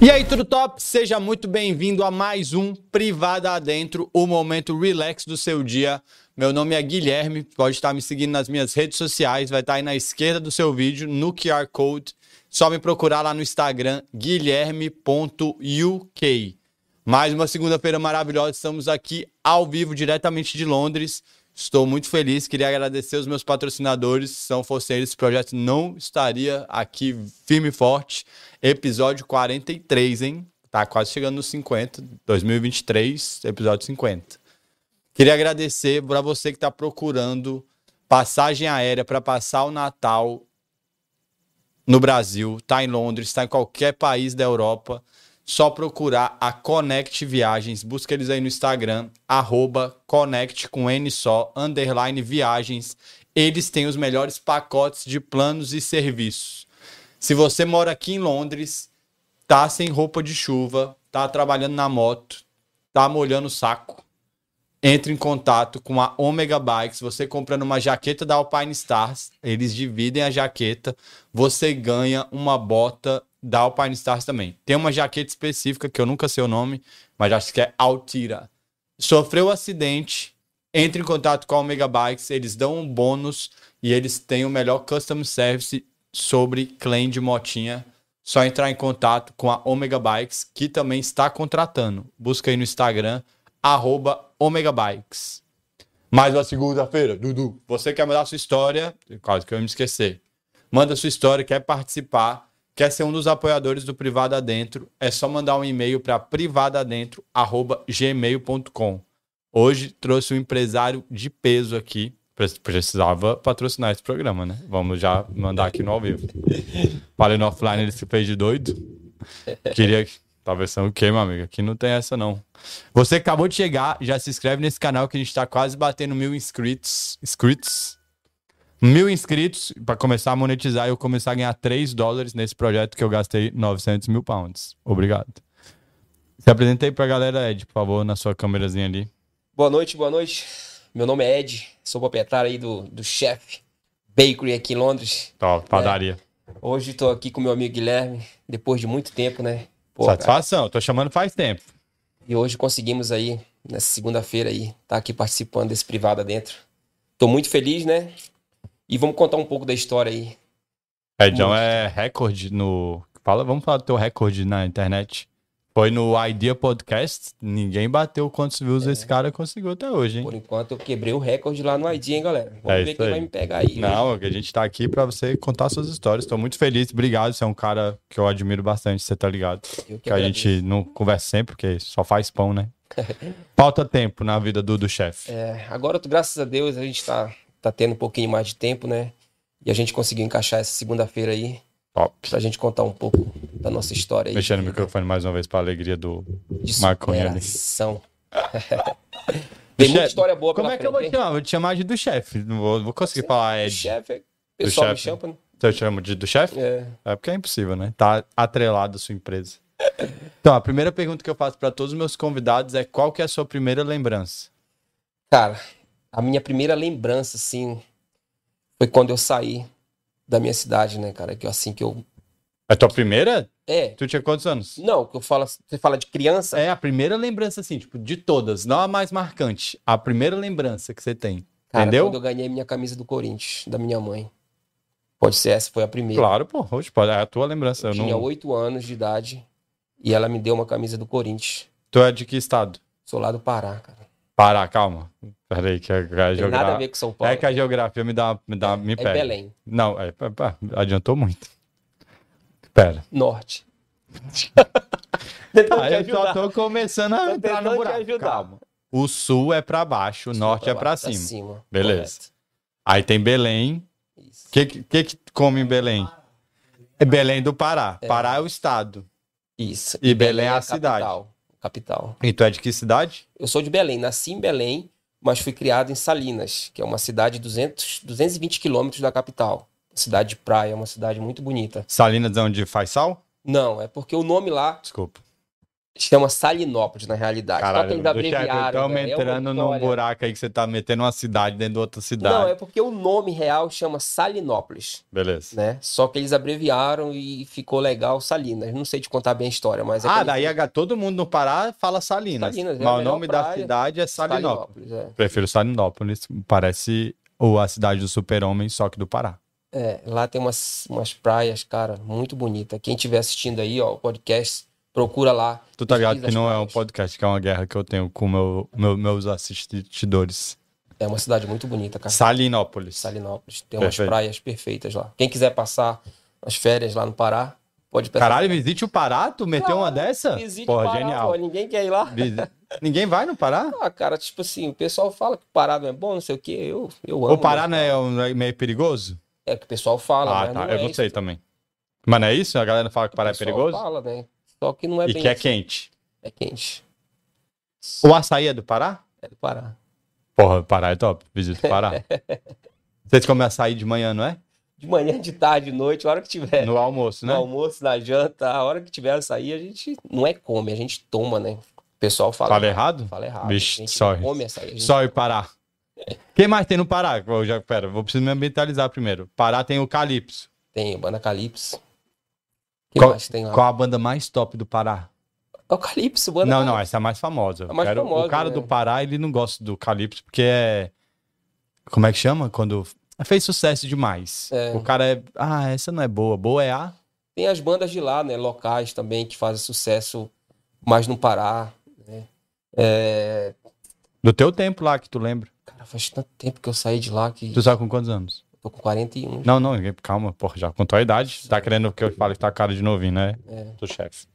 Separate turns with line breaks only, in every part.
E aí, tudo top? Seja muito bem-vindo a mais um Privada Adentro, o momento relax do seu dia. Meu nome é Guilherme, pode estar me seguindo nas minhas redes sociais, vai estar aí na esquerda do seu vídeo, no QR Code. Só me procurar lá no Instagram, guilherme.uk. Mais uma segunda-feira maravilhosa, estamos aqui ao vivo, diretamente de Londres. Estou muito feliz, queria agradecer os meus patrocinadores. Se não fossem eles, esse projeto não estaria aqui firme e forte. Episódio 43, hein? Tá quase chegando nos 50, 2023, episódio 50. Queria agradecer para você que está procurando passagem aérea para passar o Natal no Brasil, tá em Londres, tá em qualquer país da Europa. Só procurar a Connect Viagens, busca eles aí no Instagram, arroba Connect com N só, underline viagens. Eles têm os melhores pacotes de planos e serviços. Se você mora aqui em Londres, tá sem roupa de chuva, tá trabalhando na moto, tá molhando o saco, entre em contato com a Omega Bikes. Você comprando uma jaqueta da Alpine Stars, eles dividem a jaqueta. Você ganha uma bota da Alpine Stars também. Tem uma jaqueta específica que eu nunca sei o nome, mas acho que é Altira. Sofreu acidente, entre em contato com a Omega Bikes, eles dão um bônus e eles têm o melhor custom service sobre claim de motinha. Só entrar em contato com a Omega Bikes, que também está contratando. Busca aí no Instagram, arroba Omega Bikes. Mais uma segunda-feira, Dudu. Você quer mandar sua história? Quase que eu ia me esquecer. Manda sua história, quer participar, quer ser um dos apoiadores do Privada Dentro, é só mandar um e-mail para privadadentro@gmail.com. Hoje trouxe um empresário de peso aqui. Pre- Precisava patrocinar esse programa, né? Vamos já mandar aqui no ao vivo. Falei no offline, ele se fez de doido. Queria que. Talvez são o quê, meu amigo? Aqui não tem essa, não. Você que acabou de chegar, já se inscreve nesse canal que a gente tá quase batendo mil inscritos. Inscritos? Mil inscritos para começar a monetizar e eu começar a ganhar 3 dólares nesse projeto que eu gastei 900 mil pounds. Obrigado. Se apresentei pra galera, Ed, por favor, na sua câmerazinha ali.
Boa noite, boa noite. Meu nome é Ed, sou proprietário aí do, do Chef Bakery aqui em Londres.
Top, padaria.
Hoje tô aqui com meu amigo Guilherme, depois de muito tempo, né? Pô, cara,
Satisfação, tô chamando faz tempo.
e hoje conseguimos aí, nessa segunda-feira aí, tá aqui participando desse privado dentro. Tô muito feliz, né? E vamos contar um pouco da história aí.
Edão é recorde no. Fala, vamos falar do teu recorde na internet. Foi no Idea Podcast, ninguém bateu quantos views esse cara conseguiu até hoje, hein?
Por enquanto eu quebrei o recorde lá no ID, hein, galera? Vamos
É
ver
isso
quem
aí.
vai me pegar aí.
Não, que a gente tá aqui pra você contar suas histórias. Tô muito feliz, obrigado. Você é um cara que eu admiro bastante, você tá ligado?
Eu
Que a
agradeço.
gente não conversa sempre, porque só faz pão, né? Falta tempo na vida do, do chefe.
É, agora, graças a Deus, a gente tá, tá tendo um pouquinho mais de tempo, né? E a gente conseguiu encaixar essa segunda-feira aí
Top.
pra gente contar um pouco da nossa história aí. né?
Mexendo o microfone mais uma vez pra alegria do.
de
maconheiro.
superação. Tem muita
Chefe,
história boa
Como
pela
é que eu vou te
frente, hein?
chamar? Vou te chamar de do chefe. Não vou, não vou conseguir falar
O
Ed.
chefe, o pessoal me
chefe.
chama, né?
Você chama de do chefe?
É.
É porque é impossível, né? Tá atrelado a sua empresa. Então, a primeira pergunta que eu faço pra todos os meus convidados é qual que é a sua primeira lembrança?
Cara, a minha primeira lembrança, assim, foi quando eu saí da minha cidade, né, cara? Que eu, assim que eu.
A tua primeira?
É.
Tu tinha quantos anos?
Não, que eu falo. Você fala de criança?
É a primeira lembrança, assim, tipo, de todas, não a mais marcante. A primeira lembrança que você tem.
Cara,
entendeu?
quando eu ganhei minha camisa do Corinthians, da minha mãe. Pode ser, essa foi a primeira.
Claro, pô, hoje pode, é a tua lembrança. Eu
Tinha
não...
oito anos de idade e ela me deu uma camisa do Corinthians.
Tu é de que estado?
Sou lá do Pará, cara.
Pará, calma. Peraí, que a, a
Tem nada a
geografia.
ver com São Paulo.
É que a geografia me dá, me dá, me
É
pega.
Belém,
Não, é, pá, pá, adiantou muito. Pera.
norte.
Ah, eu só tô começando a entrar no
tentando te
buraco.
ajudar.
Calma. O sul é pra baixo, o norte é pra cima. Beleza.
Beleza.
Aí tem Belém.
É,
O que, que, que que come em Belém? É Belém do Pará. Pará é o estado.
Isso.
E Belém é a
Capital. capital.
E tu é de que cidade?
Eu sou de Belém, nasci em Belém, mas fui criado em Salinas, que é uma cidade de 200, 220 quilômetros da capital. Cidade de praia, uma cidade muito bonita.
Salinas é onde faz sal?
Não, é porque o nome lá
Desculpa.
Chama Salinópolis, na realidade.
Caralho,
Só que eles
do chefe,
abreviaram.
estamos
velho. É uma
entrando num
vitória.
buraco aí que você tá metendo uma cidade dentro de outra cidade.
Não, é porque o nome real chama Salinópolis,
Beleza.
né? Só que eles abreviaram e ficou legal Salinas. Não sei te contar bem a história, mas... é
ah,
aquele-
daí H- todo mundo no Pará fala Salinas.
Salinas, é a
mas o
melhor
nome da
praia.
cidade é Salinópolis.
é.
Prefiro Salinópolis, parece ou a cidade do super-homem, só que do Pará.
É, lá tem umas, umas praias, cara, muito bonita. Quem estiver assistindo aí, ó, o podcast, procura lá.
Tu tá ligado
pesquisa
que
as
não é um
praias.
podcast, que é uma guerra que eu tenho com meu, meu- meus assistidores.
É uma cidade muito bonita, cara.
Salinópolis.
Salinópolis. Tem umas
Perfeito.
praias perfeitas lá. Quem quiser passar as férias lá no Pará, pode pegar.
Caralho, visite o Pará? Tu meteu uma dessa?
Visite
Porra,
o Pará,
genial.
pô, ninguém quer ir lá.
Visi- Ninguém vai no Pará?
Ah, cara, tipo assim, o pessoal fala que o Pará não é bom, não sei o quê. Eu, eu amo.
O Pará não
né?
é um- é meio perigoso?
É o que o pessoal fala,
Ah,
né?
tá.
Não é
Eu não
isso
sei também. Mas não é isso? A galera fala que o Pará é
pessoal
perigoso?
fala, né? Só que não é
E
bem
que é
assim.
quente.
É quente.
O açaí é do Pará?
É do Pará.
Porra, Pará é top. Visita o Pará. Vocês comem açaí de manhã, não é?
De manhã, de tarde, de noite, a hora que tiver.
No almoço,
É. No
né?
almoço, na janta, a hora que tiver sair, a gente não é come, a gente toma, né? O pessoal fala.
Fala errado?
Fala errado.
Vixe,
a gente
sorry.
não come açaí. A gente...
Só e Pará. Quem mais tem no Pará? Eu já, pera, vou precisar me ambientalizar primeiro. Pará tem o Calypso.
Tem a banda Calypso. que
Qual-
mais tem lá?
Qual é a banda mais top do Pará?
É o Calypso, banda
não, não, essa é a mais famosa.
A mais
Quero- o
famosa,
cara
né?
do Pará, ele não gosta do Calypso, porque é. Como é que chama? Quando. Fez sucesso demais.
É.
O cara é. Ah, essa não é boa. Boa é a.
Tem as bandas de lá, né? Locais também que fazem sucesso, mas no Pará. né? É,
Do teu tempo lá, que tu lembra.
Cara, faz tanto tempo que eu saí de lá que
Tu sabe com quantos anos?
tô com 41.
Não, não, calma, porra, já contou a idade. Tá querendo que eu fale que tá cara de novinho, né?
É.
Do chefe.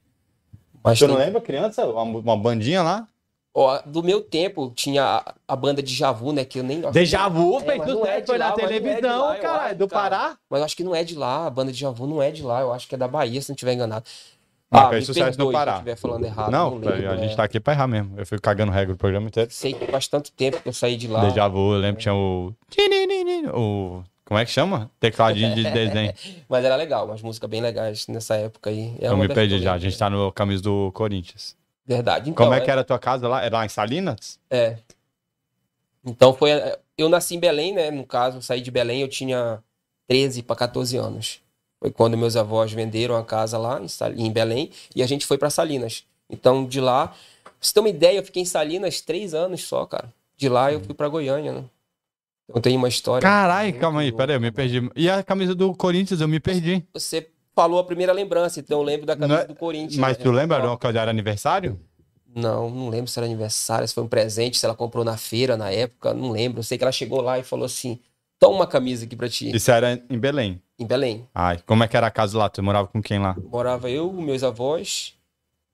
Mas
Tu não
tem-
lembra, criança? Uma, uma bandinha lá?
Ó, do meu tempo tinha a, a banda de Javu, né? Que eu nem.
Deja vu,
É,
fez
mas não
sucesso,
é de
foi na
lá, mas não é de
televisão,
lá, eu
caralho,
acho,
do
cara.
Pará.
Mas eu acho que não é de lá, a banda de Javu não é de lá, eu acho que é da Bahia, se não estiver enganado.
Mas Ah, fez
Ah, me
sucesso no
perdoe se eu
Pará.
estiver falando errado.
não,
lembro,
a gente
é.
tá aqui pra errar mesmo. Eu fico cagando regra o programa inteiro.
Sei que faz tanto tempo que eu saí de lá.
Deja vu, eu lembro que tinha o... o... Como é que chama? Tecladinho
É,
de desenho.
Mas era legal, umas músicas bem legais nessa época aí. É
eu
uma
me
das
perdi
que eu
já, a
lembro,
gente
né?
tá no camisa do Corinthians.
Verdade. Então,
Como é que era a tua casa lá? Era lá em Salinas?
É. Então foi. Eu nasci em Belém, né? No caso, eu saí de Belém, eu tinha 13 para 14 anos. Foi quando meus avós venderam a casa lá em, Sal- em Belém e a gente foi para Salinas. Então de lá, pra você ter uma ideia, eu fiquei em Salinas três anos só, cara. De lá eu fui para Goiânia, né? Então tem uma história.
Caralho,
muito
calma aí,
louca,
peraí, eu me
mano.
perdi. E a camisa do Corinthians, eu me perdi.
Você falou a primeira lembrança, então eu lembro da camisa
Não é-
do Corinthians.
Mas
né?
tu lembra de uma coisa, era aniversário?
Não, não lembro se era aniversário, se foi um presente, se ela comprou na feira na época, não lembro. Eu sei que ela chegou lá e falou assim: toma uma camisa aqui pra ti,
Isso era em Belém.
em Belém.
Ai, como é que era a casa lá? Tu morava com quem lá?
Morava eu, meus avós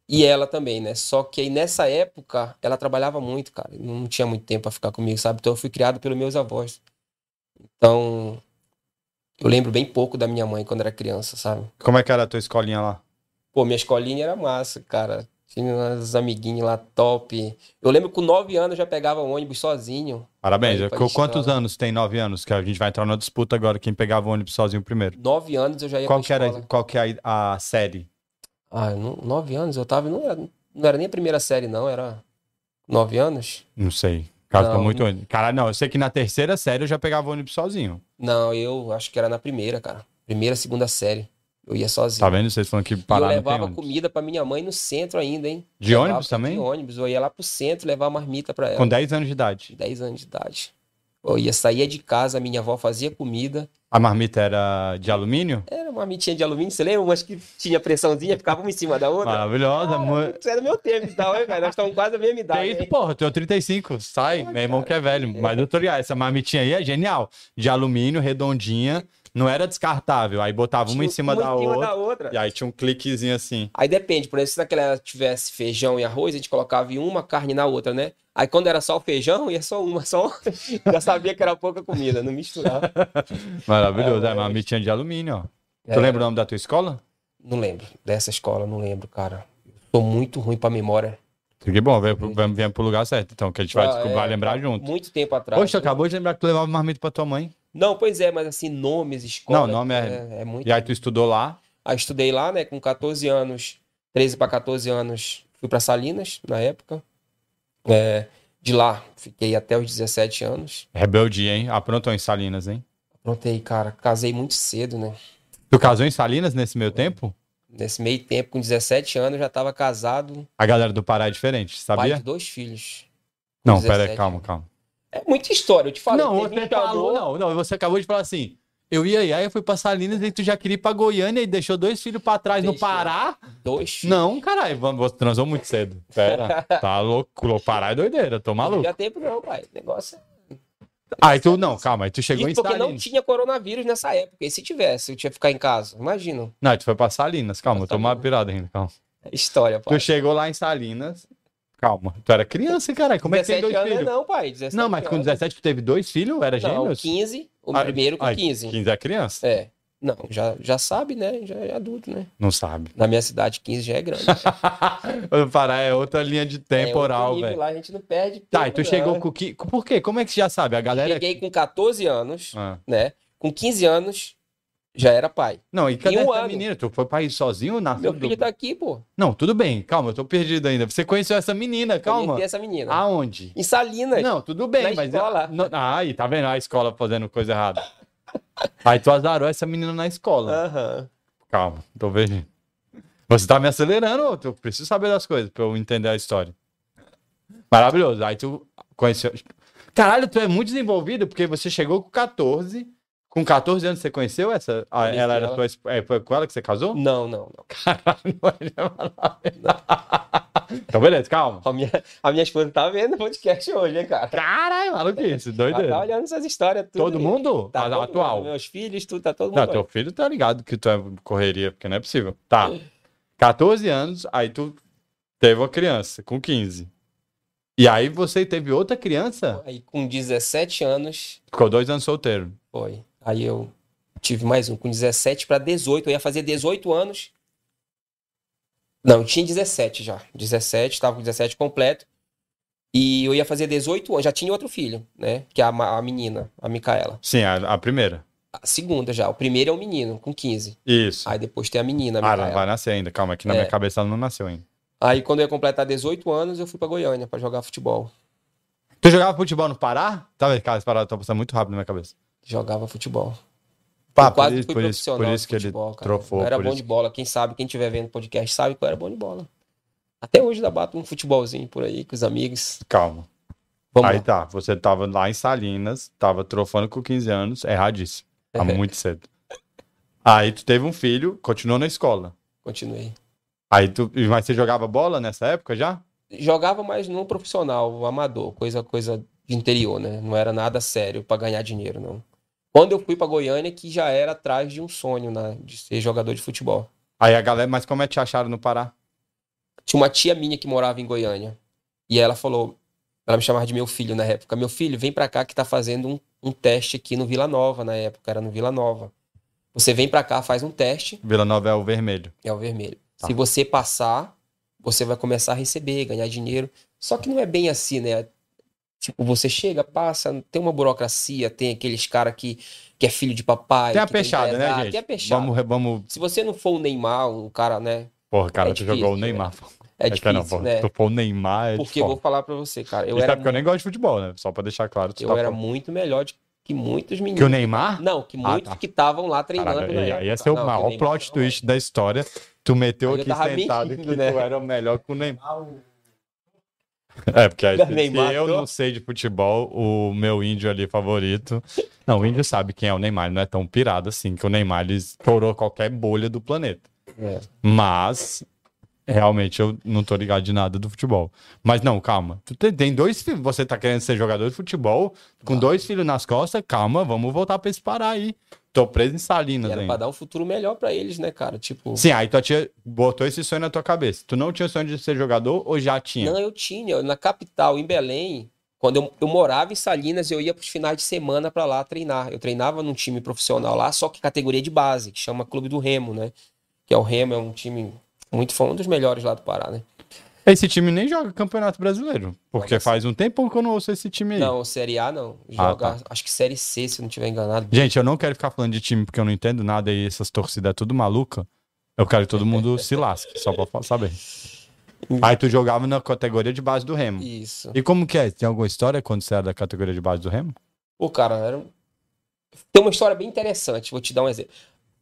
e ela também, né? Só que aí nessa época ela trabalhava muito, cara, não tinha muito tempo pra ficar comigo, sabe? Então eu fui criado pelos meus avós. Então eu lembro bem pouco da minha mãe quando era criança, sabe?
Como é que era a tua escolinha lá?
Pô, minha escolinha era massa, cara. Tinha umas amiguinhas lá top. Eu lembro que com 9 anos eu já pegava um ônibus sozinho.
Parabéns. é,
Aí,
Com
pode
quantos
escola.
anos tem? Nove anos? Que a gente vai entrar numa disputa agora, quem pegava o ônibus sozinho primeiro.
Nove anos eu já ia
Qual
pra
que, era,
escola.
qual que é a, a série?
Ah, eu não- nove anos eu tava. Não era, não era nem a primeira série, não. Era nove anos?
Não sei. Caso
Não.
muito ônibus. Cara, não, eu sei que na terceira série eu já pegava o ônibus sozinho.
Não, eu acho que era na primeira, cara. Primeira, segunda série. Eu ia sozinho.
Tá vendo? Vocês falando que
E eu
parar não tem
levava
ônibus.
comida pra minha mãe no centro ainda, hein?
De
Levava
ônibus também?
De ônibus. Eu ia lá pro centro levar marmita pra ela.
Com 10 anos de idade.
De 10 anos de idade. Eu ia sair de casa, minha avó fazia comida.
A marmita era de alumínio?
Era uma marmitinha de alumínio, você lembra? Umas que tinha pressãozinha, ficava uma em cima da outra.
Maravilhosa. mu-
Isso era meu tempo, então, hein, cara? Nós estamos quase a mesma
Que
idade.
isso,
hein?
porra, eu tenho 35, sai, meu irmão que é velho. Mas eu tô ligado, essa marmitinha aí é genial. De alumínio, redondinha, não era descartável. Aí botava uma em cima, da, outra,
outra.
e aí tinha um cliquezinho assim.
Aí depende, por exemplo, se naquela tivesse feijão e arroz, a gente colocava em uma carne na outra, né? Aí quando era só o feijão, ia só uma, só já sabia que era pouca comida, não misturava.
Maravilhoso, é,
É, mas-
marmitinha de alumínio, ó. Tu
É.
lembra o nome da tua escola?
Não lembro dessa escola, não lembro, cara. Tô muito ruim pra memória.
Que bom, vem pro, vem, vem pro lugar certo, então, que a gente vai,
Ah,
descobrir-
é,
vai lembrar junto.
Muito tempo atrás.
Poxa, acabou de lembrar que tu levava marmita pra tua mãe.
Não, pois é, mas assim, nomes, escola.
Não, nome é-
é, é muito.
E aí tu estudou lá.
Aí estudei lá, né, com 14 anos, 13 para 14 anos, fui para Salinas na época. É, de lá fiquei até os 17 anos.
Rebeldia, hein? Aprontou em Salinas, hein?
Aprontei, cara. Casei muito cedo, né?
Tu casou em Salinas nesse meio tempo?
Nesse meio tempo, com 17 anos, eu já estava casado,
A galera do Pará é diferente,
pai
sabia?
de dois filhos. Com
Não, pera
17.
aí, calma, calma.
É muita história, eu te falei.
não,
teve um
você
calor-
falou, não, não, você acabou de falar assim. Eu ia aí, eu fui pra Salinas e tu já queria ir pra Goiânia e deixou dois filhos pra trás no
Deixei.
Pará?
Dois filhos.
Não, caralho, vamos- você transou muito cedo. Pera, tá louco, o Pará é doideira, tô
Não
maluco.
tinha tempo, não, pai. O negócio é.
Aí tu, não, calma, aí tu chegou
Isso
em
porque
Salinas.
não tinha coronavírus nessa época. E se tivesse, eu tinha que ficar em casa. Imagina.
Não, tu foi pra Salinas, calma, eu tô
Salinas.
mal pirado ainda, calma.
É História, pai.
Tu chegou lá em Salinas, calma, tu era criança, caralho, como é que tem
17
dois
anos é
filhos?
não, pai. 17
Não, mas com
anos. é
17 tu teve dois filhos? Era
Não,
gêmeos?
15. O
Ah,
primeiro com
ah,
15.
15 é criança?
É. Não, já, já sabe, né? Já é adulto, né?
Não sabe.
Na minha cidade, 15 já é grande.
o Pará é outra linha de
é, outro
temporal,
nível
velho.
Lá a gente não perde tempo,
Tá, e tu
não.
chegou com que... Por quê? Como é que você já sabe? A galera...
Cheguei com 14 anos,
Ah.
né? Com 15 anos, já era pai.
Não, e cadê
Em um
essa
ano.
menina? Tu foi pra ir sozinho ou nasceu?
Meu
do-
filho tá aqui, pô.
Não, tudo bem. Calma, eu tô perdido ainda. Você conheceu essa menina, calma.
Conheci essa menina.
Aonde?
Em Salinas.
Não, tudo bem,
Na
mas...
escola.
Não- Ah, aí, tá vendo? A escola fazendo coisa errada. aí tu azarou essa menina na escola.
Aham.
Calma, tô vendo. Você tá me acelerando, ô, eu preciso saber das coisas pra eu entender a história. Maravilhoso. Aí tu conheceu. Caralho, tu é muito desenvolvido, porque você chegou com 14. Com 14 anos você conheceu essa? Ah,
Conheci
ela era
ela.
tua esp- é, foi com ela que você casou?
Não, não, não.
Caralho, ele é maravilhoso. Então, beleza, calma.
A minha, a minha esposa tá vendo o podcast hoje, hein, cara?
Caralho, maluquice,
Ela tá
doideira.
olhando essas histórias tudo.
Todo
aí.
mundo?
Tá
A-
todo
atual.
mundo, meus filhos, tudo, tá todo mundo.
Não,
olhando.
teu filho tá ligado que tu é correria, porque não é possível. Tá. 14 anos, aí tu teve uma criança com 15. E aí você teve outra criança?
Aí com 17 anos,
Ficou dois anos solteiro.
foi. Aí eu tive mais um com 17 pra 18, eu ia fazer 18 anos. Não, eu tinha 17 já. 17, tava com 17 completo. E eu ia fazer 18 anos, já tinha outro filho, né? Que é a, ma- a menina, a Micaela.
Sim, a, a primeira.
A segunda já, o primeiro é o menino, com 15.
Isso.
Aí é depois tem a menina, a
ah, ela
Micaela.
vai nascer ainda. Calma, que na
É.
minha cabeça ela não nasceu ainda.
Aí quando eu ia completar 18 anos, eu fui pra Goiânia pra jogar futebol.
Tu jogava futebol no Pará? Tá vendo, cara, esse parado tá passando muito rápido na minha cabeça.
Jogava futebol.
Pá,
eu quase
por, isso-
fui
por isso,
profissional
por
de
isso que ele
futebol, cara.
trofou.
Eu era
por
bom
isso.
de bola. Quem sabe, quem estiver vendo o podcast sabe que eu era bom de bola. Até hoje dá bato um futebolzinho por aí com os amigos.
Calma.
Vamos
aí
lá.
tá, você tava lá em Salinas, tava trofando com 15 anos, erradíssimo. Tá muito cedo. Aí tu teve um filho, continuou na escola.
Continuei.
Aí tu, mas você jogava bola nessa época já?
Jogava mais num profissional, amador, coisa coisa de interior, né? Não era nada sério pra ganhar dinheiro, não. Quando eu fui pra Goiânia, que já era atrás de um sonho, né? De ser jogador de futebol.
Aí a galera, mas como é que te acharam no Pará?
Tinha uma tia minha que morava em Goiânia. E ela falou, ela me chamava de meu filho na época. Meu filho, vem pra cá que tá fazendo um, um teste aqui no Vila Nova na época, era no Vila Nova. Você vem pra cá, faz um teste,
Vila Nova é o vermelho.
é o vermelho.
Tá.
Se você passar, você vai começar a receber, ganhar dinheiro. Só que não é bem assim, né? Tipo, você chega, passa, tem uma burocracia, tem aqueles cara que, que é filho de papai.
tem a
que
pechada, né,
empresário,
gente?
Tem a pechada.
Vamos, re- vamos.
Se você não for o Neymar, um cara, né?
Porra, cara,
É
tu
difícil,
jogou o Neymar. pô.
É
que não,
difícil,
pô.
né?
Tu pôr o Neymar. É
Porque
de
eu
foda.
vou falar pra você, cara. Eu
Você
era
sabe que eu nem gosto de futebol, né? Só pra deixar claro. Tu
Eu
tá
era
falando.
muito melhor de- que muitos meninos.
Que o Neymar?
Não, que muitos
tá.
que estavam lá treinando.
Cara,
na
e aí
época.
ia ser o
Não, que
maior
Neymar
plot
não,
twist da história. Tu meteu
Aí eu
aqui
tava
sentado
mentindo,
que
né?
tu era melhor que o Neymar. É, porque aí,
Da
se
Neymar,
eu
tô.
não sei de futebol, o meu índio ali favorito. Não, o índio sabe quem é o Neymar, ele não é tão pirado assim, que o Neymar ele estourou qualquer bolha do planeta.
É.
Mas, realmente, eu não tô ligado de nada do futebol. Mas não, calma. Tu tem, tem dois filhos, você tá querendo ser jogador de futebol, com
Tá.
dois filhos nas costas, calma, vamos voltar pra esse Pará aí. Tô preso em Salinas
E Era
ainda.
pra dar um futuro melhor pra eles, né, cara? Tipo.
Sim, aí tua tia botou esse sonho na tua cabeça. Tu não tinha sonho de ser jogador ou já tinha?
Não, eu tinha. eu- Na capital, em Belém, quando eu, eu morava em Salinas, eu ia pros finais de semana pra lá treinar. Eu treinava num time profissional lá, só que categoria de base, que chama Clube do Remo, né? Que é o Remo, é um time muito fã, um dos melhores lá do Pará, né?
Esse time nem joga Campeonato Brasileiro. Porque
Olha só.
faz um tempão que eu não ouço esse time aí.
Não, Série A não.
Ah,
Joga,
tá.
acho que Série C, se eu não tiver enganado.
Gente, eu não quero ficar falando de time porque eu não entendo nada e essas torcidas é tudo maluca. Eu quero que todo mundo se lasque, só pra fa- saber. Aí tu jogava na categoria de base do Remo.
Isso.
E como que é? Tem alguma história quando você era da categoria de base do Remo?
Pô, cara, era... um- tem uma história bem interessante, vou te dar um exemplo.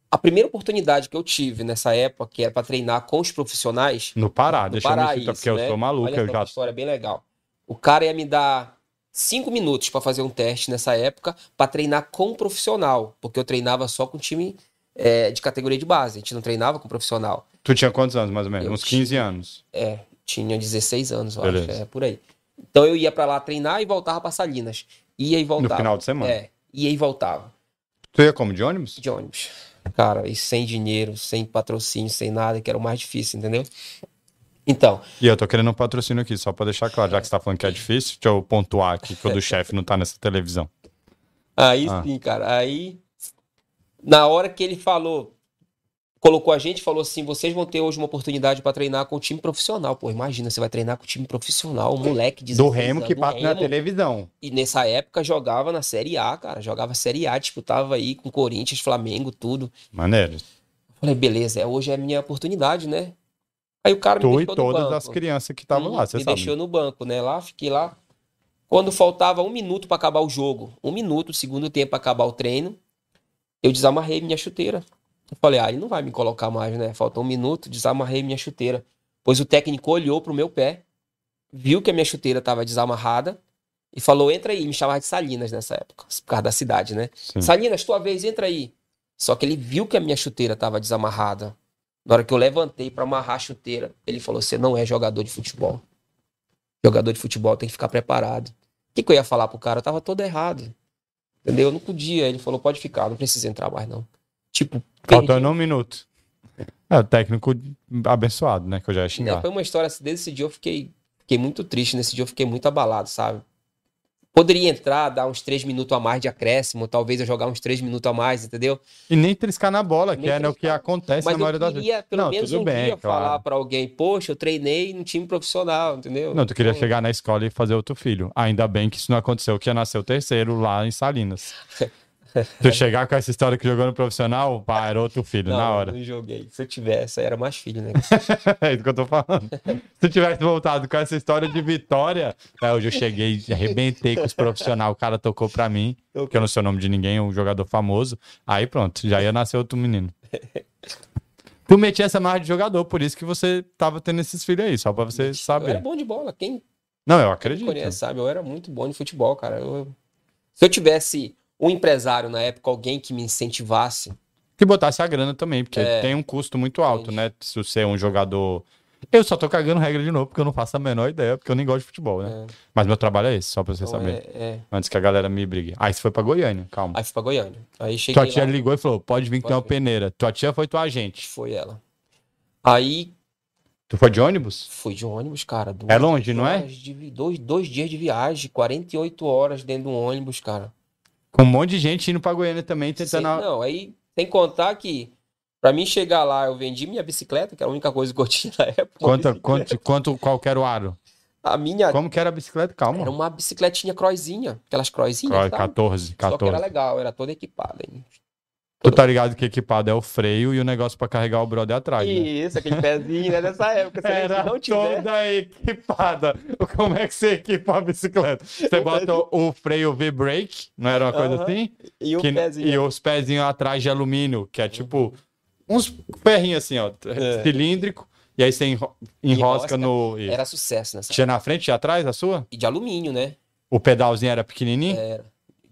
A primeira oportunidade que eu tive nessa época, que era para treinar com os profissionais,
No Pará,
No
deixa eu
Pará,
me citar,
isso,
porque eu
né?
sou maluco,
Olha
eu
só
já.
que história bem legal. O cara ia me dar cinco minutos para fazer um teste nessa época para treinar com um profissional, porque eu treinava só com time eh, de categoria de base, a gente não treinava com profissional.
Tu tinha quantos anos, mais ou menos?
Eu
Uns
tinha-
15 anos.
Tinha 16 anos, eu
Beleza.
acho, é por aí. Então eu ia para lá treinar e voltava para Salinas. Ia e voltava.
No final de semana.
É, ia e voltava
Tu ia como? De ônibus?
de ônibus. Cara, e sem dinheiro, sem patrocínio, sem nada, que era o mais difícil, entendeu? Então,
E eu tô querendo um patrocínio aqui, só pra deixar claro, já que você tá falando que é difícil, deixa eu pontuar aqui que o do chefe não tá nessa televisão.
Aí
Ah.
sim, cara. Aí, na hora que ele falou, colocou a gente, falou assim: vocês vão ter hoje uma oportunidade pra treinar com o time profissional. Pô, imagina, você vai treinar com o time profissional, um moleque de
Do
16
Remo
anos,
que
do
passa na
Remo.
televisão.
E nessa época jogava na Série A, cara. Jogava Série A, disputava aí com Corinthians, Flamengo, tudo.
Maneiro.
Eu falei, beleza, é, hoje é a minha oportunidade, né? Aí o cara me
Tu e
deixou no
todas
banco.
as crianças que estavam
Hum,
lá, você
me
sabe.
deixou no banco, né? Lá, fiquei lá. Quando faltava um minuto pra acabar o jogo, um minuto, segundo tempo pra acabar o treino, eu desamarrei minha chuteira. Eu falei, ah, ele não vai me colocar mais, né? Falta um minuto, desamarrei minha chuteira. Pois o técnico olhou pro meu pé, viu que a minha chuteira tava desamarrada e falou, entra aí. Me chamava de Salinas nessa época, por causa da cidade, né?
Sim.
Salinas, tua vez, entra aí. Só que ele viu que a minha chuteira estava desamarrada. Na hora que eu levantei para amarrar a chuteira, ele falou: Você não é jogador de futebol. Jogador de futebol tem que ficar preparado. O que, que eu ia falar pro cara? Eu tava todo errado. Entendeu? Eu não podia. Ele falou: Pode ficar, não precisa entrar mais, não. Tipo, perdi.
Faltando um minuto. É, o técnico abençoado, né? Que eu já ia
Né,
xingar.
Foi uma história assim, desse dia eu fiquei, fiquei muito triste. Nesse dia eu fiquei muito abalado, sabe? Poderia entrar, dar uns três minutos a mais de acréscimo, talvez eu jogar uns três minutos a mais, entendeu?
E nem triscar na bola, que
Nem
é né, o que
triscar.
acontece
Mas
na maioria
eu
das vezes.
queria, pelo
Não,
menos
tudo
um
bem,
dia,
claro.
falar pra alguém, poxa, eu treinei num time profissional, entendeu?
Não, tu queria
Então,
chegar na escola e fazer outro filho. Ainda bem que isso não aconteceu, que ia nascer o terceiro lá em Salinas. tu chegar com essa história que jogou no profissional, pá, era outro filho
não,
na
eu
hora.
Não joguei. Se eu tivesse, eu era mais filho, né?
É isso que eu tô falando. Se tivesse voltado com essa história de vitória, é, hoje eu cheguei, arrebentei com os profissionais, o cara tocou pra mim,
Eu-
que eu não sei o nome de ninguém, um jogador famoso. Aí pronto, já ia nascer outro menino. Tu metia essa marra de jogador, por isso que você tava tendo esses filhos aí, só pra você
Eu era
saber.
bom de bola. Quem
Não, eu
me
acredito.
conhece sabe, eu era muito bom de futebol, cara. Eu- Se eu tivesse um empresário na época, alguém que me incentivasse,
Que botasse a grana também, porque
É.
tem um custo muito alto,
Entendi.
né? Se você é um jogador. Eu só tô cagando regra de novo, porque eu não faço a menor ideia, porque eu nem gosto de futebol, né?
É.
Mas meu trabalho é esse, só pra você
então,
saber.
é- é.
Antes que a galera me brigue. Aí você foi pra Goiânia, calma.
aí fui pra Goiânia. Aí cheguei
Tua tia
lá,
ligou e falou: pode vir que
Pode
tem uma
vir.
peneira. Tua tia foi tua agente.
foi ela. Aí
Tu foi de ônibus?
fui de ônibus, cara. duas
É longe, não é?
horas de vi- dois, dois dias de viagem, 48 horas dentro de um ônibus, cara.
Com um monte de gente indo pra Goiânia também,
Sem-
tentando.
Não, aí tem que contar que pra mim chegar lá, eu vendi minha bicicleta, que era a única coisa que eu tinha na época. uma
Quanto,
bicicleta.
quanto, quanto, qual que era o aro?
A minha
Como que era a bicicleta?
era
Calma.
uma bicicletinha croizinha, aquelas croizinhas,
Qual-
sabe?
14,
Só que era
14.
legal, era toda equipada. hein?
Tu tá ligado que equipado é o freio e o negócio pra carregar o brother atrás, né?
Isso, aquele pezinho, né? Nessa época, se a gente
Era
não tiver...
toda equipada. Como é que você equipa a bicicleta? Você bota o freio V-brake, não era uma coisa
Aham.
assim?
E o
Que-
pezinho.
e os pezinhos atrás de alumínio, que é tipo uns ferrinhos assim, ó,
Uhum. É.
cilíndrico, e aí você enro- enrosca
Enrosca.
no. isso.
Era sucesso nessa época.
Tinha na frente e atrás a sua?
E de alumínio, né?
O pedalzinho era pequenininho?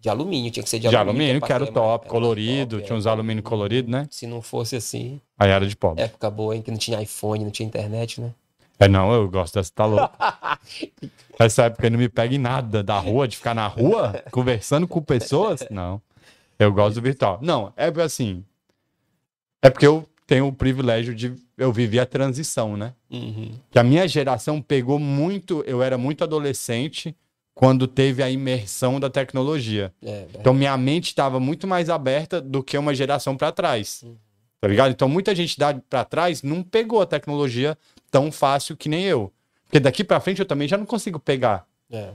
De alumínio, tinha que ser É, de
de, alumínio, que
pra
era o
ser mais-
top,
era
colorido,
top,
tinha
era
uns alumínio colorido, né?
Se não fosse assim,
Aí era de pobre.
época boa, hein? Que não tinha iPhone, não tinha internet, né?
É, não, eu gosto dessa, tá louco. Essa época aí não me pega em nada da rua, de ficar na rua, conversando com pessoas, não. Eu gosto do virtual. Não, é porque assim. É porque eu tenho o privilégio de. Eu vivi a transição, né?
Uhum.
que a minha geração pegou muito, eu era muito adolescente quando teve a imersão da tecnologia.
É,
Então minha mente estava muito mais aberta do que uma geração para trás. Tá ligado? Então muita gente da para trás não pegou a tecnologia tão fácil que nem eu. Porque daqui para frente eu também já não consigo pegar
é.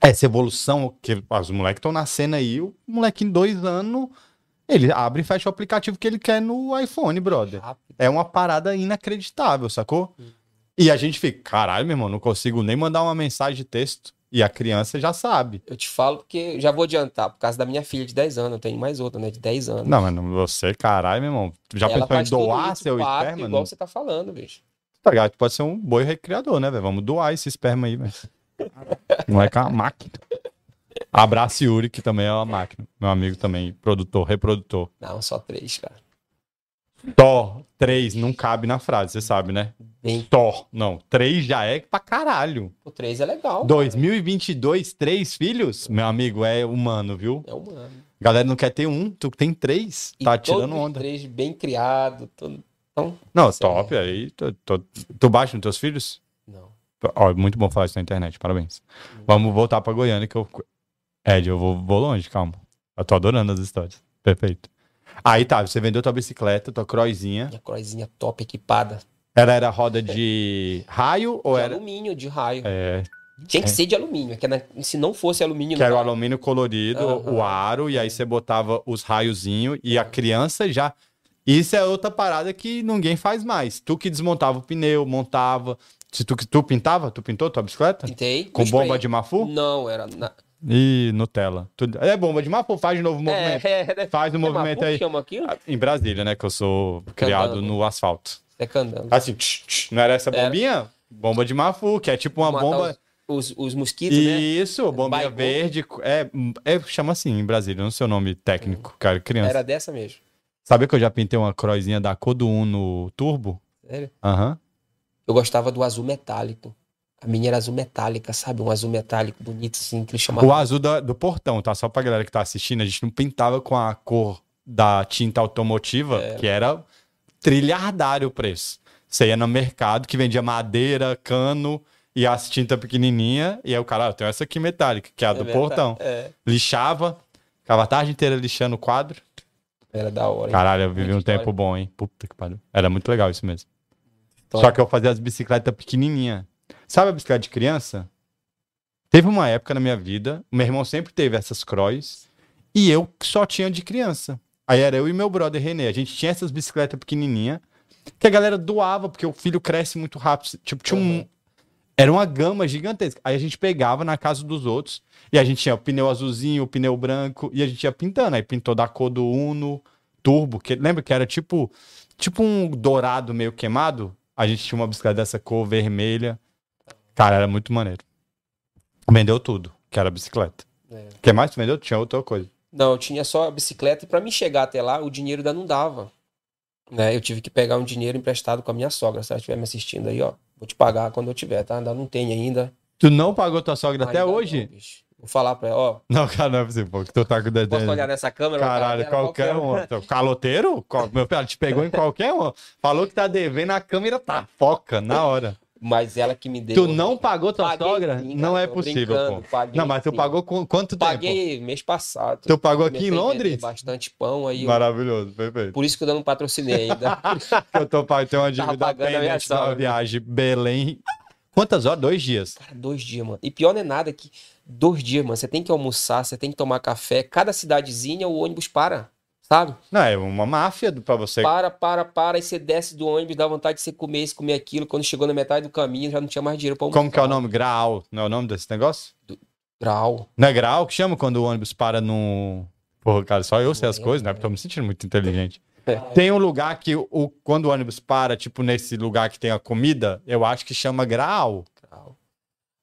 essa evolução que ah, os moleques estão nascendo aí, o moleque em dois anos ele abre e fecha o aplicativo que ele quer no iPhone, brother.
é, Rápido.
É uma parada inacreditável, sacou? E a gente fica, caralho, meu irmão, não consigo nem mandar uma mensagem de texto. E a criança já sabe.
Eu te falo porque já vou adiantar, por causa da minha filha de 10 anos, eu tenho mais outra, né, de 10 anos.
Não, mas não- você, caralho, meu irmão, já pensou
Ela
em
faz tudo
doar
isso,
seu
pacto,
esperma?
Igual
Não,
você tá falando, bicho.
tá ligado? Tu pode ser um boi recriador, né, velho? Vamos doar esse esperma aí, velho. Não é com uma máquina. Abraço Yuri, que também é uma máquina. Meu amigo também, produtor, reprodutor.
Não, só três, cara.
Tó, três, não cabe na frase, você sabe, né?
Bem,
Tó, não. Três já é pra caralho.
o três é legal.
2022, três filhos? Meu amigo, é humano, viu?
cara. É humano.
Galera não quer ter um, tu tem três, tá
todos
tirando
os
onda.
três bem criado, todo...
Não,
Sim.
top, aí tu, tu, tu baixa nos teus filhos?
Não.
Ó, muito bom falar isso na internet, parabéns.
Uhum.
Vamos voltar pra Goiânia que eu... Ed, eu vou, vou longe, calma. Eu tô adorando as histórias, perfeito. Aí tá, você vendeu tua bicicleta, tua croizinha.
Minha croizinha top equipada.
Ela era roda de raio ou
de
era...
alumínio, de raio.
É,
Tinha que ser de alumínio. Que na- se não fosse alumínio,
que era o
não dava.
alumínio colorido,
Aham.
o aro, e aí você botava os raiozinhos e a criança já. Isso é outra parada que ninguém faz mais. Tu que desmontava o pneu, montava. Se tu, que- tu pintava, tu pintou tua bicicleta?
Pintei. Hum.
Com
spray.
bomba de mafu?
Não, era. Na...
E Nutella. Tu... É bomba de mafu, faz de novo o movimento.
É, é, é,
Faz o
Mapu
movimento
que
aí.
chama aquilo?
Em Brasília, né? Que eu sou criado
Cantando.
no asfalto.
É candando.
Assim, tch, tch, não era essa
Era.
bombinha? Bomba de mafu, que é tipo uma
Matar
bomba.
Os, os, os mosquitos, né?
Isso, bombinha
Baigon.
verde. É, é, chama assim em Brasília, não sei o nome técnico, cara, criança.
Era dessa mesmo.
Sabia que eu já pintei uma croizinha da cor do Uno Turbo?
Sério?
Aham.
Eu gostava do azul metálico. A minha era azul metálica, sabe? Um azul metálico bonito, assim, que ele chamava.
O azul da- do portão, tá? Só pra galera que tá assistindo, a gente não pintava com a cor da tinta automotiva, que era trilhardário o preço. Você ia no mercado que vendia madeira, cano e as tintas pequenininha e aí o cara, ah, eu tenho essa aqui metálica, que é a
É
do
verdade.
portão.
É.
Lixava, ficava a tarde inteira lixando o quadro.
Era da hora. hein?
Caralho, eu vivi
Muita
um
história.
tempo bom, hein? Puta que pariu. Era muito legal isso mesmo.
História.
Só que eu fazia as bicicletas pequenininha. Sabe a bicicleta de criança? Teve uma época na minha vida, meu irmão sempre teve essas cross, e eu só tinha de criança. Aí era eu e meu brother René. A gente tinha essas bicicletas pequenininha que a galera doava, porque o filho cresce muito rápido. Tipo, tinha um.
Uhum.
Era uma gama gigantesca. Aí a gente pegava na casa dos outros, e a gente tinha o pneu azulzinho, o pneu branco, e a gente ia pintando. Aí pintou da cor do Uno, turbo, que lembra que era tipo, tipo um dourado meio queimado? A gente tinha uma bicicleta dessa cor vermelha. Cara, era muito maneiro. Vendeu tudo, que era bicicleta.
É.
O que mais tu vendeu? Tinha outra coisa.
Não, eu tinha só a bicicleta e para mim chegar até lá, o dinheiro ainda não dava. Né? Eu tive que pegar um dinheiro emprestado com a minha sogra. Se ela estiver me assistindo aí, ó, vou te pagar quando eu tiver, tá? Ainda não tem ainda.
Tu não pagou tua sogra até
Ainda não,
hoje?
bicho. Vou falar pra ela, ó.
Não, cara, não é possível. pô, que tu tá com o
Posso olhar
desenho.
nessa câmera?
Caralho,
Cara,
qualquer um. Tu- Caloteiro? Qual- Meu filho, ela te pegou em qualquer um. Falou que tá devendo, a câmera tá. Foca, na hora.
Mas ela que me deu.
Tu não pagou tua
Paguei
sogra?
sim,
Não
cara,
é
tô
possível, pô.
brincando, paguei
Não, mas tu
sim.
pagou com quanto tempo?
Paguei mês passado.
Tu pagou aqui
Comecei
em
a vender
Londres?
Bastante pão aí. eu-
Maravilhoso, perfeito.
Por isso que eu não patrocinei ainda.
Eu tô pagando, tem uma dívida
pagando a minha
pendente da
salva.
viagem Belém. Quantas horas? Dois dias.
Cara, dois dias, mano. E pior não é nada que dois dias, mano. Você tem que almoçar, você tem que tomar café. Cada cidadezinha o ônibus para, sabe?
Não, é uma máfia do- pra você.
Para, para, para. E você desce do ônibus, dá vontade de você comer isso, comer aquilo. Quando chegou na metade do caminho, já não tinha mais dinheiro pra almoçar.
Como que é o nome? Graal. Não é o nome desse negócio?
Grau.
Não é Graal que chama quando o ônibus para num. Porra, cara, só eu sei as
Não
coisas, né?
lembro.
Porque eu tô me sentindo muito inteligente.
É.
Tem um lugar que, o, quando o ônibus para, tipo nesse lugar que tem a comida, eu acho que chama Graal.
Grau.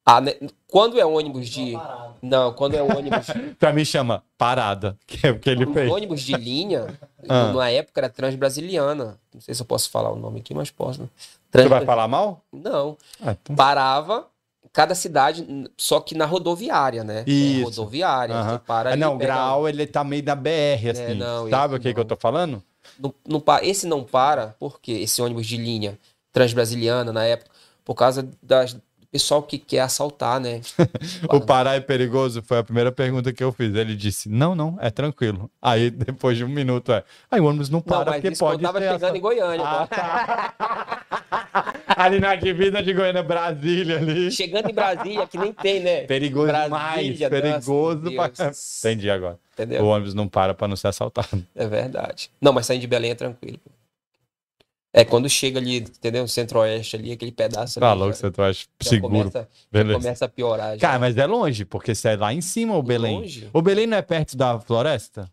Ah, né? Quando é ônibus de. Não, quando é ônibus.
Pra mim chama Parada, que é o que ele fez.
Um ônibus de linha,
Ah.
na época era transbrasiliana. Não sei se eu posso falar o nome aqui, mas posso. Né?
Tu vai
Transbra-
falar mal?
Não.
Ah,
tá.
então.
parava cada cidade, n- só que na rodoviária, né?
Isso.
É rodoviária,
Aham.
você para
Ah,
ali,
não,
pega-
Graal ele tá meio na BR, assim.
É, não,
Sabe
esse
o que, que eu
não.
tô falando?
não- não pa- esse não para, por quê? Esse ônibus de linha transbrasiliana na época, por causa das do pessoal que quer assaltar, né?
O Pará é perigoso? Foi a primeira pergunta que eu fiz. Ele disse: Não, não, é tranquilo. Aí depois de um minuto é. Aí o ônibus não para,
não, mas
porque
isso quando
pode.
tava
ser
chegando
essa-
em Goiânia. tá
Ah,
pô.
tá. ali na divisa de Goiânia, Brasília ali.
Chegando em Brasília, que nem tem, né?
Perigoso
Brasília,
demais. Perigoso
nossa,
pra.
meu Deus.
Entendi agora. O
Entendeu?
ônibus não para pra não ser assaltado.
É verdade. Não, mas saindo de Belém é tranquilo. É, quando chega ali, entendeu? Centro-Oeste ali, aquele pedaço
Tá
ali,
louco,
já-
você acha
já
seguro.
Começa, já
Beleza.
começa a piorar. Já.
Cara, mas é longe, porque você é lá em cima o Belém.
Longe.
O Belém não é perto da floresta?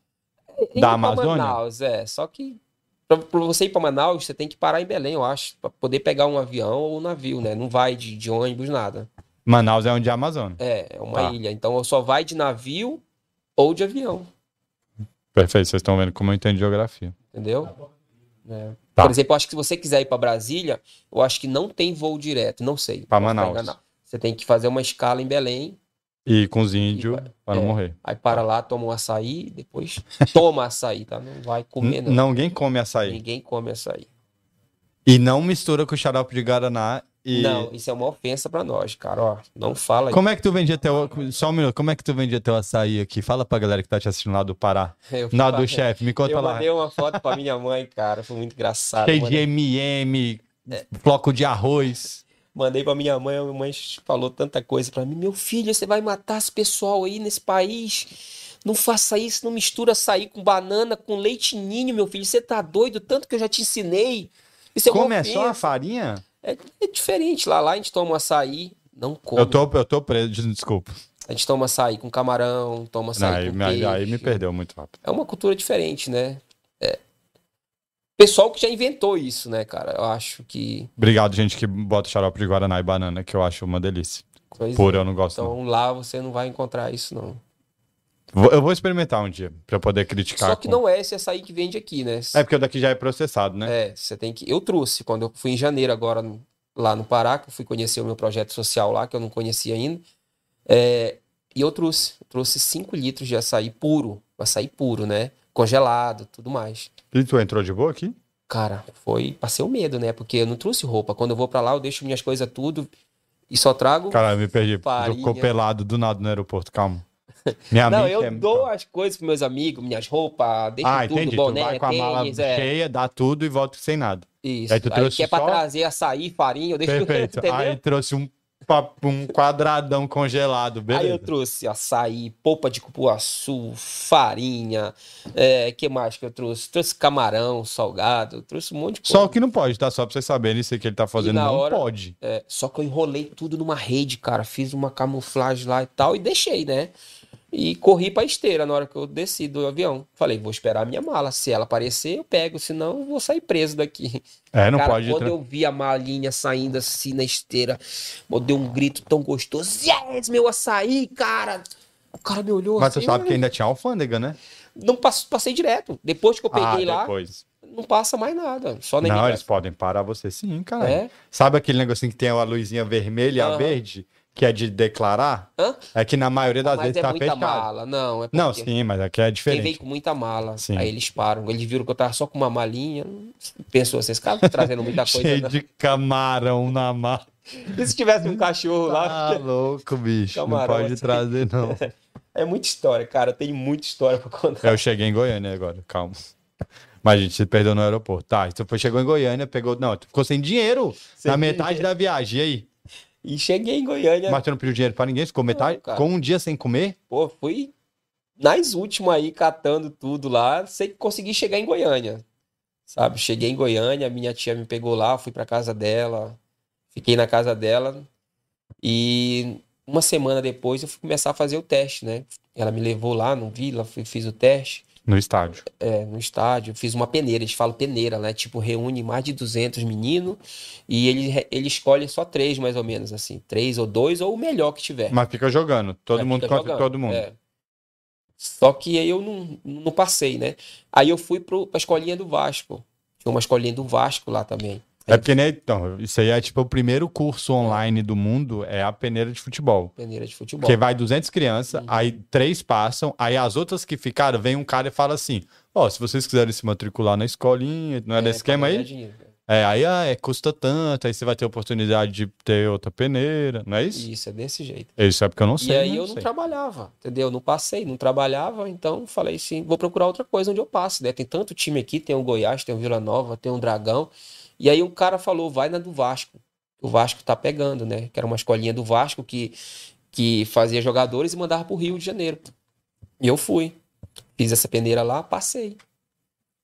Tem
Da
pra
Amazônia?
Manaus, é. Só que pra, pra você ir pra Manaus, você tem que parar em Belém, eu acho, pra poder pegar um avião ou um navio, né? Não vai de, de ônibus, nada.
Manaus é onde é a Amazônia.
É, é uma
Tá.
ilha. Então só vai de navio ou de avião,
Perfeito, vocês estão vendo como eu entendo geografia.
entendeu? É.
Tá.
Por exemplo, eu acho que se você quiser ir pra Brasília, eu acho que não tem voo direto, não sei.
Pra
Posso estar
Manaus.
enganado. Você tem que fazer uma escala em Belém,
E com os índios, para não
é.
morrer.
aí para lá, toma um açaí, depois toma açaí, tá? Não vai comer,
N-
não.
não, ninguém come açaí.
Ninguém come açaí.
E não mistura com xarope de guaraná. E...
Não, isso é uma ofensa pra nós, cara. Ó, não fala
Como é que tu vendia teu. Só um minuto, como é que tu vendia teu açaí aqui? Fala pra galera que tá te assistindo lá do Pará.
Eu,
Na do chefe, me conta
eu
lá.
mandei uma foto pra minha mãe, cara. Foi muito engraçado.
Cheio de
Mandei, É.
MM, floco de arroz.
mandei pra minha mãe, a minha mãe falou tanta coisa pra mim. Meu filho, você vai matar esse pessoal aí nesse país. Não faça isso, não mistura açaí com banana, com leite ninho, meu filho. Você tá doido, tanto que eu já te ensinei. Isso é uma
Como é só a
ofensa.
farinha?
É, é diferente. Lá, lá a gente toma um açaí, não come.
Eu tô, eu tô preso, des- desculpa.
A gente toma açaí com camarão, toma
Não,
açaí
aí,
com
me- aí me
peixe.
perdeu muito rápido.
É uma cultura diferente, né? É. Pessoal que já inventou isso, né, cara? Eu acho que.
Obrigado, gente, que bota xarope de guaraná e banana, que eu acho uma delícia.
Pois
Puro, eu não gosto. não.
Então lá você não vai encontrar isso, não.
Vou- Eu vou experimentar um dia, pra eu poder criticar.
Só que
Tá com-
não é esse açaí que vende aqui, né?
É porque o daqui já é processado, né?
É, você tem que. Eu trouxe quando eu fui em janeiro agora no- lá no Pará, que eu fui conhecer o meu projeto social lá, que eu não conhecia ainda. É, E eu trouxe. Eu trouxe 5 litros de açaí puro. Açaí puro, né? Congelado, tudo mais.
E tu entrou de boa aqui?
Cara, foi. Passei o medo, né? Porque eu não trouxe roupa. Quando eu vou pra lá, eu deixo minhas coisas tudo e só trago.
Caralho, me perdi.
Farinha.
Ficou pelado do nada no aeroporto, calma. Minha
Não,
mente
eu
é-
dou as coisas pros meus amigos, minhas roupas, deixo
Ah,
tudo,
entendi.
boné,
tu vai com a mala
tênis, é.
cheia, dá tudo e volta sem nada.
Isso.
Aí
Aí,
tu trouxe
que é pra
só-
trazer açaí, farinha, eu deixo
Perfeito.
entendeu?
Aí trouxe um, pa- um quadradão congelado,
Aí eu
beleza.
trouxe açaí, polpa de cupuaçu, farinha, é, que mais que eu trouxe? Trouxe camarão, salgado, trouxe um monte de coisa.
Só o que não pode, tá? Só pra vocês saberem, isso aí que ele tá fazendo
na
não
hora-
pode.
É, só que eu enrolei tudo numa rede, cara, fiz uma camuflagem lá e tal e deixei, né? E corri pra esteira na hora que eu desci do avião. Falei, vou esperar a minha mala, se ela aparecer eu pego, senão eu vou sair preso daqui.
É, não
Cara,
pode.
quando
tra-
eu vi a malinha saindo assim na esteira, eu dei um grito tão gostoso. Yes, meu açaí, cara! O cara me olhou
Mas você
assim.
sabe que
"Ah".
ainda tinha alfândega, né?
Não pass- passei direto. Depois que eu
Ah,
peguei lá,
depois.
não passa mais nada. Só na
Não, eles
imigração.
podem parar você sim, cara.
É?
Sabe aquele negocinho que tem a luzinha vermelha e a
Aham.
verde, que é de declarar?
Hã?
É que na maioria das
Mas
vezes
é
tá
muita
fechado.
mala. Não, é porque
Não, sim, mas aqui é
quem vem
diferente.
com muita mala,
Sim.
aí eles param. Eles viram que eu tava só com uma malinha. Pensou, esses caras estão trazendo muita coisa. né?
Cheio
não.
de camarão na mala.
E se tivesse um cachorro lá?
Tá louco, bicho.
Camarão,
não pode
assim.
trazer, não.
É muita história, cara. Tem muita história pra contar.
Eu cheguei em Goiânia agora, calma. Mas a gente se perdeu no aeroporto. Tá, tu foi, chegou em Goiânia, pegou. Não, tu ficou sem dinheiro
Sem
na metade da viagem. E aí?
E cheguei em Goiânia.
Mas tu não pediu dinheiro pra ninguém? Ficou metade?
cara.
com um dia sem comer?
Pô, fui nas últimas aí, catando tudo lá. Sei que consegui chegar em Goiânia, sabe? Cheguei em Goiânia, minha tia me pegou lá, fui pra casa dela, fiquei na casa dela. E uma semana depois eu fui começar a fazer o teste, né? Ela me levou lá no Vila, fui- fiz o teste
No estádio.
é, no estádio, fiz uma peneira, eles falam peneira, né? Tipo, reúne mais de 200 meninos e ele, re- ele escolhe só três, mais ou menos, assim. Três ou dois, ou o melhor que tiver.
É. Mas fica jogando. Todo
Mas
mundo
É, fica
contra
jogando,
todo mundo.
é. Só que aí eu não, não passei, né? Aí eu fui pro, pra escolinha do Vasco. Tinha uma escolinha do Vasco lá também.
É porque nem. Então, isso aí é tipo o primeiro curso online do mundo é a peneira de futebol.
Peneira de futebol. Uhum.
Porque vai 200 crianças, aí três passam, aí as outras que ficaram, vem um cara e fala assim: Ó, se vocês quiserem se matricular na escolinha, não é,
É,
desse esquema
pra ganhar
aí?
dinheiro.
É, aí ah, é, custa tanto, aí você vai ter oportunidade de ter outra peneira, não é isso?
Isso, é desse jeito.
Isso é porque eu não sei.
e aí
né?
eu não
sei.
trabalhava, entendeu? Não passei, não trabalhava, então falei assim, vou procurar outra coisa onde eu passe, né? Tem tanto time aqui, tem o Goiás, tem o Vila Nova, tem o Dragão. E aí o cara falou, vai na do Vasco. O Vasco tá pegando, né? Que era uma escolinha do Vasco que, que fazia jogadores e mandava pro Rio de Janeiro. E eu fui. Fiz essa peneira lá, passei.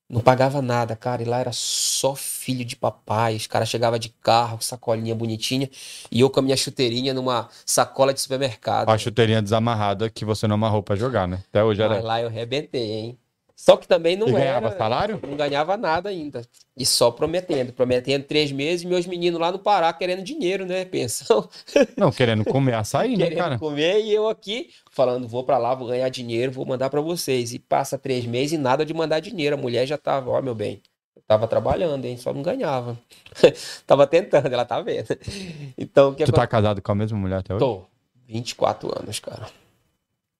Não pagava nada, cara. E lá era só filho de papai. Os caras chegavam de carro, sacolinha bonitinha. E eu com a minha chuteirinha numa sacola de supermercado.
A chuteirinha desamarrada que você não amarrou pra jogar, né? Até hoje
Mas
era.
lá eu arrebentei, hein? Só que também não
E
era.
ganhava salário?
Não ganhava nada ainda. E só prometendo. Prometendo três meses, meus meninos lá no Pará querendo dinheiro, né? Pensão,
Não, querendo comer açaí, né,
querendo
cara?
comer. E eu aqui falando, vou pra lá, vou ganhar dinheiro, vou mandar pra vocês. E passa três meses e nada de mandar dinheiro. A mulher já tava, ó, meu bem. Eu tava trabalhando, hein? Só não ganhava. tava tentando, ela tá vendo. Então, o que
Tu tá casado com a mesma mulher até hoje?
Tô. 24 anos, cara.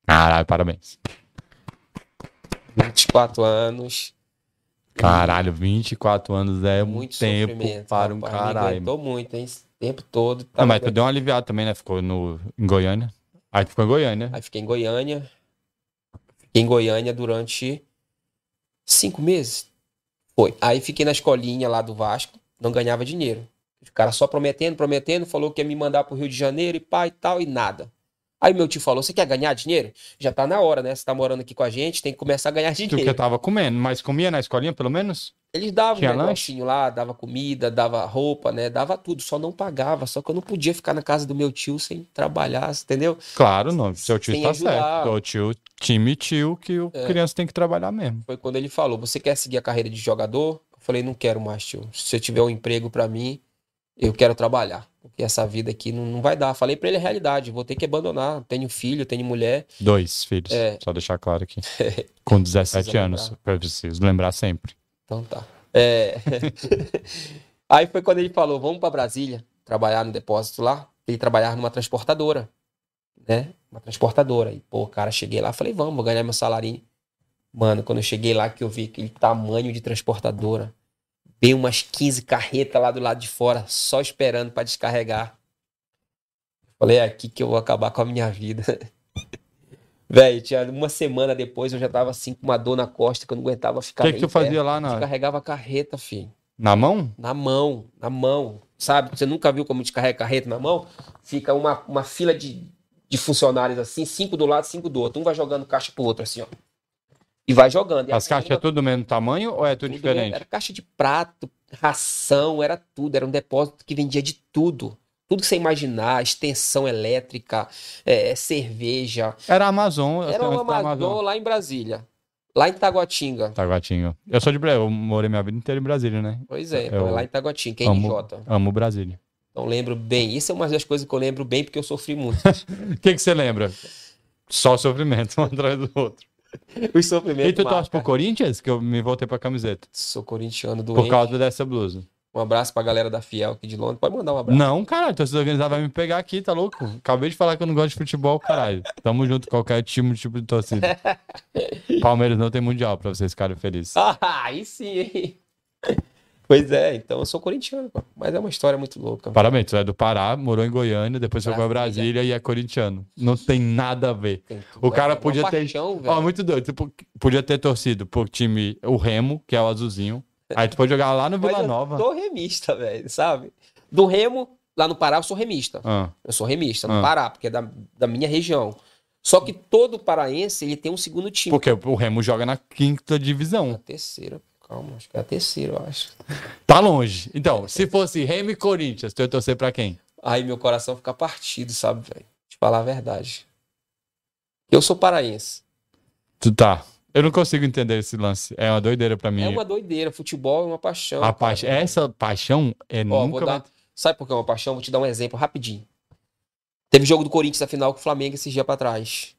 Caralho, parabéns.
24 anos.
Caralho, 24 anos é muito
Muito
tempo
sofrimento.
para um
rapaz, Me
caralho. mano.
aguentou muito, hein? Esse tempo todo.
Não,
tava
mas tu
aguentando.
deu uma aliviada também, né? Ficou no, em Goiânia. Aí tu ficou em Goiânia.
Aí fiquei em Goiânia. Fiquei em Goiânia durante cinco meses. Foi. Aí fiquei na escolinha lá do Vasco, não ganhava dinheiro. Os caras só prometendo, prometendo, falou que ia me mandar pro Rio de Janeiro e pá e tal, e nada. Aí meu tio falou: você quer ganhar dinheiro? Já tá na hora, né? Você tá morando aqui com a gente, tem que começar a ganhar
Tu que
dinheiro.
tava comendo, mas comia na escolinha, pelo menos?
Eles davam
Tinha
um negocinho lá, dava comida, dava roupa, né? Dava tudo, só não pagava. Só que eu não podia ficar na casa do meu tio sem trabalhar, entendeu?
Claro, não. Seu tio
Sem
tá
ajudar. É.
certo. Seu tio, time tio, que o criança tem que trabalhar mesmo.
Foi quando ele falou: Você quer seguir a carreira de jogador? Eu falei: Não quero mais, tio. Se você tiver um emprego pra mim, eu quero trabalhar. Porque essa vida aqui não, não vai dar. Falei pra ele a realidade: Vou ter que abandonar. Tenho filho, tenho mulher.
Dois filhos,
É.
só deixar claro aqui. Com 17
Precisa
anos, eu preciso lembrar sempre.
Então tá. É. Aí foi quando ele falou: Vamos pra Brasília trabalhar no depósito lá. Ele trabalhar numa transportadora, né? Uma transportadora. E, pô, cara, cheguei lá, falei: Vamos, vou ganhar meu salarinho. Mano, quando eu cheguei lá, que eu vi aquele tamanho de transportadora. Bem umas 15 carretas lá do lado de fora, só esperando pra descarregar. Falei, é aqui que eu vou acabar com a minha vida. Velho, tinha uma semana depois eu já tava assim com uma dor na costa que eu não aguentava
O
ficar
que, que
nem
tu
em pé.
fazia lá na,
Descarregava a carreta, filho.
na mão?
Na mão, na mão. Sabe? Você nunca viu como descarrega carreta na mão? Fica uma, uma fila de, de funcionários assim, cinco do lado, cinco do outro. Um vai jogando caixa pro outro, assim, ó. E vai jogando. E a
As caixas é
turma
tudo do mesmo tamanho ou é tudo,
tudo
diferente?
Era caixa de prato, ração, era tudo. Era um depósito que vendia de tudo. Tudo que você imaginar, extensão elétrica, é, cerveja.
Era Amazon. eu
Era
sei
um
onde tá a Amazon.
Amazon lá em Brasília. Lá em Taguatinga.
Taguatinga. Eu sou de Brasília, eu morei minha vida inteira em Brasília, né?
Pois é,
Eu
lá em Taguatinga,
amo.
NJ.
Amo Brasília.
Então lembro bem. Isso é uma das coisas que eu lembro bem porque eu sofri muito.
O que que você lembra? Só sofrimento um atrás do outro.
Os
E
sofrimentos
tu torce
marcam.
pro Corinthians? Que eu me voltei pra camiseta.
Sou corintiano doente.
Por causa dessa blusa.
Um abraço pra galera da Fiel aqui de Londres. Pode mandar um abraço.
Não, caralho, torcida organizada vai me pegar aqui, tá louco? Acabei de falar que eu não gosto de futebol, caralho. Tamo junto, qualquer time, tipo de torcida. Palmeiras não tem mundial pra vocês ficarem felizes.
Ah, aí sim, hein? Pois é, então eu sou corintiano, pô. mas é uma história muito louca.
Parabéns, tu é do Pará, morou em Goiânia, depois foi pra
Brasília.
Brasília e é corintiano. Não tem nada a ver.
Tem tudo,
O cara
é uma
podia ter-
paixão, velho.
Ó, muito doido. Tu po- podia ter torcido pro time, o Remo, que é o azulzinho. Aí tu pode jogar lá no
Mas
Vila
eu
Nova.
sou remista, velho, sabe? Do Remo, lá no Pará, eu sou remista.
Ah,
Eu sou remista no
Ah.
Pará, porque é da, da minha região. Só que todo paraense, ele tem um segundo time. É
porque o Remo joga na quinta
A
divisão.
terceira, calma, acho que é a terceira, eu acho.
Tá longe. Então, se fosse Remo e Corinthians, tu ia torcer pra quem?
Aí meu coração fica partido, sabe, velho? Te falar a verdade. Eu sou paraense.
Tu tá. Eu não consigo entender esse lance. É uma doideira pra mim.
É uma doideira. Futebol é uma paixão.
A
cara.
pa... Essa paixão é
Ó, vou
nunca.
dar... Sabe por que é uma paixão? Vou te dar um exemplo rapidinho. Teve jogo do Corinthians na final com o Flamengo esses dias pra trás.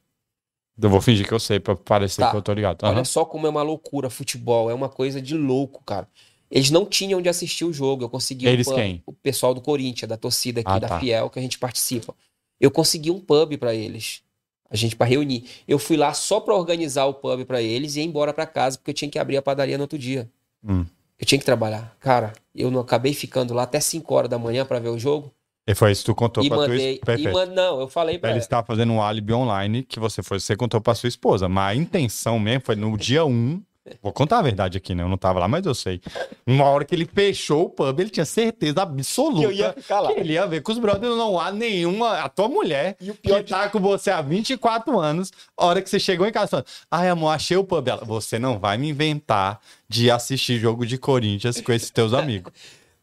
Eu vou fingir que eu sei pra parecer
Tá.
que eu tô ligado. Aham.
Olha só como é uma loucura futebol. É uma coisa de louco, cara. Eles não tinham onde assistir o jogo. Eu consegui
Eles
um pub,
quem?
o pessoal do Corinthians, da torcida aqui,
Ah,
da
tá.
Fiel, que a gente participa. Eu consegui um pub pra eles. A gente pra reunir. Eu fui lá só pra organizar o pub pra eles e ir embora pra casa, porque eu tinha que abrir a padaria no outro dia.
Hum.
Eu tinha que trabalhar. Cara, eu não acabei ficando lá até 5 horas da manhã pra ver o jogo.
E foi isso que tu contou
e
pra tua
mandei.
esposa.
E
Perfeito.
man... Não, eu falei pra
Ela
ela.
está fazendo um álibi online que você foi, você contou pra sua esposa. Mas a intenção mesmo foi no dia 1, um, Vou contar a verdade aqui, né? Eu não tava lá, mas eu sei. Uma hora que ele fechou o pub, ele tinha certeza absoluta
Que eu ia ficar lá.
que ele ia ver com os brothers. Não há nenhuma. A tua mulher,
E o pior
que tá com você há 24 anos, a hora que você chegou em casa falando: Ai, amor, achei o pub. Ela, você não vai me inventar de assistir jogo de Corinthians com esses teus amigos.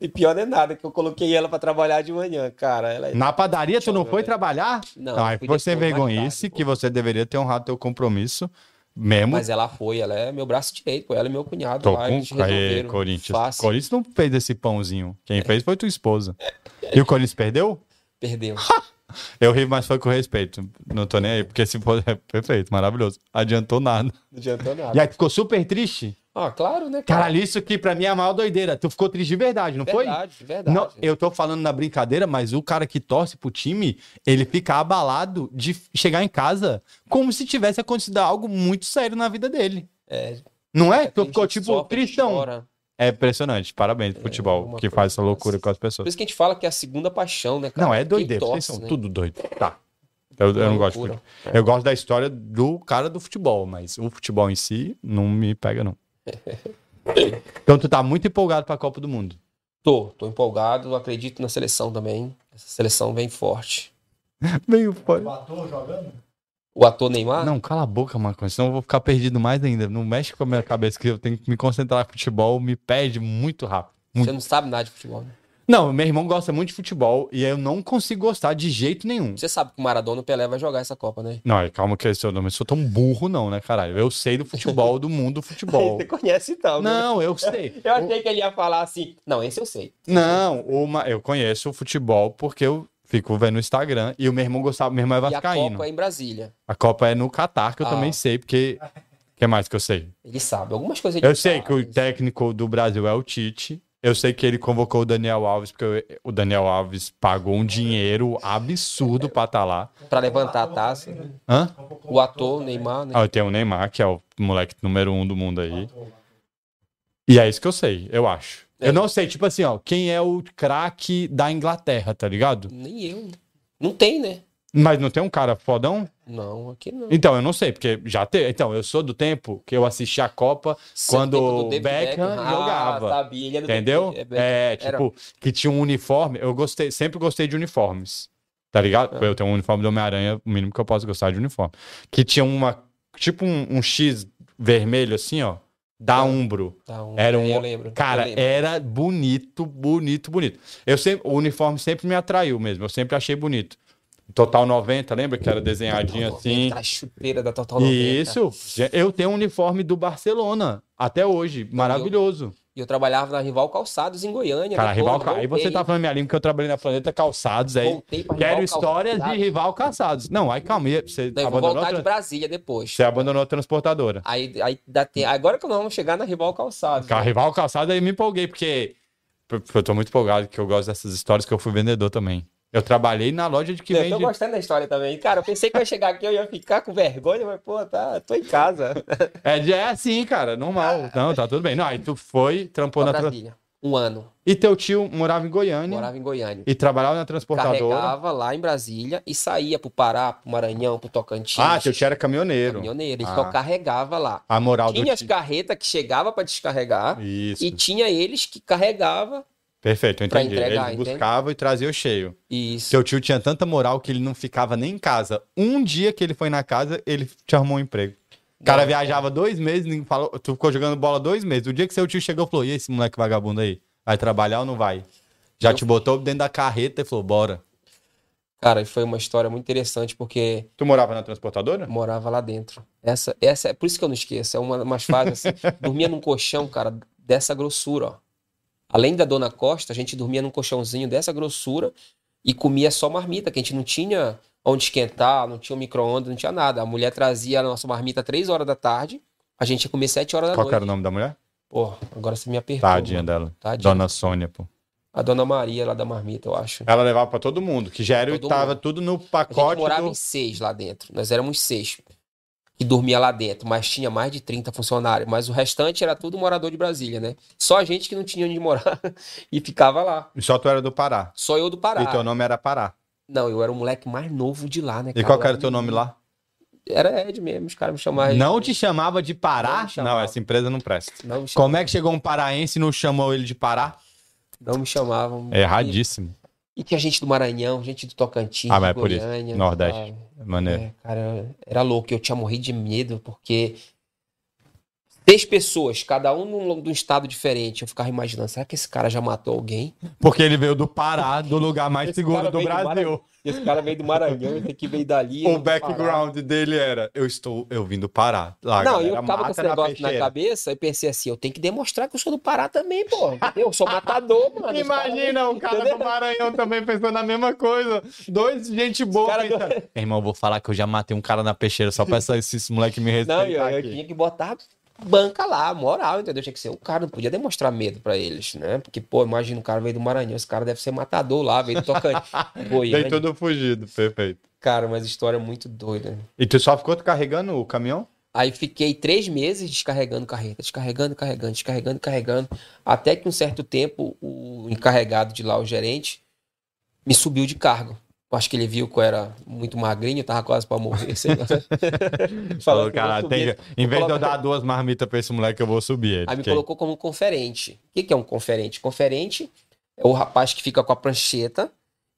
E pior não é nada, que eu coloquei ela pra trabalhar de manhã, cara. Ela... é
Na padaria, tu não foi trabalhar?
Não,
Ai,
fui
você é
depois, mais
vergonhice
tarde, pô.
que você deveria ter honrado teu compromisso mesmo.
Mas ela foi, ela é meu braço direito, pô. Ela e meu cunhado
Tô
lá.
com
eles
Aê,
resolveram
Corinthians.
Fácil, É.
Corinthians não fez esse pãozinho. Quem fez foi tua esposa. E o Corinthians perdeu?
Perdeu.
Eu ri, mas foi com respeito. Não tô nem aí, porque se for. é perfeito, maravilhoso. Adiantou nada.
Não adiantou
E
nada.
aí, tu ficou super triste?
Ah, claro, né, cara?
Caralho, isso aqui pra mim é a maior doideira. Tu ficou triste de verdade, não foi?
verdade, verdade.
Não, eu tô falando na brincadeira, mas o cara que torce pro time, ele fica abalado de chegar em casa como se tivesse acontecido algo muito sério na vida dele.
É,
Não é?
tem
Tu
gente
ficou,
que
tipo,
sofre,
tristão.
chora. É,
É impressionante. Parabéns, futebol,
uma
que
coisa
faz essa loucura
assim.
com as pessoas.
Por isso que a gente fala que é a segunda paixão, né, cara?
Não, é
Quem
doideira. Vocês
torce,
são
né?
tudo doido. Tá. Eu, eu
Uma
não gosto de
loucura.
futebol. Eu gosto da história do cara do futebol, mas o futebol em si não me pega, não. então tu tá muito empolgado pra Copa do Mundo.
Tô, tô empolgado, acredito na seleção também. Essa seleção vem forte.
Meio foda.
ator jogando?
O ator Neymar?
Não, cala a boca, Marcão, senão eu vou ficar perdido mais ainda. Não mexe com a minha cabeça, que eu tenho que me concentrar no futebol, me perde muito rápido. Muito.
Você não sabe nada de futebol, né?
Não, meu irmão gosta muito de futebol e eu não consigo gostar de jeito nenhum.
Você sabe que o Maradona e o Pelé vai jogar essa Copa, né?
Não, calma que eu sou, não sou tão burro, não, né, caralho? Eu sei do futebol, do mundo do futebol.
Você conhece então, né?
Não, eu sei.
Eu achei que ele ia falar assim. Não, esse eu sei.
Não, uma, eu conheço o futebol porque eu fico vendo no Instagram e o meu irmão gostava, meu irmão é
e a
vascaíno.
Copa é em Brasília.
A Copa é no Catar, que eu
Ah.
também sei, porque... O que mais que eu sei?
Ele sabe. Algumas coisas ele
Eu sei
sabe.
que o técnico do Brasil é o Tite. Eu sei que ele convocou o Daniel Alves, porque o Daniel Alves pagou um dinheiro absurdo pra estar lá.
Pra levantar a taça. né?
Hã?
O ator, o Neymar, né?
Ah, tem o Neymar, que é o moleque número um do mundo aí. E é isso que eu sei, eu acho.
É.
Eu não sei, tipo assim, ó, quem é o craque da Inglaterra, tá ligado?
Nem eu. né? Não tem, né?
Mas não tem um cara fodão?
Não, aqui não.
Então, eu não sei, porque já tem. Então, eu sou do tempo que eu assisti a Copa,
Sempre
quando
do é David
Beckham jogava.
Ah, sabia. Ele é do
entendeu?
David- é Beckham.
É,
Era.
tipo, que tinha um uniforme. Eu gostei, sempre gostei de uniformes. Tá ligado?
Ah.
Eu tenho um uniforme do Homem-Aranha, o mínimo que eu posso gostar é de uniforme. Que tinha uma. Tipo um, um X vermelho, assim, ó. Da
Ah.
Umbro.
Tá, um-
Era um-
Eu lembro. eu
Cara,
lembro.
era bonito, bonito, bonito. Eu sempre, o uniforme sempre me atraiu mesmo. Eu sempre achei bonito. Total 90, lembra que era desenhadinho
Total
assim?
90, a chuteira da Total 90.
Isso. Eu tenho um uniforme do Barcelona até hoje,
Tá
maravilhoso.
E eu trabalhava na Rival Calçados em Goiânia.
Cara,
depois
rival,
voltei,
aí você tá falando minha língua que eu trabalhei na Planeta Calçados aí.
Voltei pra
Quero
Rival
histórias de
Calçados.
rival calçados. Não, aí calma, aí, você
Não, eu vou
abandonou, a
voltar de
trans-
Brasília depois.
você abandonou a transportadora.
Aí, aí dá tempo. Agora que nós vamos chegar na Rival Calçados. né?
Cara, rival calçado aí me empolguei, porque eu- eu tô muito empolgado, que eu gosto dessas histórias que eu fui vendedor também. Eu trabalhei na loja de que
É, eu tô
vende.
gostando da história também. Cara, eu pensei que eu ia chegar aqui, eu ia ficar com vergonha, mas, pô, tá, tô em casa.
É, de- é assim, cara, normal. Não, tá tudo bem. Não, aí tu foi, trampou na.
Ah, Pra
Trans...
Brasília. Um ano.
E teu tio morava em Goiânia
Morava em Goiânia.
e trabalhava na transportadora.
Carregava lá em Brasília e saía pro Pará, pro Maranhão, pro Tocantins.
Ah, teu tio era caminhoneiro.
caminhoneiro. Ele
Ah.
só carregava lá.
A moral
Tinha
do
as
tio.
carretas que chegava pra descarregar.
Isso.
E tinha eles que carregava
Perfeito, eu
pra
entendi.
entregar,
Ele
entende?
buscava e trazia o cheio.
isso.
Seu tio tinha tanta moral que ele não ficava nem em casa. Um dia que ele foi na casa, ele te arrumou um emprego. O cara
Não.
viajava dois meses, nem falou, tu ficou jogando bola dois meses. O dia que seu tio chegou, falou: e esse moleque vagabundo aí? Vai trabalhar ou não vai? Já
Eu-
te botou dentro da carreta e falou: bora.
Cara, foi uma história muito interessante porque
Tu morava na transportadora?
eu morava lá dentro. Essa, essa é por isso que eu não esqueço. É uma umas fases assim. Dormia num colchão, cara, dessa grossura, ó. Além da Dona Costa, a gente dormia num colchãozinho dessa grossura e comia só marmita, que a gente não tinha onde esquentar, não tinha um micro-ondas, não tinha nada. A mulher trazia a nossa marmita três horas da tarde, a gente ia comer sete horas da
Qual que
noite.
era o nome da mulher?
Pô, agora você me apertou.
Tadinha
mano.
dela.
Tadinha.
Dona Sônia, pô.
A Dona Maria lá da marmita, eu acho.
Ela levava pra todo mundo, que já era,
Todo
tava
mundo.
tudo no
A
pacote
gente morava
do-
em seis lá dentro. Nós éramos seis que dormia lá dentro, mas tinha mais de 30 funcionários. Mas o restante era tudo morador de Brasília, né? Só a gente que não tinha onde morar e ficava lá.
E Só tu era do Pará.
Só eu do Pará.
E teu nome era Pará.
Não, eu era o moleque mais novo de lá, né?
E
cara?
qual
Eu
que era
um
teu nome
menino.
lá?
Era Ed mesmo, os caras me chamavam.
Não te chamava de
Não
Pará?
me chamava.
Não, essa empresa não presta.
não me chamavam.
Como é que chegou um paraense e não chamou ele de Pará?
Não me chamavam.
É erradíssimo.
E, e tinha gente do Maranhão, gente do Tocantins,
Ah, mas é
de
por isso.
Goiânia,
Nordeste.
sabe?
Maneiro.
É, cara, era louco. Eu tinha morrido de medo, porque seis pessoas, cada um num, num estado diferente. Eu ficava imaginando, será que esse cara já matou alguém?
Porque ele veio do Pará, do lugar mais
Esse
seguro
cara
do
veio do
Brasil.
Esse cara veio do Maranhão, esse aqui veio dali.
O background dele era: eu estou, eu vim do Pará. Lá,
Não,
a
eu
galera
ficava com
mata
esse negócio na,
peixeira.
cabeça e pensei assim, eu tenho que demonstrar que eu sou do Pará também, pô. entendeu? Eu sou matador, mano. Os caras-
Imagina, o cara do Maranhão também pensou na mesma coisa. Dois gente boa.
cara do-
pensando, "Meu Irmão, eu vou falar que eu já matei um cara na peixeira só pra essa- esses moleque me respeitar
Não, eu, eu
tá aqui.
tinha que botar banca lá, moral, entendeu? Tinha que ser. O cara não podia demonstrar medo pra eles, né? Porque, pô, imagina o cara veio do Maranhão, esse cara deve ser matador lá, veio do Tocantins. Goiânia.
Dei todo fugido, perfeito.
Cara, mas história é muito doida.
E tu só ficou carregando o caminhão?
Aí fiquei três meses descarregando carreta, descarregando, carregando, descarregando, carregando, até que um certo tempo o encarregado de lá, o gerente, me subiu de cargo. Eu acho que ele viu que eu era muito magrinho, tava quase pra morrer. Sei lá.
Falou,
que eu
cara,
subia
tem... em vez de eu
colocar-
dar duas marmitas pra esse moleque, eu vou subir ele.
Aí me
porque-
colocou como conferente. O que, que é um conferente? Conferente é o rapaz que fica com a prancheta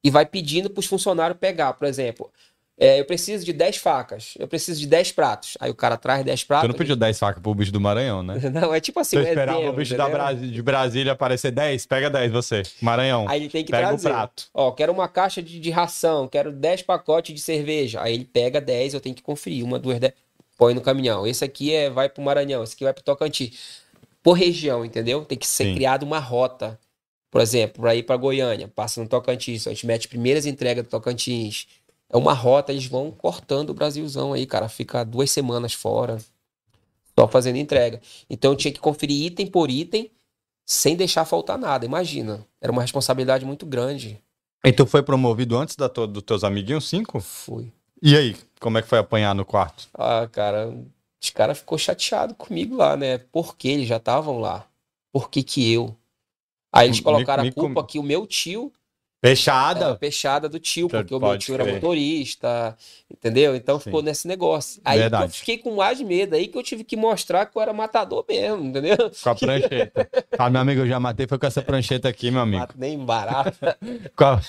e vai pedindo para os funcionários pegar. Por exemplo, é, eu preciso de 10 facas, eu preciso de 10 pratos. Aí o cara traz 10 pratos.
Tu não pediu 10 facas pro bicho do Maranhão, né?
Não, é tipo assim,
Tu
um
esperava o
exemplo,
bicho da
entendeu?
Brasi- de Brasília aparecer 10? Pega 10 você, Maranhão.
Aí ele tem que
Pega
trazer.
o prato.
Ó, quero uma caixa de, de ração, quero 10 pacotes de cerveja. Aí ele pega 10, eu tenho que conferir. Uma, duas, 10. Põe no caminhão. Esse aqui é vai pro Maranhão, esse aqui vai pro Tocantins. Por região, entendeu? Tem que ser
Sim.
criada uma rota. Por exemplo, para ir para Goiânia, passa no Tocantins, a gente mete primeiras entregas do Tocantins. É uma rota, eles vão cortando o Brasilzão aí, cara. Fica duas semanas fora, só fazendo entrega. Então eu tinha que conferir item por item, sem deixar faltar nada. Imagina, era uma responsabilidade muito grande.
E tu foi promovido antes da tua- dos teus amiguinhos, 5?
Fui.
E aí, como é que foi apanhar no quarto?
Ah, cara, os caras ficou chateado comigo lá, né? Porque eles já estavam lá. Por que que eu? Aí eles
Me-
colocaram
me
a culpa
com-
que o meu tio era
Fechada?
fechada do tio,
Pode-
porque o meu
pode
tio era
crer.
motorista, entendeu? Então ficou
Sim.
nesse negócio. Aí que
Verdade.
eu fiquei com mais medo, aí que eu tive que mostrar que eu era matador mesmo, entendeu?
Com a prancheta. ah, meu amigo, eu já matei, foi com essa prancheta aqui, meu amigo.
Mato nem barato.
Com a-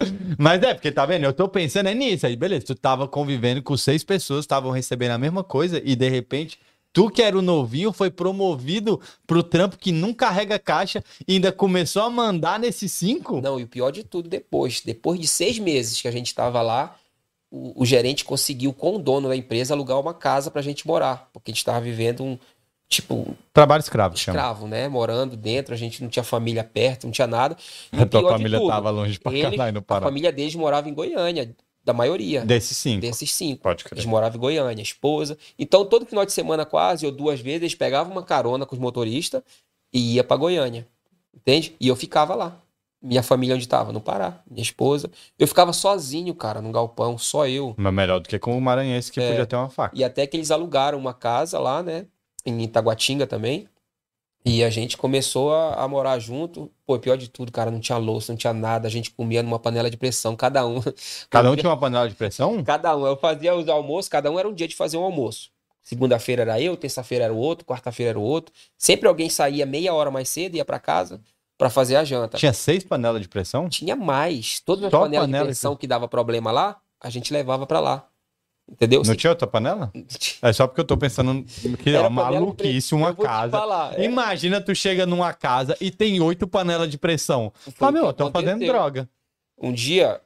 Mas é, porque tá vendo? Eu tô pensando é nisso aí, beleza. Tu tava convivendo com seis pessoas, estavam recebendo a mesma coisa e de repente. Tu que era o novinho foi promovido pro trampo que não carrega caixa e ainda começou a mandar nesses cinco?
Não, e o pior de tudo, depois, depois de seis meses que a gente estava lá, o, o gerente conseguiu com o dono da empresa alugar uma casa pra gente morar, porque a gente estava vivendo um tipo
Trabalho escravo, chama.
escravo, né? Morando dentro, a gente não tinha família perto, não tinha nada. E
A
o
tua
pior de
família
tudo,
tava longe pra
eles-
caralho no
a
Pará.
família deles morava em Goiânia, da maioria
Desses cinco.
desses cinco.
Pode
Eles
crer.
moravam em Goiânia, a esposa. Então, todo final de semana, quase, ou duas vezes, eles pegavam uma carona com os motoristas e ia pra Goiânia. Entende? E eu ficava lá. Minha família onde estava? No Pará. Minha esposa. Eu ficava sozinho, cara, num galpão, só eu.
Mas melhor do que com o maranhense que
É.
podia ter uma faca.
E até que eles alugaram uma casa lá, né? Em Itaguatinga também. E a gente começou a, a morar junto. Pô, pior de tudo, cara, não tinha louça, não tinha nada. A gente comia numa panela de pressão, cada um.
Cada um tinha uma panela de pressão?
Cada um. Eu fazia os almoços, cada um era um dia de fazer um almoço. Segunda-feira era eu, terça-feira era o outro, quarta-feira era o outro. Sempre alguém saía meia hora mais cedo, ia pra casa pra fazer a janta.
Tinha seis panelas de pressão?
Tinha mais. Todas as
Só
panelas
panela,
de pressão que dava problema lá, a gente levava pra lá. Entendeu?
Não tinha outra panela? É só porque eu tô pensando que é
Tipo assim, Era
uma
panela de
maluquice,
pressão,
uma
eu vou te
casa.
falar, é.
Imagina tu chega numa casa e tem oito panelas de pressão.
Foi
Fala,
o que
meu, estão fazendo
aconteceu.
droga.
Um dia,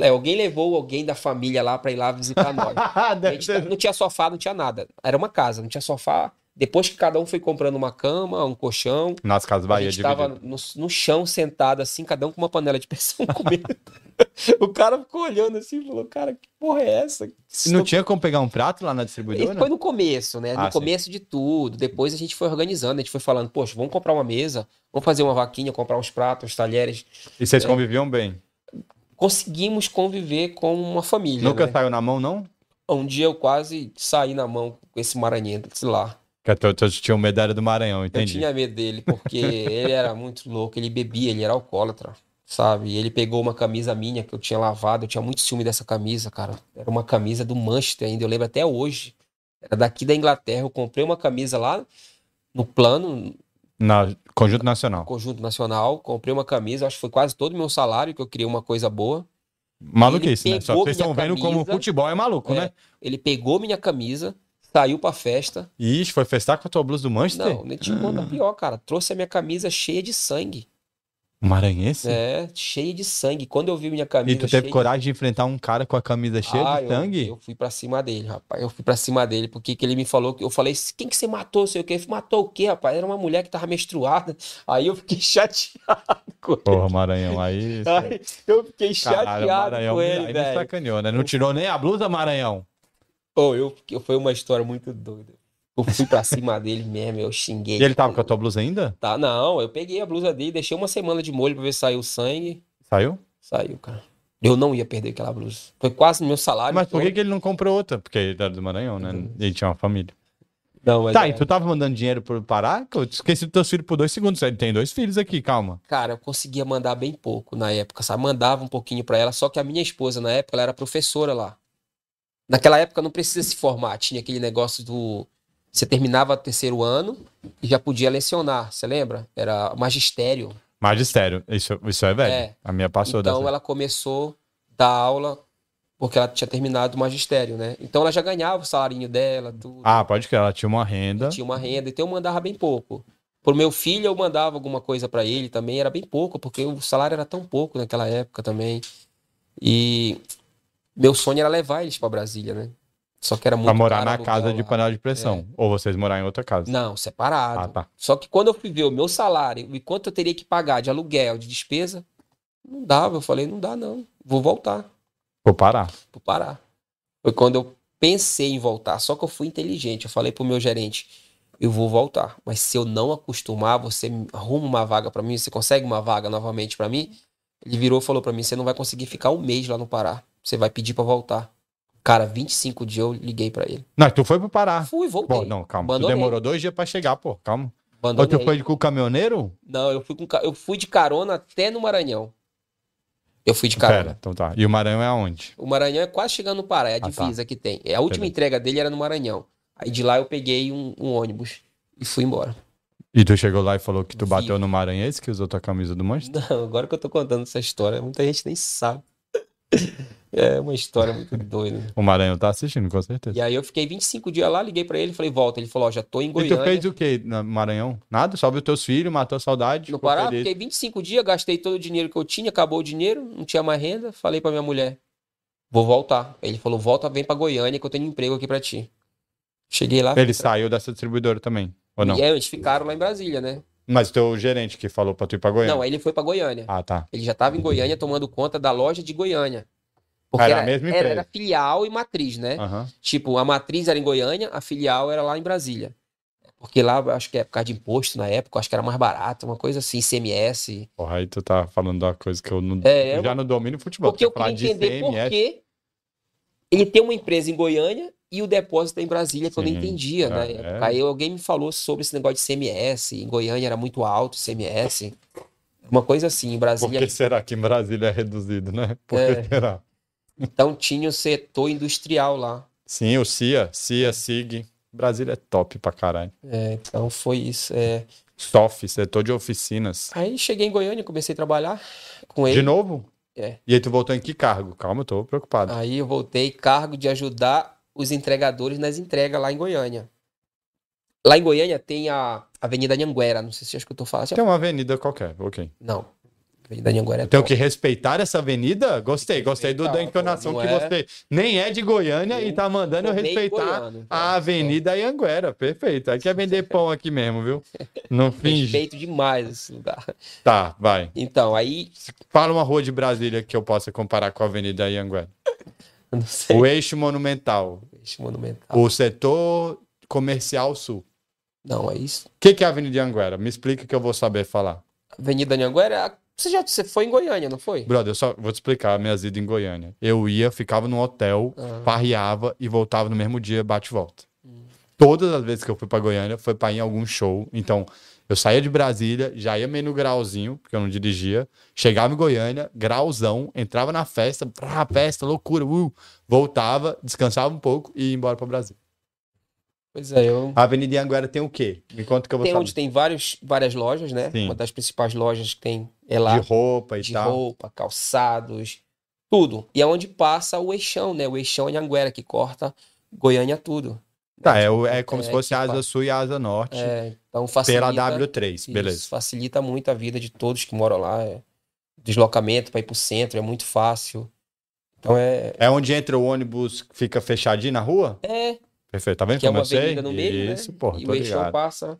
é, alguém levou alguém da família lá pra ir lá visitar nós. A
Deve
gente tá-
ser-
não tinha sofá, não tinha nada. Era uma casa, não tinha sofá. Depois que cada um foi comprando uma cama, um colchão,
Nas casas
a
Bahia
gente
de
tava no, no chão sentado assim, cada um com uma panela de pressão comendo. o cara ficou olhando assim e falou, cara, que porra é essa?
Não tinha como pegar um prato lá na
Isso
distribuidora?
foi no começo, né? No
Ah, sim.
começo de tudo. Depois a gente foi organizando, a gente foi falando, poxa, vamos comprar uma mesa, vamos fazer uma vaquinha, comprar uns pratos, uns talheres.
E
É.
vocês conviviam bem?
Conseguimos conviver como uma família.
Nunca
né?
saiu na mão, não?
Um dia eu quase saí na mão com esse maranhense lá.
Que tu, tu tinha uma medalha do Maranhão,
Eu
entendi.
tinha medo dele, porque ele era muito louco, ele bebia, ele era alcoólatra. sabe? E ele pegou uma camisa minha que eu tinha lavado, eu tinha muito ciúme dessa camisa, cara. Era uma camisa do Manchester ainda, eu lembro até hoje. Era daqui da Inglaterra, eu comprei uma camisa lá no plano,
Na Conjunto Nacional.
Conjunto Nacional, comprei uma camisa, acho que foi quase todo o meu salário que eu queria uma coisa boa.
Maluquice,
Ele
né? Só
pegou
vocês estão
minha
vendo como o
camisa.
futebol é maluco,
É.
né?
Ele pegou minha camisa, saiu pra festa.
Ixi, foi festar com a tua blusa do Manchester? Ah.
Não, nem te conta pior, cara. Trouxe a minha camisa cheia de sangue.
Um Maranhense?
É, cheia de sangue. Quando eu vi minha camisa
E tu
cheia
teve
de-
coragem de enfrentar um cara com a camisa cheia
Ah,
de
eu-
sangue?
Eu, fui pra cima dele, rapaz. Eu fui pra cima dele, porque que ele me falou que eu falei, quem que você matou, sei o quê? Ele falou, matou o quê, rapaz? Era uma mulher que tava menstruada. Aí eu fiquei chateado com ele.
Porra, Maranhão, aí.
Aí eu fiquei
Caralho,
chateado
Maranhão
com
me-
ele,
aí me
velho.
sacaneou, né? Não tirou nem a blusa, Maranhão.
Pô, eu, fiquei- foi uma história muito doida. Eu fui pra cima dele mesmo, eu xinguei.
E ele tava com a tua blusa ainda?
Tá, não, eu peguei a blusa dele, deixei uma semana de molho pra ver se saiu sangue.
Saiu?
Saiu, cara. Eu não ia perder aquela blusa. Foi quase no meu salário.
Mas por que,
todo.
que ele não comprou outra? Porque ele era do Maranhão, né?
Uhum.
Ele tinha uma família.
Não, mas
tá,
é-
e tu tava mandando dinheiro pro Pará? Que Eu esqueci dos teus filhos por dois segundos. Ele tem dois filhos aqui, calma.
Cara, eu conseguia mandar bem pouco na época, sabe? Mandava um pouquinho pra ela, só que a minha esposa, na época, ela era professora lá. Naquela época não precisa se formar, tinha aquele negócio do. Você terminava o terceiro ano e já podia lecionar, você lembra? Era magistério.
Magistério, isso, isso é velho.
É.
A minha passou
Então
dessa.
ela começou a dar aula porque ela tinha terminado o magistério, né? Então ela já ganhava o salarinho dela, tudo.
Ah, pode crer, ela tinha uma renda.
Tinha uma renda, então eu mandava bem pouco. Pro meu filho eu mandava alguma coisa pra ele também, era bem pouco, porque o salário era tão pouco naquela época também. E meu sonho era levar eles pra Brasília, né? Só que era muito
Pra morar
caro
na
alugar
casa de
lá.
panela de
É.
pressão. Ou vocês morar em outra casa.
Não, separado.
Ah, tá.
Só que quando eu fui ver o meu salário e quanto eu teria que pagar de aluguel, de despesa, não dava. Eu falei, não dá não, vou voltar.
Vou parar.
pro Pará. Foi quando eu pensei em voltar, só que eu fui inteligente. Eu falei pro meu gerente, eu vou voltar, mas se eu não acostumar, você me- arruma uma vaga pra mim, você consegue uma vaga novamente pra mim? Ele virou e falou pra mim, você não vai conseguir ficar um mês lá no Pará. Você vai pedir pra voltar. Cara, 25 dias eu liguei pra ele.
Não, tu foi pro Pará.
Fui, voltei.
Ah, Bom, não, calma.
Abandonei.
Tu demorou dois dias pra chegar, pô. Calma. Ou
Abandonei.
tu foi com o caminhoneiro?
Não, eu fui com ca- eu fui de carona até no Maranhão. Eu fui de carona.
Pera, então tá. E o Maranhão é aonde?
O Maranhão é quase chegando no Pará, é a
Ah, tá.
divisa que tem. É, A última
Entendi.
entrega dele era no Maranhão. Aí de lá eu peguei um, um ônibus e fui embora.
E tu chegou lá e falou que tu
Vi.
bateu no Maranhense, que usou tua camisa do Manchester?
Não, agora que eu tô contando essa história, muita gente nem sabe. É uma história muito doida.
O Maranhão tá assistindo, com certeza.
E aí eu fiquei 25 dias lá, liguei pra ele, falei, volta. Ele falou, ó, já tô em
E, tu
Goiânia.
fez o quê no Maranhão? Nada? Sobe os teus filhos, matou a saudade.
No
ficou
Pará,
feliz.
fiquei 25 dias, gastei todo o dinheiro que eu tinha, acabou o dinheiro, não tinha mais renda. Falei pra minha mulher, vou voltar. Ele falou, volta, vem pra Goiânia que eu tenho emprego aqui pra ti. Cheguei lá.
Ele saiu dessa distribuidora também, ou não?
E aí, eles ficaram lá em Brasília, né?
Mas teu gerente que falou pra tu ir pra Goiânia.
Não, é. aí ele foi pra Goiânia.
Ah, tá.
Ele já estava em Goiânia tomando conta da loja de Goiânia.
Era a mesma empresa. Ah.
era filial e matriz, né?
Aham.
Tipo, a matriz era em Goiânia, a filial era lá em Brasília. Porque lá, eu acho que é por causa de imposto na época, eu acho que era mais barato, uma coisa assim, CMS.
Porra, aí tu tá falando uma coisa que eu não.
É,
eu
é
já não domino futebol.
Porque eu
Falar
queria
de é
entender por
CMS,
que ele tem uma empresa em Goiânia e o depósito é em Brasília, que eu não
Sim,
entendia na
é,
época.
é.
Aí alguém me falou sobre esse negócio de CMS, em Goiânia era muito alto o CMS. Uma coisa assim,
Por
em Brasília
que será que em Brasília é reduzido, né? Por que
É.
será?
Então tinha o setor industrial lá.
Sim, o CIA, CIA, SIG. Brasília é top pra caralho.
É, então foi isso. é.
SOF, setor de oficinas.
Aí cheguei em Goiânia, comecei a trabalhar com
De
ele.
novo?
É. Ah,
E aí tu voltou em que cargo? Calma, eu tô preocupado.
Aí eu voltei cargo de ajudar os entregadores nas entregas lá em Goiânia. Lá em Goiânia tem a Avenida Anhanguera, não sei se acho que eu tô falando.
Tem uma avenida qualquer, ok.
Não. Avenida Anhanguera é
Tenho
top.
Então, que respeitar essa avenida? Gostei, gostei do, da
respeitar,
entonação
pô,
que
não é-
você. Nem é de Goiânia e
Eu
tá mandando eu
Formei
respeitar
goiano, então.
a Avenida Ianguera. Perfeito. Aí quer vender pão aqui mesmo, viu? Não
É,
finge.
Respeito demais esse lugar.
Tá, vai.
Então, aí.
Fala uma rua de Brasília que eu possa comparar com a Avenida Ianguera.
eu Não sei.
O eixo monumental,
Esse monumental.
o setor comercial sul.
Não, é isso.
O que, que é a Avenida Anguera? Me explica que eu vou saber falar.
Avenida Anhanguera. Você já você foi em Goiânia, não foi?
Brother, eu só vou te explicar a minha vida em Goiânia. Eu ia, ficava num hotel,
Ah.
parreava e voltava no
Hum.
mesmo dia, bate e volta. Todas as vezes que eu fui pra Goiânia, foi pra ir em algum show. Então, Eu saía de Brasília, já ia meio no grauzinho, porque eu não dirigia. Chegava em Goiânia, grauzão, entrava na festa, brá, festa, loucura, uh, voltava, descansava um pouco e ia embora para Brasil.
Pois é, eu.
A Avenida Anguera tem o quê? Me conta que eu vou
Tem
saber.
onde tem vários, várias lojas, né?
Sim.
Uma das principais lojas que tem é lá.
De roupa e
de
tal.
roupa, calçados, tudo. E é onde passa o eixão, né? O eixão em Anguera, que corta Goiânia tudo.
Tá,
né?
é,
Tipo,
o- é como se fosse a
tipo,
Asa Sul e a Asa Norte
é, então
pela
facilita,
W3,
isso,
beleza.
facilita muito a vida de todos que moram lá. é. Deslocamento para ir pro centro é muito fácil. Então é.
É onde entra o ônibus, que fica fechadinho na rua?
É,
Perfeito, tá vendo
que é
como
uma
eu sei?
avenida no meio,
Isso,
né?
porra,
e
tô
o eixão
ligado.
passa.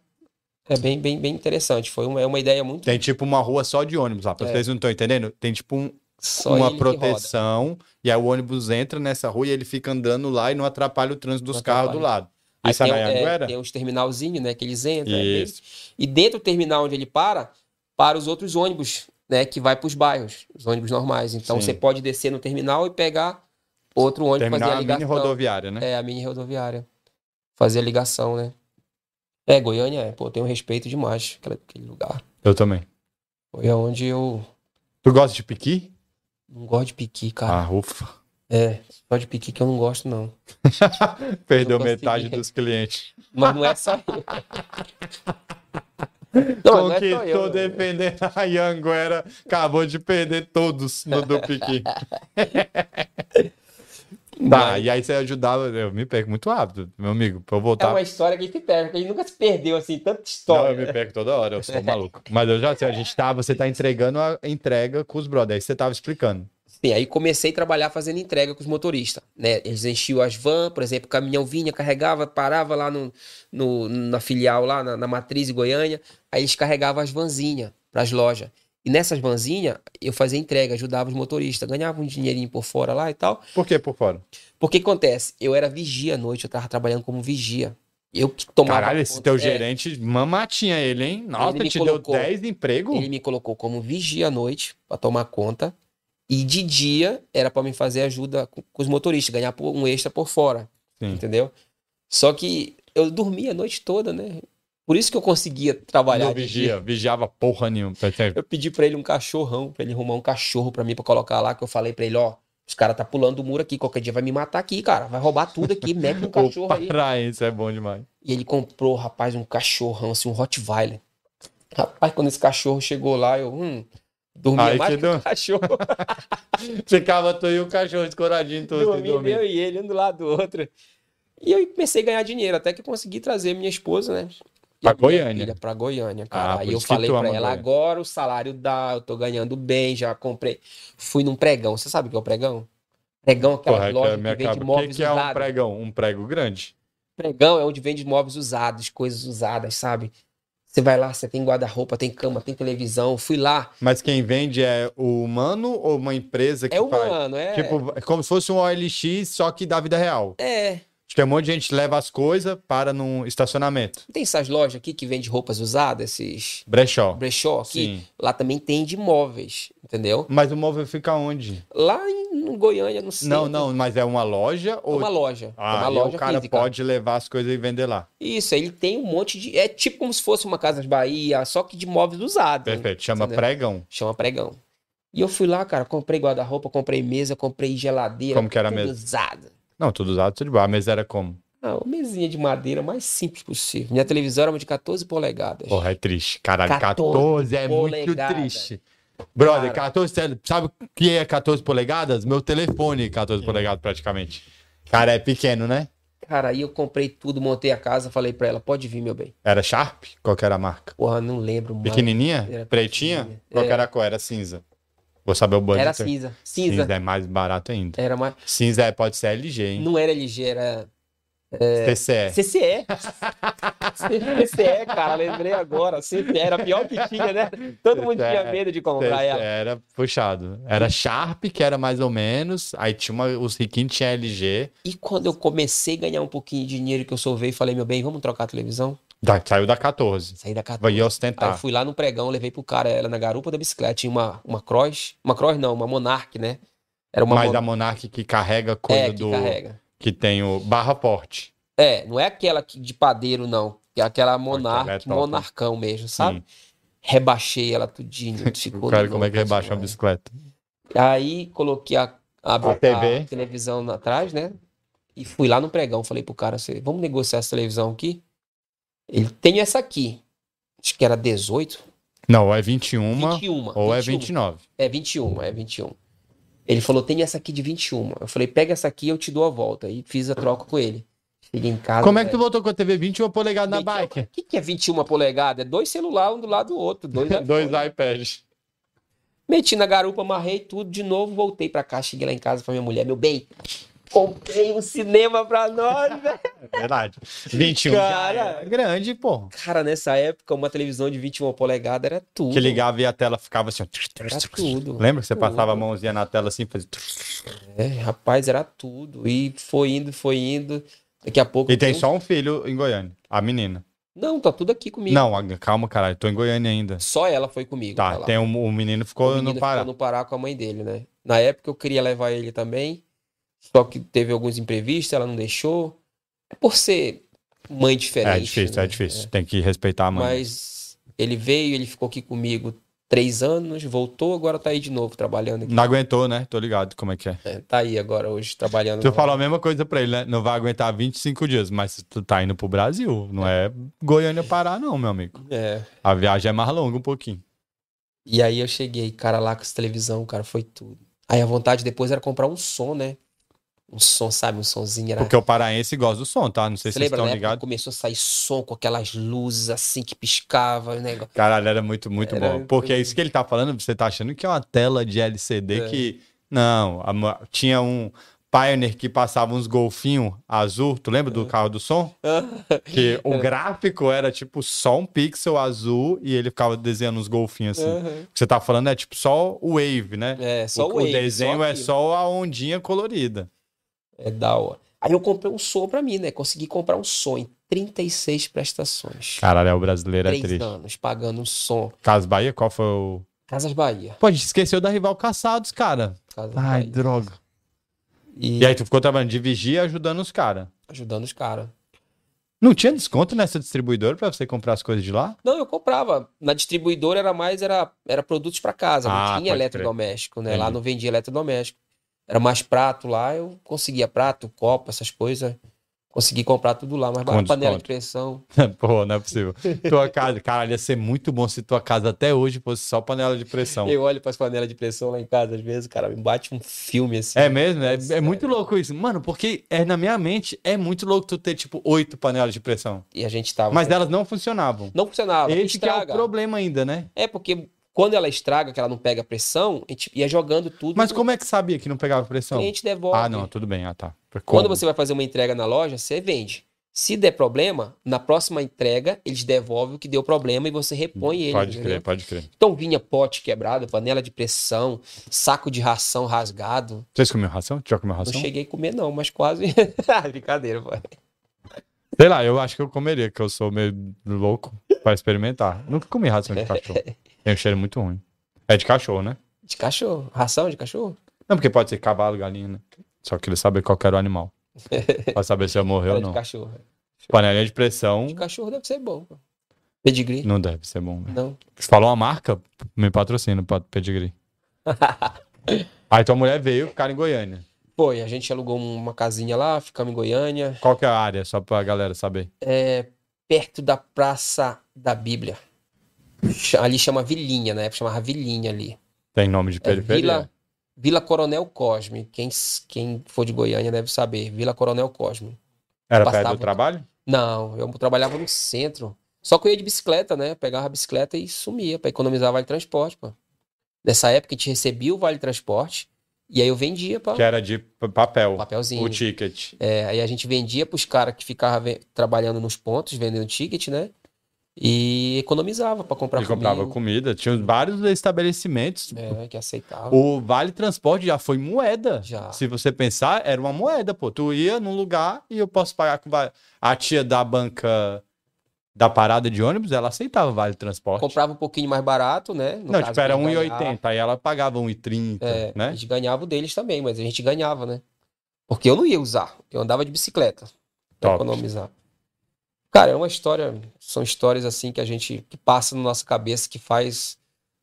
É bem, bem, bem interessante. Foi uma, é uma ideia muito
Tem tipo uma rua só de ônibus lá, pra
É.
vocês não estão entendendo? Tem tipo um-
só
uma
ele que roda.
proteção, e aí o ônibus entra nessa rua e ele fica andando lá e não atrapalha o trânsito dos
Não
carros do lado. Isso é
tem,
na
é,
Anguera?
tem uns terminalzinhos, né? Que eles entram. é bem-
Isso.
E dentro do terminal onde ele para, para os outros ônibus, né? Que vai para os bairros, os ônibus normais. Então
Sim.
você pode descer no terminal e pegar outro ônibus
Terminar
fazer a
a é mini
ligação.
rodoviária, né?
É, a mini rodoviária. Fazer a ligação, né? É, Goiânia, é, pô, tenho respeito demais aquela- aquele lugar.
Eu também.
Foi onde eu
Tu gosta de piqui?
não gosto de piqui, cara.
Ah, ufa.
É, só de piqui que eu não gosto, não.
Perdeu
Eu
metade
consegui.
dos clientes.
Mas não é só eu.
Não,
não é só eu,
Conquistou
né?
defendendo a Yanguera, acabou de perder todos no do piqui. Tá,
Mas-
e aí você ajudava, eu me perco muito rápido, meu amigo, pra eu
É
voltar.
uma história que a gente perde, que a gente nunca se perdeu assim, tanta
Não,
história.
eu me perco toda hora, eu sou um maluco. Mas eu já sei, a gente tá, você tá entregando a entrega com os brothers, aí você tava explicando.
Sim, aí comecei a trabalhar fazendo entrega com os motoristas, né? Eles enchiam as vans, por exemplo, o caminhão vinha, carregava, parava lá no, no- na filial, lá na, na matriz em Goiânia, aí eles carregavam as vanzinhas para as lojas. E nessas vanzinhas, eu fazia entrega, ajudava os motoristas, ganhava um dinheirinho por fora lá e tal.
Por que por fora?
Porque acontece, eu era vigia à noite, eu tava trabalhando como vigia. Eu que tomava
Caralho, esse
conta-
teu
é,
gerente mamatinha ele, hein? Nossa,
Ele me
te
colocou.
deu 10 emprego?
Ele me colocou como vigia à noite para tomar conta. E de dia era para me fazer ajuda com, com os motoristas, ganhar por- um extra por fora.
Sim.
Entendeu? Só que eu dormia a noite toda, né? Por isso que eu conseguia trabalhar.
Não
de
vigia,
dia.
vigiava porra nenhuma. tá certo?
Eu pedi para ele um cachorrão, para ele arrumar um cachorro para mim para colocar lá, que eu falei para ele, ó, os caras tá pulando o muro aqui, qualquer dia vai me matar aqui, cara. Vai roubar tudo aqui, mete um
O
cachorro aí.
paraense é bom demais.
E ele comprou, rapaz, um cachorrão, assim, um Rottweiler. Rapaz, quando esse cachorro chegou lá, eu hum, dormia
Aí
mais
que
que o
deu-
cachorro.
Ficava tu e o cachorro escoradinho todo sem
dormia
dormir.
eu e ele, um do lado do outro. E eu comecei a ganhar dinheiro, até que eu consegui trazer minha esposa, né? e
Pra
a minha
Goiânia.
filha Pra Goiânia, cara.
Ah, por
Aí eu
isso que
falei
tu
pra
ama
ela,
Goiânia.
agora o salário dá, eu tô ganhando bem, já comprei. Fui num pregão, você sabe o que é o pregão? Pregão é aquela
Porra,
loja
que me
que vende
acaba. O que,
móveis
que é um
usados.
pregão? Um prego grande?
Pregão é onde vende móveis usados, coisas usadas, sabe? Você vai lá, você tem guarda-roupa, tem cama, tem televisão. Fui lá.
Mas quem vende é o humano ou uma empresa que
É
faz?
humano, é.
Tipo, é como se fosse um OLX, só que da vida real.
É.
Acho que Tem um monte de gente que leva as coisas, para num estacionamento.
Tem essas lojas aqui que vende roupas usadas, esses
Brechó.
brechó aqui.
Sim.
Lá também tem de móveis, entendeu?
Mas o móvel fica onde?
Lá em no Goiânia, no centro.
Não, não, mas é uma loja
É
ou.
uma loja.
Ah,
é uma
e
loja
o cara
física.
pode levar as coisas e vender lá.
Isso, aí ele tem um monte de. É tipo como se fosse uma Casas Bahia, só que de móveis usados.
Perfeito. Chama
entendeu?
pregão.
Chama pregão. E eu fui lá, cara, comprei guarda-roupa, comprei mesa, comprei geladeira.
Como que era a
tudo
mesa?
usado.
Não, tudo usado, tudo de boa. A mesa era como?
Ah, uma mesinha de madeira mais simples possível. Minha televisão era uma de 14 polegadas.
Porra, é triste. Caralho, 14,
14
é
polegadas.
muito triste. Brother,
Cara.
14, tele- sabe o que é 14 polegadas? Meu telefone é
Hum.
14 polegadas praticamente. Cara, é pequeno, né?
Cara, aí eu comprei tudo, montei a casa, falei pra ela, pode vir, meu bem.
Era Sharp? Qual que era a marca?
Porra, não lembro mais.
Pequenininha?
Era
Pretinha?
pequenininha.
Qual que
É.
era a cor? Era cinza. Vou saber o budget.
Era cinza. Cinza.
Cinza é mais barato ainda.
Era mais...
Cinza é, pode ser LG, hein?
Não era LG, era É.
TCE.
CCE. CCE, cara, lembrei agora. CCE era a pior que tinha, né? Todo mundo
CCE,
tinha medo de comprar
TCE
ela.
Era puxado. Era Sharp, que era mais ou menos. Aí tinha uma, os riquinhos tinha LG.
E quando eu comecei a ganhar um pouquinho de dinheiro que eu solvei, falei, meu bem, vamos trocar a televisão?
Da- saiu da 14.
Saí da 14.
Vai
Aí
ostentar.
eu fui lá no pregão, levei pro cara, ela na garupa da bicicleta, tinha uma, uma cross, uma cross não, uma Monarch, né? Era uma
Mas
Mon-
a Monark que carrega coisa
é, que
do.
carrega.
que tem o barra forte.
É, não é aquela que- de padeiro, não. que é aquela monarca,
é top.
monarcão mesmo, sabe?
Sim.
Rebaixei ela tudinho. Ficou
O cara,
louco,
como é que rebaixa uma
demais.
bicicleta?
Aí coloquei a, a, a
TV.
televisão na- atrás, né? E fui lá no pregão, falei pro cara, "Cê- vamos negociar essa televisão aqui? Ele tem essa aqui. Acho que era 18,
Não, ou é 21,
21.
ou é 29.
É 21, é 21. Ele falou, tem essa aqui de 21. Eu falei, pega essa aqui, eu te dou a volta. E fiz a troca com ele. Cheguei em casa.
Como é que tu
velho,
voltou com a TV 21 polegadas na
fiquei,
bike?
O que, que é 21 polegadas? É dois celulares, um do lado do outro. Dois,
Dois
iPhones.
iPads.
Meti na garupa, amarrei tudo de novo, voltei pra cá, cheguei lá em casa pra minha mulher, meu bem, comprei um cinema pra nós, velho.
É verdade. 21 já
Cara.
era grande, pô.
Cara, nessa época, uma televisão de 21 polegadas era tudo.
Que ligava e a tela ficava assim. ó.
Era tudo.
Lembra que você
Tudo.
passava a mãozinha na tela assim, fazia...
É, rapaz, era tudo. E foi indo, foi indo. Daqui a pouco.
E tem
tudo-
só um filho em Goiânia, a menina.
Não, tá tudo aqui comigo.
Não, a- calma, caralho, tô em Goiânia ainda.
Só ela foi comigo. pra
Tá,
lá.
tem um, o menino ficou
O menino
no
ficou
Pará. É
no Pará com a mãe dele, né? Na época eu queria levar ele também, só que teve alguns imprevistos, ela não deixou. É Por ser mãe diferente.
É difícil,
né?
é difícil. Tem que respeitar a mãe.
Mas ele veio, ele ficou aqui comigo três anos, voltou, agora tá aí de novo trabalhando aqui.
Não aguentou, né? Tô ligado como é que é.
É, Tá aí agora hoje trabalhando.
Tu
lá.
falou a mesma coisa pra ele, né? Não vai aguentar 25 dias, mas tu tá indo pro Brasil. Não é Goiânia Pará, não, meu amigo.
É.
A viagem é mais longa um pouquinho.
E aí eu cheguei, cara, lá com essa televisão, cara, foi tudo. Aí a vontade depois era comprar um som, né? Um som, sabe? Um sonzinho era
Porque o paraense gosta do som, tá? Não sei se
Você
vocês
lembra,
estão
na época
ligados.
começou a sair som com aquelas luzes assim que piscava, o negócio.
Caralho, era muito, muito
Era
bom.
muito-
Porque é isso que ele tá falando, você tá achando que é uma tela de LCD
É.
que. Não, a mo- tinha um Pioneer que passava uns golfinhos azul. Tu
É.
lembra do carro do som? Que o gráfico era tipo só um pixel azul e ele ficava desenhando uns golfinhos assim.
Aham.
O que você tá falando é tipo só o wave, né?
É, só o,
o,
wave,
o desenho é
aquilo.
só a ondinha colorida.
É da hora. Aí eu comprei um som pra mim, né? Consegui comprar um som em 36 prestações.
Caralho, o brasileiro é
Três
triste.
anos pagando um som.
Cas Bahia, qual foi o.
Casas Bahia.
Pô, a gente esqueceu da rival Caçados, cara.
Casas
Ai,
Bahia.
droga.
E,
E aí tu ficou trabalhando de vigia ajudando os caras.
ajudando os caras.
Não tinha desconto nessa distribuidora pra você comprar as coisas de lá?
Não, eu comprava. Na distribuidora era mais, era, era produtos pra casa.
Ah,
não
pode
tinha eletrodoméstico, né? Lá
Entendi.
não vendia eletrodoméstico. Era mais prato lá, eu conseguia prato, copo, essas coisas. Consegui comprar tudo lá, mas
Com
uma
desconto.
panela de pressão.
Pô, não é possível. Tua casa, caralho, ia ser muito bom se tua casa até hoje fosse só panela de pressão.
Eu olho para as panelas de pressão lá em casa, às vezes, cara, me bate um filme assim.
É mesmo? É, é muito louco isso. Mano, porque é, na minha mente é muito louco tu ter, tipo, oito panelas de pressão.
E a gente tava.
Mas elas não funcionavam.
Não funcionava.
Esse que é o
estraga.
problema ainda, né?
É porque quando ela estraga, que ela não pega pressão, a gente ia jogando tudo.
Mas como é que sabia que não pegava
o
pressão?
cliente devolve?
Ah, não, tudo bem. Ah, tá. Como?
Quando você vai fazer uma entrega na loja, você vende. Se der problema, na próxima entrega, eles devolvem o que deu problema e você repõe ele.
Pode
entendeu?
crer, pode crer.
Então vinha pote quebrado, panela de pressão, saco de ração rasgado.
Vocês comiam ração? Tu já comeu
Não
ração?
cheguei a comer, não, mas quase. Ah, Brincadeira, pô.
Sei lá, eu acho que eu comeria, que eu sou meio louco pra experimentar. Nunca comi ração de cachorro. Tem um cheiro muito ruim. É de cachorro, né?
De cachorro. Ração de cachorro?
Não, porque pode ser cavalo, galinha, né? Só queria saber qual que era o animal. Pra saber se eu morreu ou
Era
não.
de cachorro. é.
Panelinha de pressão
De cachorro deve ser bom. pô. Pedigree?
não deve ser bom. né?
Não.
Falou uma marca, me patrocina pra pedigree. Aí tua mulher veio ficar em Goiânia.
Pô, e a gente alugou uma casinha lá, ficamos em Goiânia,
Qual que é a área, só pra galera saber?
É perto da Praça da Bíblia. Ch- Ali chama Vilinha, na época chamava Vilinha ali.
Tem nome de
É
periferia?
Vila, Vila Coronel Cosme. Quem, s- quem for de Goiânia deve saber. Vila Coronel Cosme.
Era perto
Passava-
do trabalho?
Não, eu trabalhava no centro. Só que eu ia de bicicleta, né? Pegava a bicicleta e sumia pra economizar vale transporte, pô. Nessa época a gente recebia o vale transporte e aí eu vendia, pá.
Que era de p- papel,
Papelzinho.
o ticket.
É, aí a gente vendia para os caras que ficavam trabalhando nos pontos, vendendo ticket, né? E economizava para comprar
Ele comprava
comida,
comida. Tinha vários estabelecimentos.
é, que aceitava.
O Vale Transporte já foi moeda.
Já.
Se você pensar, era uma moeda, pô. Tu ia num lugar e eu posso pagar com va- a tia da banca da parada de ônibus, ela aceitava Vale Transporte.
Comprava um pouquinho mais barato, né? No
Não,
caso,
tipo, era
pra gente ganhar.
1,80, aí ela pagava 1,30,
É, A
né?
gente ganhava o deles também, mas a gente ganhava, né? Porque eu não ia usar, eu andava de bicicleta pra
Top.
economizar. Cara, é uma história, são histórias assim que a gente que passa na nossa cabeça que faz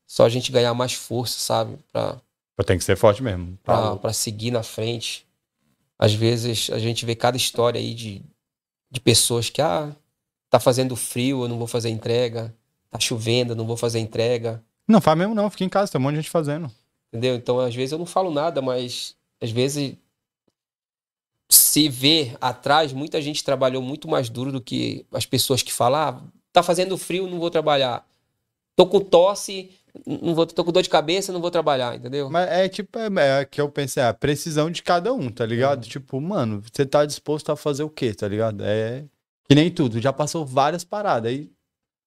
só a gente ganhar mais força, sabe, Pra-
Tem que ser forte mesmo.
Pra pra seguir na frente. Às vezes a gente vê cada história aí de, de pessoas que, ah, tá fazendo frio, eu não vou fazer entrega, tá chovendo, eu não vou fazer entrega,
Não, faz mesmo não. Fica em casa, tem um monte de gente fazendo.
entendeu? Então às vezes eu não falo nada, mas às vezes se vê atrás, muita gente trabalhou muito mais duro do que as pessoas que falam, ah, tá fazendo frio, não vou trabalhar. Tô com tosse, não vou, tô com dor de cabeça, não vou trabalhar, entendeu?
Mas é tipo, é, é que eu pensei, é a precisão de cada um, tá ligado?
É.
Tipo, mano, você tá disposto a fazer o quê, tá ligado? É que nem tudo, já passou várias paradas. Aí,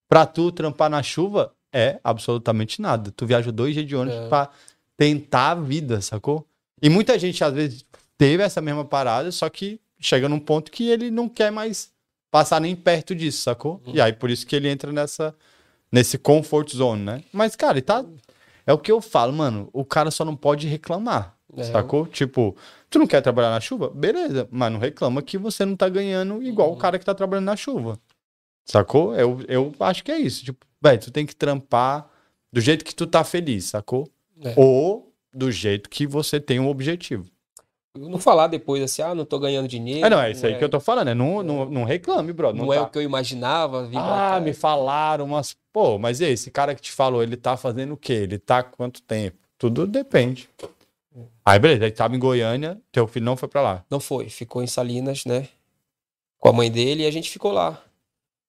pra tu trampar na chuva, é absolutamente nada. Tu viaja dois dias de ônibus
É.
pra tentar a vida, sacou? E muita gente, às vezes, teve essa mesma parada, só que chega num ponto que ele não quer mais passar nem perto disso, sacou?
Uhum.
E aí, por isso que ele entra nessa, nesse comfort zone, né? Mas, cara, ele tá é o que eu falo, mano. O cara só não pode reclamar.
É.
Sacou? Tipo, tu não quer trabalhar na chuva? Beleza, mas não reclama que você não tá ganhando
Uhum.
igual o cara que tá trabalhando na chuva. Sacou? Eu, eu acho que é isso. Tipo, velho, tu tem que trampar do jeito que tu tá feliz, sacou?
É.
Ou do jeito que você tem um objetivo.
Não falar depois assim, ah, não tô ganhando dinheiro. né?
Ah, não, é isso aí que eu tô falando. É não, não, não reclame, brother.
Não,
Não,
é
tá-
o que eu imaginava. vim pra
Ah,
cá.
me falaram, mas. Pô, mas e aí, esse cara que te falou, ele tá fazendo o quê? Ele tá há quanto tempo? Tudo depende. Aí, beleza, ele tava em Goiânia, teu filho não foi pra lá.
Não foi, ficou em Salinas, né? Com a mãe dele e a gente ficou lá.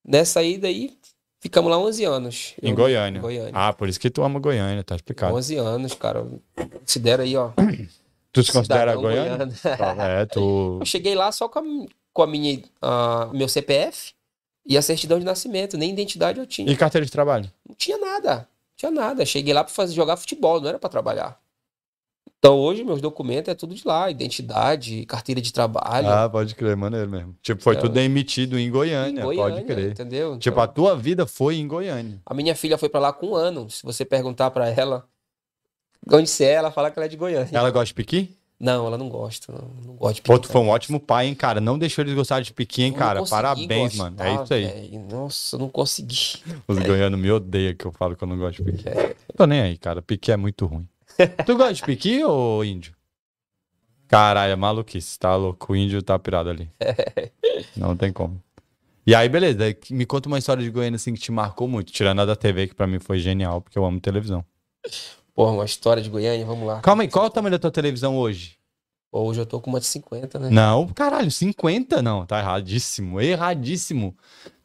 Nessa ida aí, ficamos lá 11 anos.
Em
Eu-
Goiânia.
Em Goiânia.
Ah, por isso que tu ama Goiânia, tá explicado.
11 anos, cara. Considera aí, ó.
tu se considera
cidadão
Goiânia?
goiano.
É, tu.
Eu cheguei lá só com a, mi- com a minha, ah, meu CPF e a certidão de nascimento, nem identidade eu tinha.
E carteira de trabalho?
Não tinha nada. Não tinha nada. Cheguei lá pra fazer, jogar futebol, não era pra trabalhar. Então hoje meus documentos é tudo de lá, identidade, carteira de trabalho.
Ah, pode crer, maneiro mesmo. Tipo, foi
É.
tudo demitido em
em
Goiânia, pode
Goiânia,
crer.
Entendeu?
Tipo,
Então,
a tua vida foi em Goiânia.
a minha filha foi pra lá com um ano. Se você perguntar pra ela de onde você é, ela fala que ela é de Goiânia.
Ela gosta de piqui?
Não, ela não gosta. Não, não gosta de
Pô,
piqui,
tu foi um ótimo pai, hein, cara. Não deixou eles gostarem de piqui, hein,
não. Eu não
cara.
consegui
Parabéns, mano. É
gostar,
isso aí.
velho. Nossa, eu não consegui.
Os goianos me odeiam que eu falo que eu não gosto de piqui. Tô nem aí, cara. Piqui é muito ruim. Tu gosta de piqui ou índio? Caralho, é maluquice. Tá louco. O índio tá pirado ali. Não tem como. E aí, beleza. aí Me conta uma história de Goiânia assim que te marcou muito. Tirando a da TV, que pra mim foi genial, porque eu amo televisão.
Porra, uma história de Goiânia, vamos lá.
Calma aí, qual é o tamanho da tua televisão hoje?
Pô, Hoje eu tô com uma de 50, né?
Não, caralho, 50 não. Tá erradíssimo. Erradíssimo.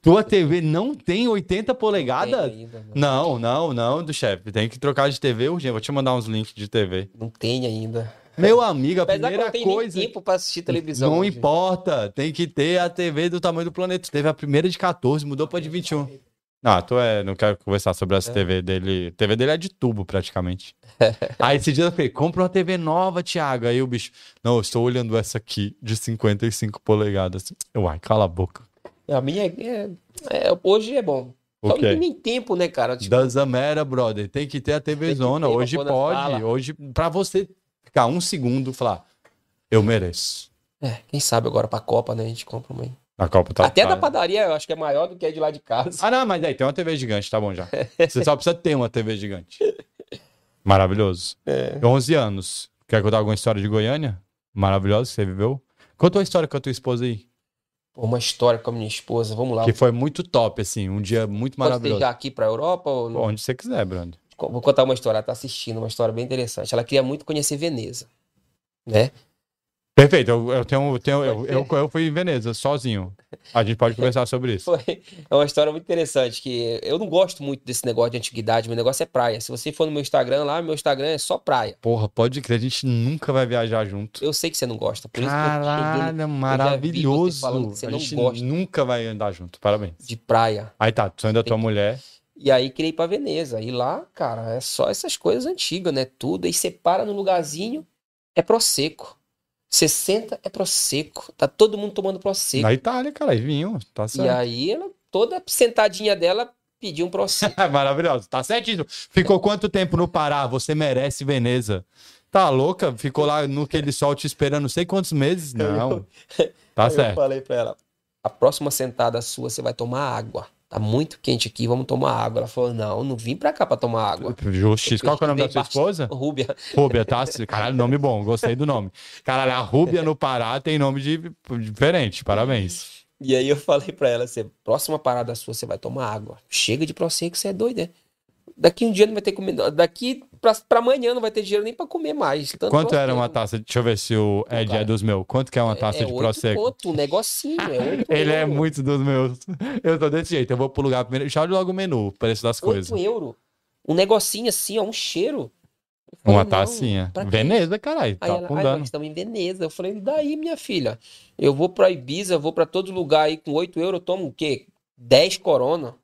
Tua TV não tem 80
Tenho
polegadas?
ainda, mano.
Não, não, não, do chefe. Tem que trocar de TV urgente. Vou te mandar uns links de TV.
Não tem ainda.
Meu amigo, a
Apesar que eu
primeira
não tenho
coisa.
nem tempo pra assistir televisão.
Não
hoje.
importa. Tem que ter a TV do tamanho do planeta. Teve a primeira de 14, mudou pra de 21. Ah, tu é. Não quero conversar sobre
É.
essa TV dele. TV dele é de tubo, praticamente. Aí esse dia eu falei: compra uma TV nova, Thiago. Aí o bicho. Não, eu estou olhando essa aqui de 55 polegadas. Eu, ai, cala a boca.
A minha é, é- Hoje é bom.
O
Só não
quê?
tem nem tempo, né, cara? Tipo,
Doesn't matter, brother. Tem que ter a TVzona.
ter uma
Hoje
boa
pode.
fala.
Hoje, pra você ficar um segundo e falar, eu mereço.
é, quem sabe agora pra Copa, né? A gente compra uma aí.
A Copa tá.
Até a
tá-
da padaria, eu acho que é maior do que a de lá de casa.
Ah, não, mas aí tem uma TV gigante, tá bom já. Você só precisa ter uma TV gigante. Maravilhoso. 11 anos. Quer contar alguma história de Goiânia? Maravilhosa que você viveu? Conta uma história com a tua esposa aí.
Pô, Uma história com a minha esposa, vamos lá.
Que foi muito top, assim. Um dia muito
Pode ser
maravilhoso.
já tá aqui pra Europa ou não?
Onde você quiser, Brando.
Vou contar uma história, ela tá assistindo, uma história bem interessante. Ela queria muito conhecer Veneza, né?
Perfeito, eu, eu tenho. Eu, tenho eu, eu, eu fui em Veneza, sozinho. A gente pode conversar sobre isso.
Foi- É uma história muito interessante, que eu não gosto muito desse negócio de antiguidade, meu negócio é praia. Se você for no meu Instagram lá, meu Instagram é só praia.
Porra, pode crer, a gente nunca vai viajar junto.
Eu sei que você não gosta, por isso que eu cheguei
Caralho, maravilhoso.
falando que você
a
não
gente
gosta.
nunca vai andar junto, parabéns.
de praia.
Aí tá, tu ainda é
Tem
tua mulher.
E aí queria ir pra Veneza. E lá, cara, é só essas coisas antigas, né? Tudo. Aí você para no lugarzinho, é Prosecco. 60 é Prosecco. Tá todo mundo tomando Prosecco.
Na Itália, cara, aí vinho, tá
E
certo.
aí ela, toda sentadinha dela, pediu um Prosecco.
É maravilhoso, tá certíssimo. Ficou quanto tempo no Pará? Você merece Veneza. Tá louca? Ficou lá no aquele sol te esperando não sei quantos meses? Não. Tá
Aí eu
certo.
falei pra ela, a próxima sentada sua você vai tomar água. Tá muito quente aqui, vamos tomar água. Ela falou: não, não vim pra cá pra tomar água.
Justiça. Qual que é o nome da sua
Bastante-
esposa?
Rúbia.
Rúbia, tá? Caralho, nome bom, gostei do nome. Caralho, a Rúbia no Pará tem nome de... diferente, parabéns.
E aí eu falei pra ela, assim, próxima parada sua, você vai tomar água. Chega de prosecco, você é doido, né? Daqui um dia não vai ter comida. Daqui pra, pra amanhã não vai ter dinheiro nem pra comer mais. Tanto
Quanto era
prosecco.
uma taça? Deixa eu ver se o Ed é
cara.
dos meus. Quanto que é uma taça
é
de
oito
Prosecco?
conto, um negocinho. É oito
Ele é
euro.
muito dos meus. Eu tô desse jeito, eu vou pro lugar primeiro. Já olho logo o menu, o preço das coisas.
8 euro. Um negocinho assim, ó, um cheiro. Eu falei,
Uma
não,
tacinha.
pra quê?
Veneza, caralho,
Aí
tá
ela, ai,
afundando.
nós estamos em Veneza. Eu falei, e daí, minha filha? Eu vou pra Ibiza, vou pra todo lugar aí com 8 euros, eu tomo o quê? 10 corona.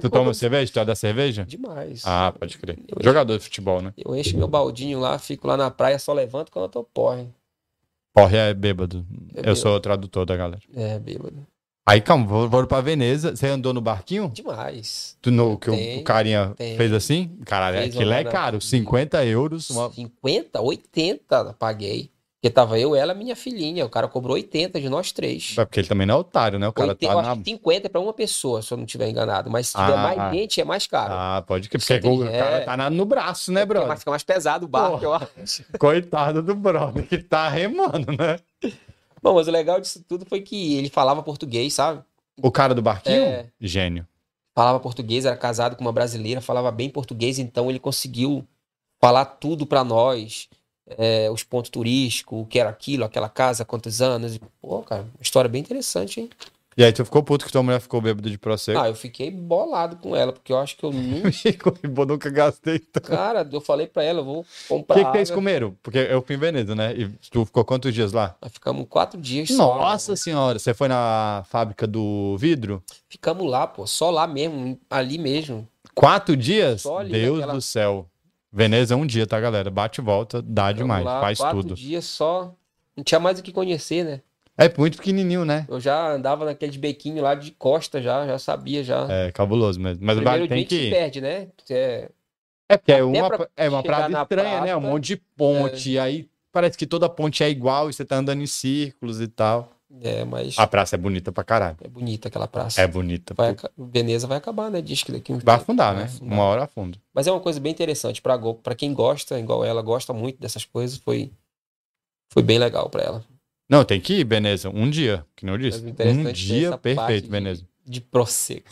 Tu toma cerveja? Tu é da cerveja?
Demais.
Ah, pode crer.
Eu-
Jogador de futebol, né?
Eu encho meu baldinho lá, fico lá na praia, só levanto quando eu tô porre.
Porra, é bêbado.
É
Eu sou o tradutor da galera.
É, bêbado.
Aí, calma, vou, vou pra Veneza. Você andou no barquinho?
Demais.
Tu, no, que o-
Tem,
o carinha
tem.
fez assim? Caralho,
Fez uma
aquilo é
maravilha.
caro. 50 euros. uma-
50, 80 paguei. Porque tava eu, ela e minha filhinha. O cara cobrou 80 de nós três.
É porque ele também não é otário, né? O cara
80, eu
tá
acho
na.
que 50 é pra uma pessoa, se eu não estiver enganado. Mas se tiver
Ah, ah.
mais gente, é mais caro.
Ah, pode crer. Porque
Tem-
o cara
é.
tá na- no braço, né,
Porque
brother?
mais- fica mais pesado o barco, eu acho.
Coitado do brother que tá remando, né?
Bom, mas o legal disso tudo foi que ele falava português, sabe?
O cara do barquinho?
É.
Gênio.
Falava português, era casado com uma brasileira, falava bem português, então ele conseguiu falar tudo pra nós. é, os pontos turísticos, o que era aquilo, aquela casa, quantos anos. E, Pô, cara, uma história bem interessante, hein?
E aí tu ficou puto que tua mulher ficou bêbada de processo.
Ah, eu fiquei bolado com ela, porque eu acho que eu nunca.
eu nunca gastei tanto.
Cara, eu falei pra ela, eu vou
O
comprar.
que, é que vocês
água.
comeram? Porque eu fui em Veneza, né? E tu ficou quantos dias lá?
Nós ficamos quatro dias só. um.
Nossa senhora, você foi na fábrica do vidro?
Ficamos lá, pô, só lá mesmo, ali mesmo.
Quatro dias?
Só ali
Deus
naquela-
do céu. Veneza é um dia, tá, galera? Bate e volta, dá
Ficamos
É demais,
Então, lá,
faz
quatro
tudo.
dias só. Não tinha mais o que conhecer, né?
É muito pequenininho, né?
Eu já andava naqueles bequinhos lá de costa, já, já sabia já.
É cabuloso mesmo. Mas vale,
Primeiro dia
tem
a gente
que ir.
perde, né? É,
É porque é
Até
uma,
pra
pra- é uma
chegar
parada
na
estranha, né? Um
praça, É.
monte de ponte. Aí parece que toda ponte é igual e você tá andando em círculos e tal.
é, mas
A praça é bonita pra caralho.
é bonita aquela praça.
É bonita.
Vai,
Pô,
aca- Veneza vai acabar, né? Diz que daqui um
Vai afundar, né?
vai afundar.
Uma hora afunda.
Mas é uma coisa bem interessante pra Gol, para quem gosta, igual ela gosta muito dessas coisas, foi foi bem legal pra ela.
Não, tem que ir, Veneza. Um dia, que não eu disse.
Mas
Um
interessante é
dia
essa parte
perfeito,
de-
Veneza.
De prosecco.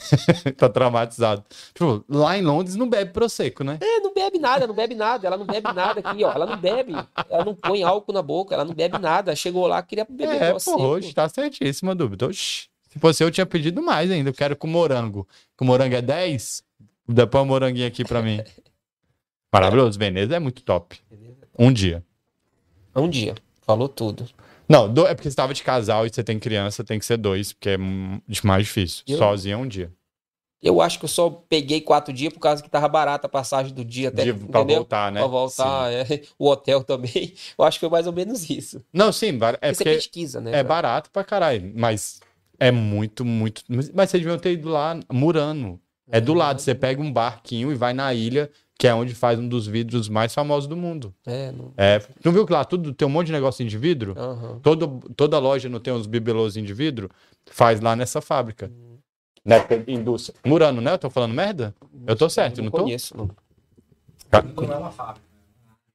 tá traumatizado. Tipo, lá em Londres não bebe prosecco, né?
É, não bebe nada, não bebe nada, ela não bebe nada aqui, ó. Ela não bebe, ela não põe álcool na boca, ela não bebe nada. Chegou lá, queria beber
É,
prosecco.
porra, hoje tá certíssima a dúvida. Oxi. Se fosse eu, tinha pedido mais ainda. Eu quero com morango. Com morango é 10? Dá pra um moranguinho aqui pra mim. Maravilhoso. Veneza é muito top. Um dia.
É Um dia, falou tudo.
Não, do- é porque você tava de casal e você tem criança, tem que ser dois, porque é hum, mais difícil.
Eu-
Sozinho é um dia.
Eu acho que eu só peguei quatro dias por causa que tava barata a passagem do dia até,
De, pra
entendeu?
voltar, né?
Pra voltar, é. o hotel também. Eu acho que foi mais ou menos isso.
Sim. Não, sim, bar- é
Isso é
porque
pesquisa, né?
é
cara?
barato pra caralho, mas é muito, muito. Mas mas vocês deviam ter ido lá, Murano. É do lado, você pega um barquinho e vai na ilha, que é onde faz um dos vidros mais famosos do mundo.
É, não...
É, tu não viu que lá tudo tem um monte de negocinho de vidro?
Aham.
Todo, toda loja não tem uns bibelôzinhos de vidro? Faz lá nessa fábrica. Nessa indústria. Murano, né? Eu tô falando merda? Eu tô certo, não, tô?
conheço, não.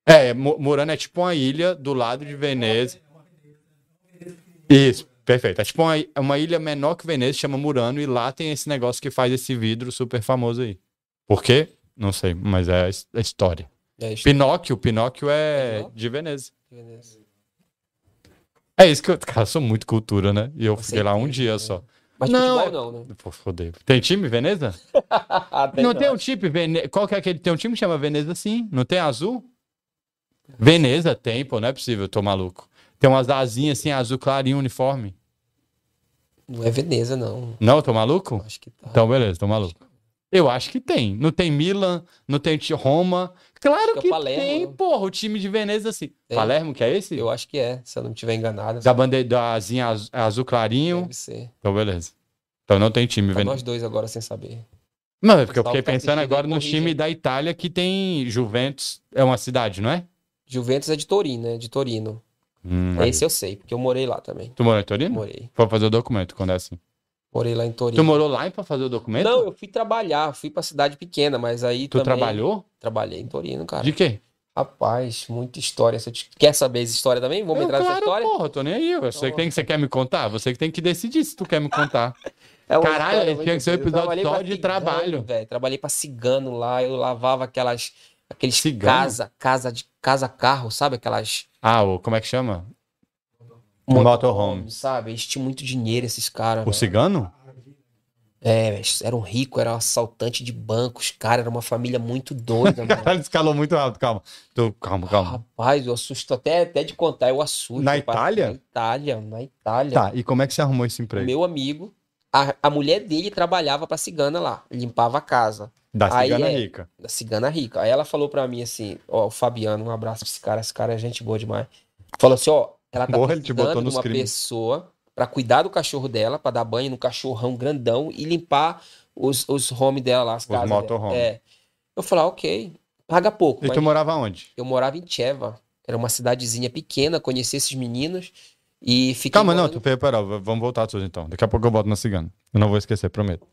É, Mu- Murano é tipo uma ilha do lado de Veneza. Isso, perfeito. É tipo uma, é uma ilha menor que Veneza, chama Murano, e lá tem esse negócio que faz esse vidro super famoso aí. Por quê? Não sei, mas é a his- a história.
É, isso.
Pinóquio, Pinóquio é
Pinóquio?
de Veneza.
Beleza.
É isso que eu. Cara, eu sou muito cultura, né? E eu
Com
fiquei lá um
certeza,
dia
né?
só.
Mas
Não,
futebol
é-
não, né?
Pô, fodeu. Tem time, Veneza?
Até
Não tem um time, Vene... qual que é aquele? Tem um time que chama Veneza sim, não tem azul? Veneza tem, pô, não é possível, eu tô maluco. Tem umas asinhas assim, azul clarinho, uniforme.
Não é Veneza, não.
Não, eu tô maluco?
Acho que tá.
Então, beleza, tô maluco. Eu acho que tem. Não tem Milan, não tem ti- Roma. Claro
Acho que é
que
Palermo,
tem,
né?
porra, o time de Veneza sim.
Tem.
Palermo, que é esse?
Eu acho que é, se eu não estiver enganado.
Da bandeira, da asinha azul, azul clarinho.
Deve ser.
Então, beleza. Então não tem time,
Tá
Veneza.
nós dois agora sem saber.
Não, é porque eu
Pessoal
fiquei
tá
pensando
assistindo aí,
agora no
corrige
time
aí.
da Itália que tem Juventus. É uma cidade, não é?
Juventus é de Torino, né? De Torino.
Hum,
Esse eu sei, porque eu morei lá também.
Tu morou em Torino?
Morei.
Pra fazer o documento, quando é assim.
Morei lá em Torino.
Tu morou lá e pra fazer o documento?
Não, eu fui trabalhar, fui pra cidade pequena, mas aí
um Tu
também...
trabalhou?
Trabalhei em Torino, cara.
De quê?
Rapaz, muita história. Você te- quer saber essa história também? Vamos
Eu,
entrar nessa
claro,
história?
porra, tô nem aí. Eu sei que tem que você quer me contar. Você que tem que decidir se tu quer me contar.
É uma
Caralho,
história
tinha
muito
que ser um
doida. Eu
episódio
trabalhei
só
pra
de trabalho.
velho. Trabalhei pra cigano lá, eu lavava aquelas... Aqueles
Cigano?
casa, casa de casa-carro, sabe? Aquelas...
Ah, o, como é que chama?
motorhome, Sabe? Eles tinham muito dinheiro, esses caras.
Um O
velho.
cigano?
É, eles eram ricos, eram assaltantes de bancos, cara, era uma família muito doida, mano.
Caralho, escalou muito rápido, calma. Tu- calma, calma.
Rapaz, eu assusto até, até de contar, eu assusto.
Na
eu passo-
Itália?
Na Itália, na Itália.
Tá, e como é que você arrumou esse emprego?
Meu amigo, a, a mulher dele trabalhava pra cigana lá, limpava a casa,
Da
Aí
cigana
é-
rica.
da cigana rica. Aí ela falou pra mim assim, ó, o Fabiano, um abraço pra esse cara, esse cara é gente boa demais. Falou assim, ó, ela tá
Porra, ele te botou
precisando de
nos
uma
crimes.
pessoa pra cuidar do cachorro dela, pra dar banho no cachorrão grandão e limpar os, os home dela lá, as
Os
casas dela.
motorhome.
É. Eu falei, ah, ok, paga pouco,
E
mas
tu morava onde?
eu morava em Cheva, era uma cidadezinha pequena, conheci esses meninos e fiquei
Calma, não,
morando
tu pera, pera, v- vamos voltar tudo então. Daqui a pouco eu volto na cigana. Eu não vou esquecer, prometo.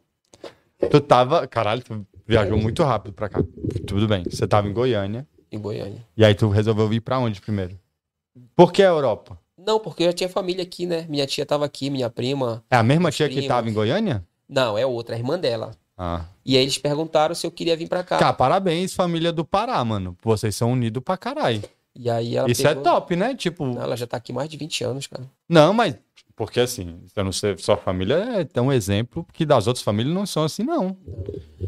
Tu tava. Caralho, tu viajou muito rápido pra cá. Tudo bem. Você tava em Goiânia.
em Goiânia.
E aí tu resolveu vir pra onde primeiro? Por que a Europa?
Não, porque eu já tinha família aqui, né? Minha tia tava aqui, minha prima.
É a mesma tia que
primas.
tava em Goiânia?
Não, é outra, a irmã dela.
Ah.
E aí eles perguntaram se eu queria vir pra cá.
Cara, parabéns, família do Pará, mano. Vocês são unidos pra caralho.
E aí ela
Isso é
pegou...
top, né? Tipo,
Tá Não, Ela já tá aqui mais de 20 anos, cara.
Não, mas. Porque assim, eu não sei, sua família é um exemplo que das outras famílias não são assim, não.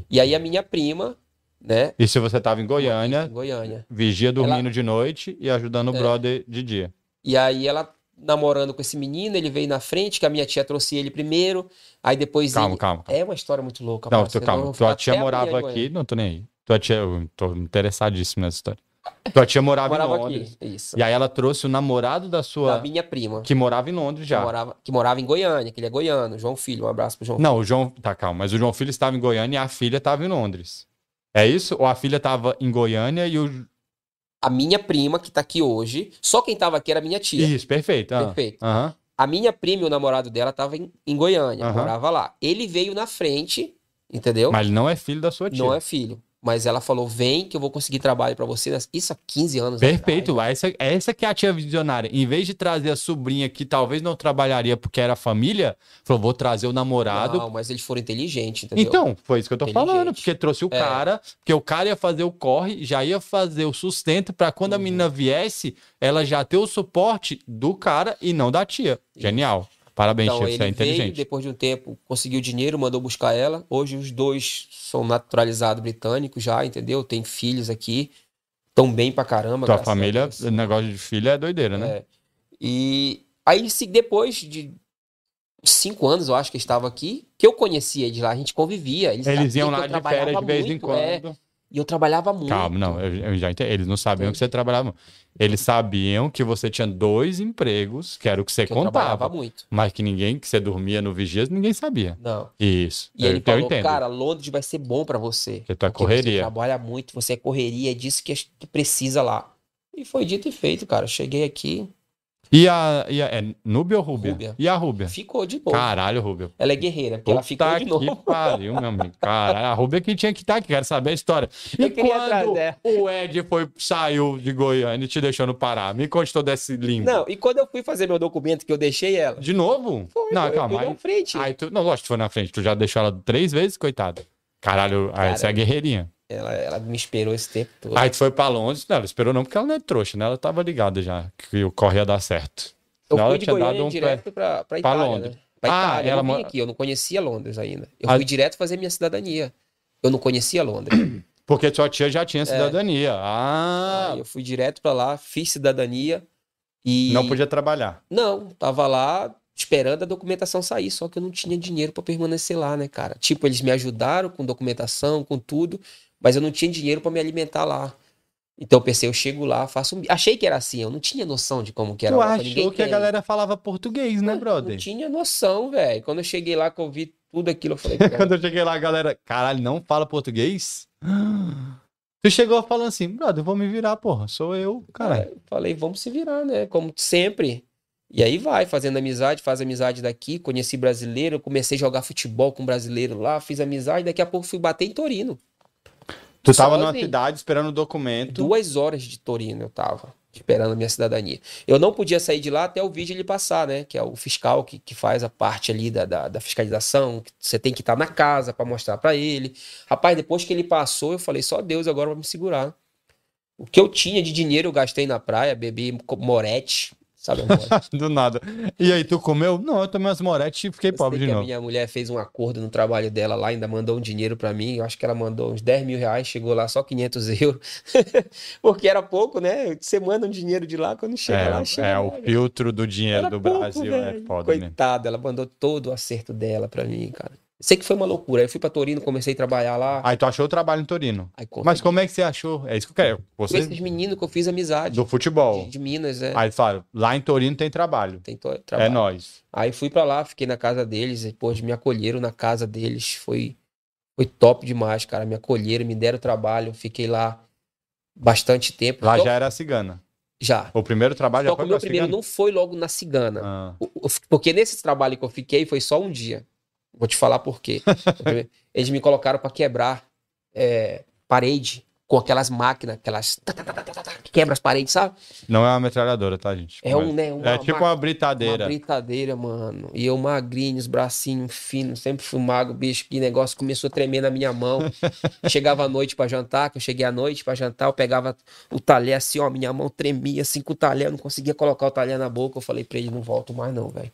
E aí a minha prima, né?
E se você tava em
Em
Goiânia,
Goiânia.
vigia dormindo de noite e ajudando o
É.
brother de dia.
E aí ela namorando com esse menino, ele veio na frente, que a minha tia trouxe ele primeiro. Aí depois
Calma,
ele-
calma, calma.
É uma história muito louca.
Não,
parça,
tu,
senão eu
calma.
vou
Tua
ficar
tia
até
morava
amanhã em
aqui, não tô nem aí. Tua tia, eu tô interessadíssimo nessa história. Tua tia morava,
Goiânia.
em
Morava
Londres.
aqui. Isso.
E aí ela trouxe o namorado da sua.
Da minha prima.
Que morava em Londres
Que
já.
morava, que morava em Goiânia, que ele é goiano. João Filho, um abraço pro João
Não, o João. Tá, calma. Mas o João Filho estava em Goiânia e a filha estava em Londres. É isso? Ou a filha estava em Goiânia e o.
a minha prima, que tá aqui hoje, só quem tava aqui era minha tia.
Isso, perfeito. ah,
Perfeito.
Aham.
A minha prima e o namorado dela tava em, em Goiânia,
Aham.
morava lá. Ele veio na frente, entendeu?
Mas ele não é filho da sua tia.
Então Não é filho. Mas ela falou: vem que eu vou conseguir trabalho pra você. Isso há 15 anos.
Perfeito, lá, essa, essa que é a tia visionária. Em vez de trazer a sobrinha que talvez não trabalharia porque era família, falou: vou trazer o
atrás.
namorado.
Não, mas eles foram inteligentes, entendeu?
Então, foi isso que eu tô
Inteligente.
falando, porque trouxe o
É.
cara, porque o cara ia fazer o corre, já ia fazer o sustento pra quando a
Uhum.
menina viesse, ela já ter o suporte do cara e não da tia. Genial. Parabéns,
Então,
tia, você é
ele veio,
inteligente.
depois de um tempo, conseguiu dinheiro, mandou buscar ela. Hoje os dois são naturalizados britânicos já, entendeu? Tem filhos aqui, tão bem pra caramba.
Tua
graças a
família,
Deus.
negócio de filha é doideira, né?
É. E aí, se, depois de cinco anos, eu acho que eu estava aqui, que eu conhecia eles lá, a gente convivia. Eles,
Eles
sabiam
iam
que eu
lá de
trabalhava
férias de vez em
muito, é,
quando.
e eu trabalhava muito.
Calma, não, eu, eu já entendi. Eles não sabiam
Entendi.
que você trabalhava. Eles sabiam que você tinha dois empregos, que era o que você
que eu trabalhava
contava.
muito.
Mas que ninguém, que você dormia no Vigias, ninguém sabia.
Não.
Isso.
E
eu,
ele
eu
falou,
entendo.
cara, Londres vai ser bom pra você.
Porque tu é
porque Você
correria.
trabalha muito, você é correria, é disso que, a gente precisa lá. E foi dito e feito, cara. Cheguei aqui,
E a. E a é Núbia ou Rúbia?
Rúbia.
E a Rúbia?
ficou de novo.
Caralho, Rúbia.
Ela é guerreira, porque ela ficou
É. Puta
de novo.
Que pariu, meu amigo. Caralho, a Rúbia que tinha que estar aqui, quero saber a história. E
Eu queria
quando
trazer.
o Ed foi, saiu de Goiânia e te deixou no Pará? Me conte todo esse limbo.
Não, e quando eu fui fazer meu documento, que eu deixei ela.
De novo?
Foi,
não,
eu
calma.
fui
aí-
na frente.
Aí tu, não, lógico, tu foi na frente. Tu já deixou ela três vezes, coitado. Caralho, aí você é guerreirinha.
Ela, ela me esperou esse tempo todo.
Aí tu foi pra Londres. Não, ela esperou não, porque ela não é trouxa, né? Ela tava ligada já que o corre ia dar certo.
Eu
Senão
fui
ela
de
tinha
Goiânia
dado um pé.
direto pra, pra Itália,
Londres.
né? Pra
Ah,
Itália,
ela
eu não vim
mora-
aqui, eu não conhecia Londres ainda. Eu
Ah.
fui direto fazer minha cidadania. Eu não conhecia Londres.
Porque sua tia já
É.
tinha cidadania. Ah,
Aí eu fui direto pra lá, fiz cidadania e...
não podia trabalhar.
Não, tava lá esperando a documentação sair, só que eu não tinha dinheiro pra permanecer lá, né, cara? Tipo, eles me ajudaram com documentação, com tudo, mas eu não tinha dinheiro pra me alimentar lá. Então eu pensei, eu chego lá, faço um... Achei que era assim, eu não tinha noção de como que era
tu
lá, pra ninguém
achou que a
tem.
galera falava português, né,
Não
brother?
tinha noção, velho. Quando eu cheguei lá, que eu vi tudo aquilo, eu falei, cara,
Quando eu cheguei lá, a galera, caralho, não fala português? Tu chegou falando assim, brother, eu vou me virar, porra. Sou eu, caralho.
É, Falei, vamos se virar, né? Como sempre. E aí vai, fazendo amizade, faz amizade daqui, conheci brasileiro, comecei a jogar futebol com brasileiro lá, fiz amizade, daqui a pouco fui bater em Torino.
Tu tava
sozinho.
numa cidade esperando o documento.
Duas horas de Torino eu tava, esperando a minha cidadania. Eu não podia sair de lá até o vídeo ele passar, né? Que é o fiscal que, que faz a parte ali da, da, da fiscalização, que você tem que estar na casa pra mostrar pra ele. Rapaz, depois que ele passou, eu falei, só Deus agora vai me segurar. O que eu tinha de dinheiro eu gastei na praia, bebi co- morete, sabe? o morete?
Do nada. E aí, tu comeu? Não, eu tomei umas moretes e fiquei
Eu
pobre de
sei que
novo.
A minha mulher fez um acordo no trabalho dela lá, ainda mandou um dinheiro pra mim. Eu acho que ela mandou uns 10 mil reais, chegou lá só 500 euros. Porque era pouco, né? Você manda um dinheiro de lá, quando chega lá,
É,
chega
é
lá,
o
velho.
filtro do dinheiro
Era
do
pouco,
Brasil. É
velho.
foda, né?
Coitada, ela mandou todo o acerto dela pra mim, cara. Sei que foi uma loucura. Eu fui pra Torino, comecei a trabalhar lá.
Aí tu achou o trabalho em Torino.
Aí, consegui.
Ah, Mas como é que você achou? É isso que eu quero.
Com
Você
esses meninos que eu fiz amizade,
do Ah, futebol.
de, de Minas, né?
Aí eles falaram, lá em Torino tem trabalho.
Tem to-
É
trabalho.
nós.
Aí fui pra lá, fiquei na casa deles, e, pô, eles me acolheram na casa deles, foi foi top demais, cara, me acolheram, me deram trabalho, fiquei lá bastante tempo.
Lá
Então,
já era cigana.
já.
O primeiro trabalho
Só
já
que
foi
o
pra
meu primeiro
cigana.
não foi logo na cigana.
Ah.
O- o- Porque nesse trabalho que eu fiquei foi só um dia. Vou te falar por quê. O primeiro- Eles me colocaram pra quebrar é, parede com aquelas máquinas, aquelas tá, tá, tá, tá, tá, tá, que quebra as paredes, sabe?
Não é uma metralhadora, tá, gente?
É um, né?
É tipo uma britadeira.
Uma britadeira, mano. E eu magrinho, os bracinhos finos, sempre fui magro, bicho, que negócio começou a tremer na minha mão. Chegava à noite pra jantar, que eu cheguei à noite pra jantar, eu pegava o talher assim, ó, minha mão tremia assim com o talher, eu não conseguia colocar o talher na boca. Eu falei pra ele, não volto mais não, velho.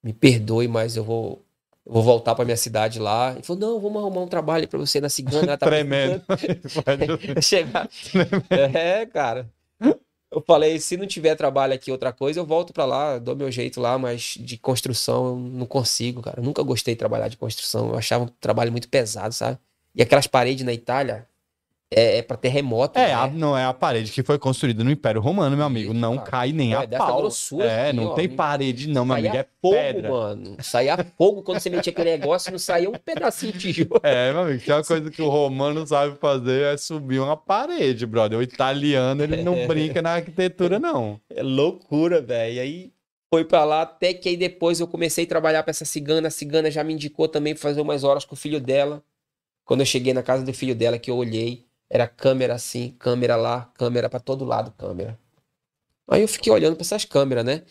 Me perdoe, mas eu vou eu vou voltar pra minha cidade lá. Ele falou, não, vamos arrumar um trabalho pra você na cigana. Ela tá
Tremendo.
eu chegar. É, cara. Eu falei, se não tiver trabalho aqui, outra coisa, eu volto pra lá, dou meu jeito lá, mas de construção eu não consigo, cara. Eu nunca gostei de trabalhar de construção, eu achava um trabalho muito pesado, sabe? E aquelas paredes na Itália é, é pra terremoto,
É,
né?
a- não é a parede que foi construída no Império Romano, meu amigo.
Isso,
Não
cara.
cai nem
Não,
a
é dessa
pau.
grossura
é,
aqui,
não
assim, ó.
tem parede, não, meu
Saía
amigo. É
fogo,
pedra.
mano. Saía fogo quando você metia aquele negócio, não saía um pedacinho de tijolo.
É, meu amigo, se tem uma coisa que o romano sabe fazer é subir uma parede, brother. O italiano, ele não brinca na arquitetura, não.
É loucura, velho. E aí foi pra lá, até que aí depois eu comecei a trabalhar pra essa cigana. A cigana já me indicou também pra fazer umas horas com o filho dela. Quando eu cheguei na casa do filho dela, que eu olhei, era câmera assim, câmera lá, câmera pra todo lado, câmera. Aí eu fiquei olhando pra essas câmeras, né?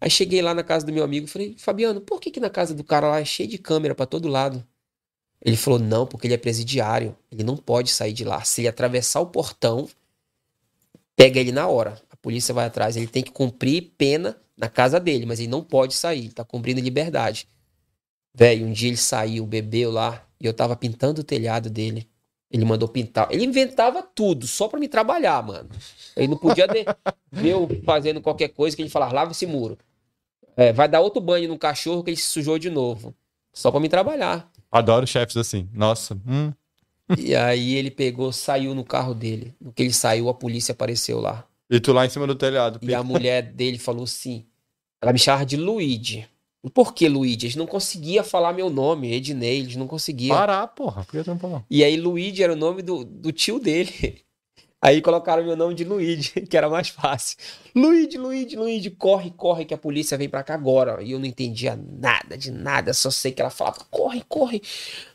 Aí cheguei lá na casa do meu amigo, falei, Fabiano, por que que na casa do cara lá é cheio de câmera pra todo lado? Ele falou, não, porque ele é presidiário, ele não pode sair de lá. Se ele atravessar o portão, pega ele na hora. A polícia vai atrás. Ele tem que cumprir pena na casa dele, mas ele não pode sair. Ele tá cumprindo liberdade. Velho, um dia ele saiu, bebeu lá, e eu tava pintando o telhado dele. Ele mandou pintar. Ele inventava tudo, só pra me trabalhar, mano. Ele não podia de- ver eu fazendo qualquer coisa que ele falava, lava esse muro. É, vai dar outro banho no cachorro que ele se sujou de novo. Só pra me trabalhar.
Adoro chefes assim. Nossa. hum.
E aí ele pegou, saiu no carro dele. No que ele saiu, a polícia apareceu lá.
E tu lá em cima do telhado.
E a mulher dele falou assim: ela me chamava de Luigi. E Por que Luigi? Eles não conseguiam falar meu nome, Ednei, eles não conseguiam.
Parar, porra. Por que tu não falou?
E aí Luigi era o nome do, do tio dele. Aí colocaram meu nome de Luigi, que era mais fácil. Luigi, Luigi, Luigi, corre, corre, que a polícia vem pra cá agora. E eu não entendia nada de nada, só sei que ela falava, corre, corre,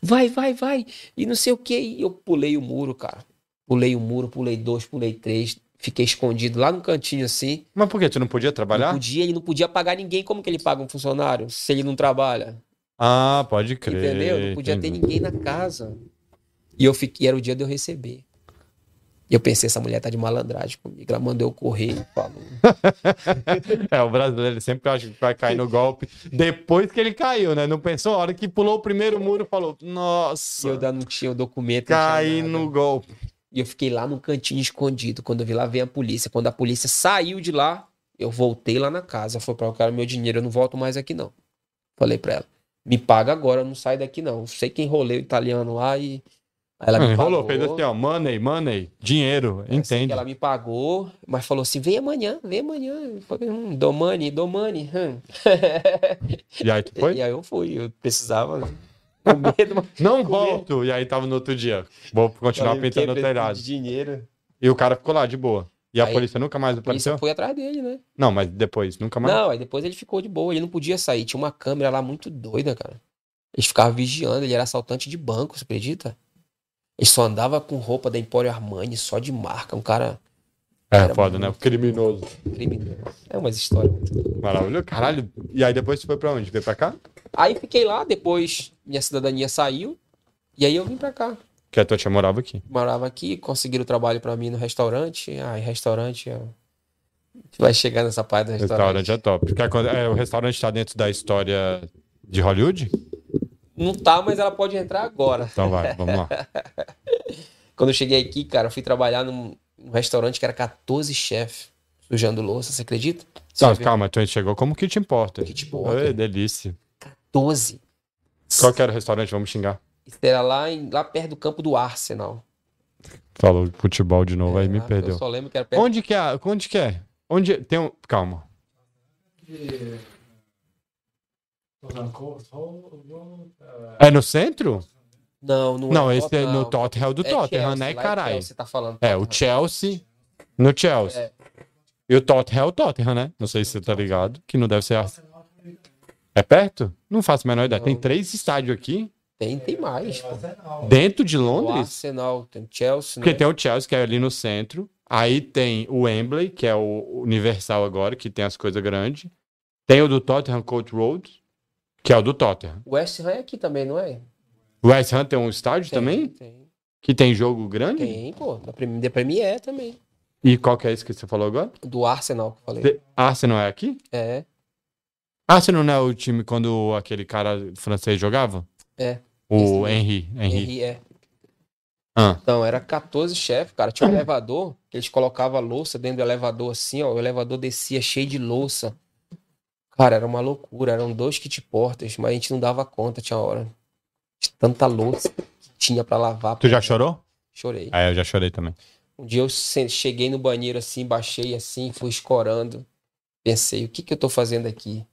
vai, vai, vai. E não sei o que. E eu pulei o muro, cara. Pulei o muro, pulei dois, pulei três. Fiquei escondido lá no cantinho assim.
Mas por que? Tu não podia
Não
trabalhar?
podia, ele não podia pagar ninguém. Como que ele paga um funcionário se ele não trabalha?
Ah, pode crer.
Entendeu? Não podia ter
entendi.
ninguém na casa. E eu fiquei, era o dia de eu receber. E eu pensei, essa mulher tá de malandragem comigo. Ela mandou eu correr e falou.
É, o brasileiro ele sempre acha que vai cair no golpe depois que ele caiu, né? Não pensou? A hora que pulou o primeiro muro, falou:
E eu
Nossa,
ainda não tinha o documento. não tinha
caí
nada.
no golpe.
E eu fiquei lá no cantinho escondido. Quando eu vi lá, veio a polícia. Quando a polícia saiu de lá, eu voltei lá na casa. Falei pra ela, cara, meu dinheiro, eu não volto mais aqui não. Falei pra ela, me paga agora, eu não saio daqui não. Eu sei que enrolei o italiano lá e... Aí ela me
Enrolou,
pagou.
fez assim: ó, money, money, dinheiro,
Eu sei que
entende?
Ela me pagou, mas falou assim: vem amanhã, vem amanhã. Eu falei, hum, Domani, Domani. hum.
E aí tu foi?
E aí eu fui, eu precisava. né? Com medo,
Não
Com
volto. E aí tava no outro dia. Vou continuar pintando o telhado.
dinheiro.
E o cara ficou lá, de boa. E a
Aí-
polícia nunca mais apareceu?
Isso foi atrás dele, né?
Não, mas depois, nunca mais.
Não, aí depois ele ficou de boa, ele não podia sair. Tinha uma câmera lá muito doida, cara. Eles ficavam vigiando, ele era assaltante de banco, você acredita? Ele só andava com roupa da Empório Armani, só de marca, um cara
é
Era
foda, né?
muito-
Criminoso.
criminoso. É umas histórias muito doidas.
Maravilhoso. Caralho. E aí depois você foi pra onde? Veio pra cá?
Aí fiquei lá, depois minha cidadania saiu, e aí eu vim pra cá.
Que é a tua tia morava aqui.
Morava aqui, conseguiram trabalho pra mim no restaurante. Ai, restaurante, ó. vai chegar nessa parte do
Restaurante é top. Porque quando- é, o restaurante tá dentro da história de Hollywood?
Não tá, mas ela pode entrar agora.
Então vai, vamos lá.
Quando eu cheguei aqui, cara, eu fui trabalhar num, num restaurante que era 14 chefes sujando louça, você acredita? Você
Não,
vê?
Tá, calma, tu chegou como que te importa.
Que tipo, te importa.
Ei, delícia.
12.
Qual que era o restaurante? Vamos xingar.
Isso era lá, em- lá perto do campo do Arsenal.
Falou de futebol de novo, aí me
Ah, Eu
perdeu.
só lembro que era perto.
Onde que é? Onde que é? Onde tem um... Calma. É no centro?
Não, não,
Não,
é
esse é no
Tottenham.
Tottenham, é o do
É
Tottenham,
Chelsea,
né,
lá é
caralho?
Chelsea, Você tá falando.
É, o Chelsea no Chelsea.
É.
E o Tottenham é o Tottenham, né? Não sei se você tá ligado, que não deve ser... a- É perto? Não faço a menor ideia. Tem
Não.
três estádios aqui,
Tem, tem mais.
É,
Pô.
dentro de
O
Londres.
Arsenal, tem o Chelsea,
Porque
né?
tem o Chelsea, que é ali no centro. Aí tem o Wembley, que é o Universal agora, que tem as coisas grandes. Tem o do Tottenham Court Road, que é o do Tottenham.
O West Ham é aqui também, não é?
O West Ham tem um estádio
Tem,
também,
Tem,
que tem jogo grande.
tem pô. Da Prem- da Premier também.
E qual que é esse que você falou agora?
Do Arsenal, que eu falei.
De... Arsenal é aqui?
É.
Arsenal não é o time quando aquele cara francês jogava?
É. Esse
O
mesmo.
Henry. Henry.
Henry é.
Ah.
Então, era 14 chefes, cara. Tinha um elevador, que eles colocavam a louça dentro do elevador assim, ó. O elevador descia cheio de louça. Cara, era uma loucura. Eram dois kit portas, mas a gente não dava conta, tinha hora. De tanta louça que tinha pra lavar.
Tu já chorou?
Chorei.
Ah, eu já chorei também.
Um dia eu se- cheguei no banheiro assim, baixei assim, fui escorando. Pensei, o que que eu tô fazendo aqui?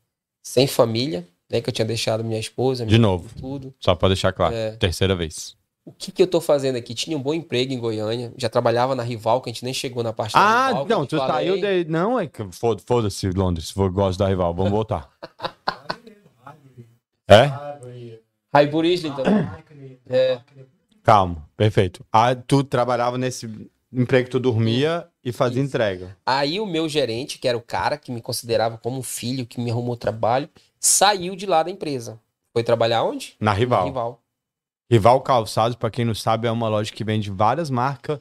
Sem família, né? Que eu tinha deixado minha esposa,
De
minha
novo,
tudo.
só pra deixar claro.
É.
Terceira vez.
O que que eu tô fazendo aqui? Tinha um bom emprego em Goiânia, já trabalhava na Rival, que a gente nem chegou na parte da
Ah,
Rival. que eu
não,
te
tu
falei.
saiu daí. Não, é que foda- foda-se, Londres. Vou, gosto da rival, vamos voltar. é?
Highbury, então. É,
Calma, perfeito. Ah, tu trabalhava nesse emprego que tu dormia e fazia entrega.
Aí o meu gerente, que era o cara que me considerava como um filho, que me arrumou trabalho, saiu de lá da empresa. Foi trabalhar onde?
Na
Na
rival. rival.
Rival.
Calçados, pra quem não sabe, é uma loja que vende várias marcas.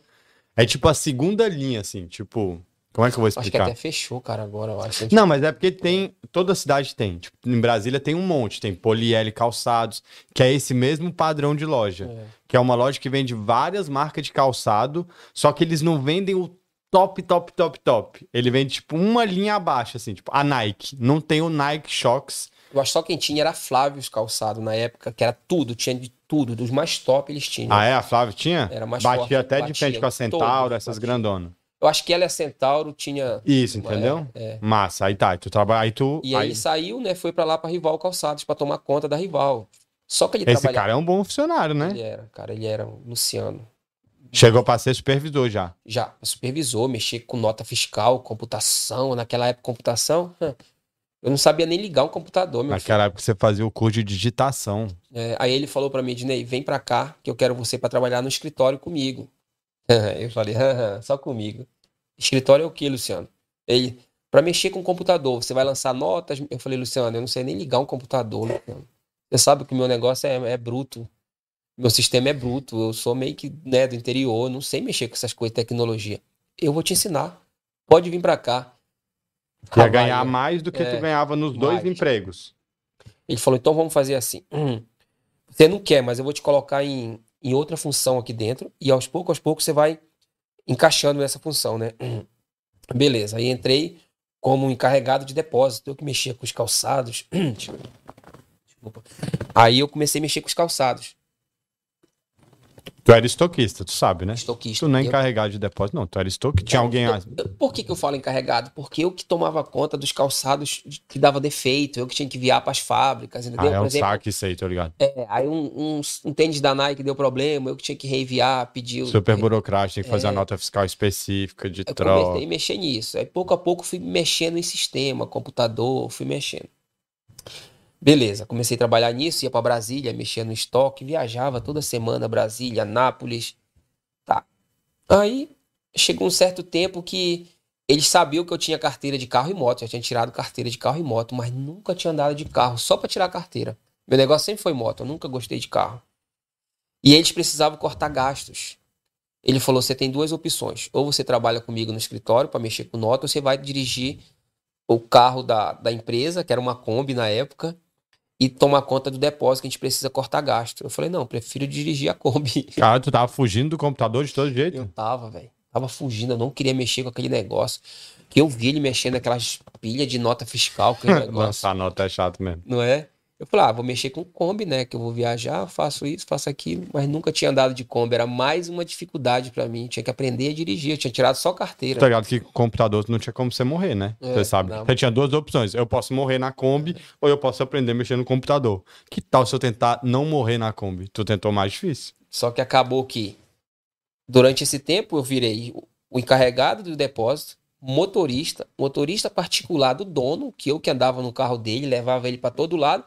É tipo a segunda linha, assim, tipo. Como é que eu vou
Acho que
explicar?
até fechou, cara, agora, eu acho.
Não, mas é porque tem. Toda cidade tem. Tipo, em Brasília tem um monte. Tem Poliele Calçados, que é esse mesmo padrão de loja.
É.
Que é uma loja que vende várias marcas de calçado, só que eles não vendem o top, top, top, top. Ele vende, tipo, uma linha abaixo, assim, tipo, a Nike. Não tem o Nike Shox.
Eu acho que só quem tinha era Flávio's calçado na época, que era tudo, tinha de tudo, dos mais top eles tinham.
Ah, é? A Flávia tinha?
Era mais
Batia
forte,
até de
batia
frente com a
em
Centauro,
todos,
essas
batia.
grandonas.
Eu acho que ela e a Centauro tinha.
Isso, entendeu? Massa. Aí tá, aí tu trabalha. Aí tu.
é. E aí, ele saiu, né? Foi pra lá pra Rival Calçados pra tomar conta da Rival. Só que ele
Esse
trabalhava.
cara é um bom funcionário, né?
Ele era, cara, ele era o Luciano.
Chegou pra ser supervisor já.
Já supervisou, mexia com nota fiscal, computação, naquela época computação. hã, Eu não sabia nem ligar um computador, meu
Naquela época você fazia o curso de digitação.
filho. É, aí ele falou pra mim, Dinei, vem pra cá que eu quero você pra trabalhar no escritório comigo. Eu falei, "Hã, hã, só comigo. Escritório é o que, Luciano? Ele, pra mexer com computador, você vai lançar notas? Eu falei, Luciano, eu não sei nem ligar um computador, Luciano. Você sabe que o meu negócio é, é bruto. Meu sistema é bruto. Eu sou meio que né, do interior, não sei mexer com essas coisas de tecnologia. Eu vou te ensinar. Pode vir pra cá.
Ia
Trabalha.
ganhar mais do que
É,
tu ganhava nos dois
mais.
empregos.
Ele falou, então vamos fazer assim. Você não quer, mas eu vou te colocar em, em outra função aqui dentro e aos poucos, aos poucos você vai encaixando nessa função, né? Beleza. Aí entrei como encarregado de depósito, eu que mexia com os calçados. hum, Desculpa. Aí eu comecei a mexer com os calçados.
Tu era estoquista, tu sabe, né?
estoquista.
Tu não é
eu-
encarregado de depósito, não. Tu era estoque. Tinha alguém. Ah, a-
Eu- eu- Por que, que eu falo encarregado? Porque eu que tomava conta dos calçados de- que dava defeito, eu que tinha que enviar para as fábricas,
Ah,
entendeu?
é
Por
um
exemplo,
saque isso aí, tô ligado.
é, aí um, um, um tênis da Nike deu problema, eu que tinha que reenviar, pediu.
Super burocrático, tem que fazer uma nota fiscal específica de
é. Eu
troca.
comecei a mexer nisso. Aí pouco a pouco fui mexendo em sistema, computador, fui mexendo. Beleza, comecei a trabalhar nisso, ia para Brasília, mexia no estoque, viajava toda semana Brasília, Nápoles. Tá. Aí chegou um certo tempo que eles sabiam que eu tinha carteira de carro e moto, já tinha tirado carteira de carro e moto, mas nunca tinha andado de carro, só para tirar a carteira. Meu negócio sempre foi moto, eu nunca gostei de carro. E eles precisavam cortar gastos. Ele falou: você tem duas opções. Ou você trabalha comigo no escritório para mexer com nota, ou você vai dirigir o carro da, da empresa, que era uma Kombi na época, e tomar conta do depósito que a gente precisa cortar gasto. Eu falei: não, prefiro dirigir a Kombi.
Cara, tu tava fugindo do computador de todo jeito.
Eu tava, velho. Tava fugindo, eu não queria mexer com aquele negócio. Que eu vi ele mexendo aquelas pilhas de nota fiscal, aquele negócio
Lançar nota é chato mesmo.
não é? Eu falei, ah, vou mexer com Kombi, né? Que eu vou viajar, faço isso, faço aquilo, mas nunca tinha andado de Kombi, era mais uma dificuldade pra mim. Tinha que aprender a dirigir, eu tinha tirado só
Tá
carteira.
ligado que com computador não tinha como você morrer, né?
É,
você sabe.
não.
Você tinha duas opções. Eu posso morrer na Kombi ou eu posso aprender a mexer no computador. Que tal se eu tentar não morrer na Kombi? Tu tentou mais difícil.
Só que acabou que durante esse tempo eu virei o- o encarregado do depósito, motorista, motorista particular do dono, que eu que andava no carro dele, levava ele pra todo lado.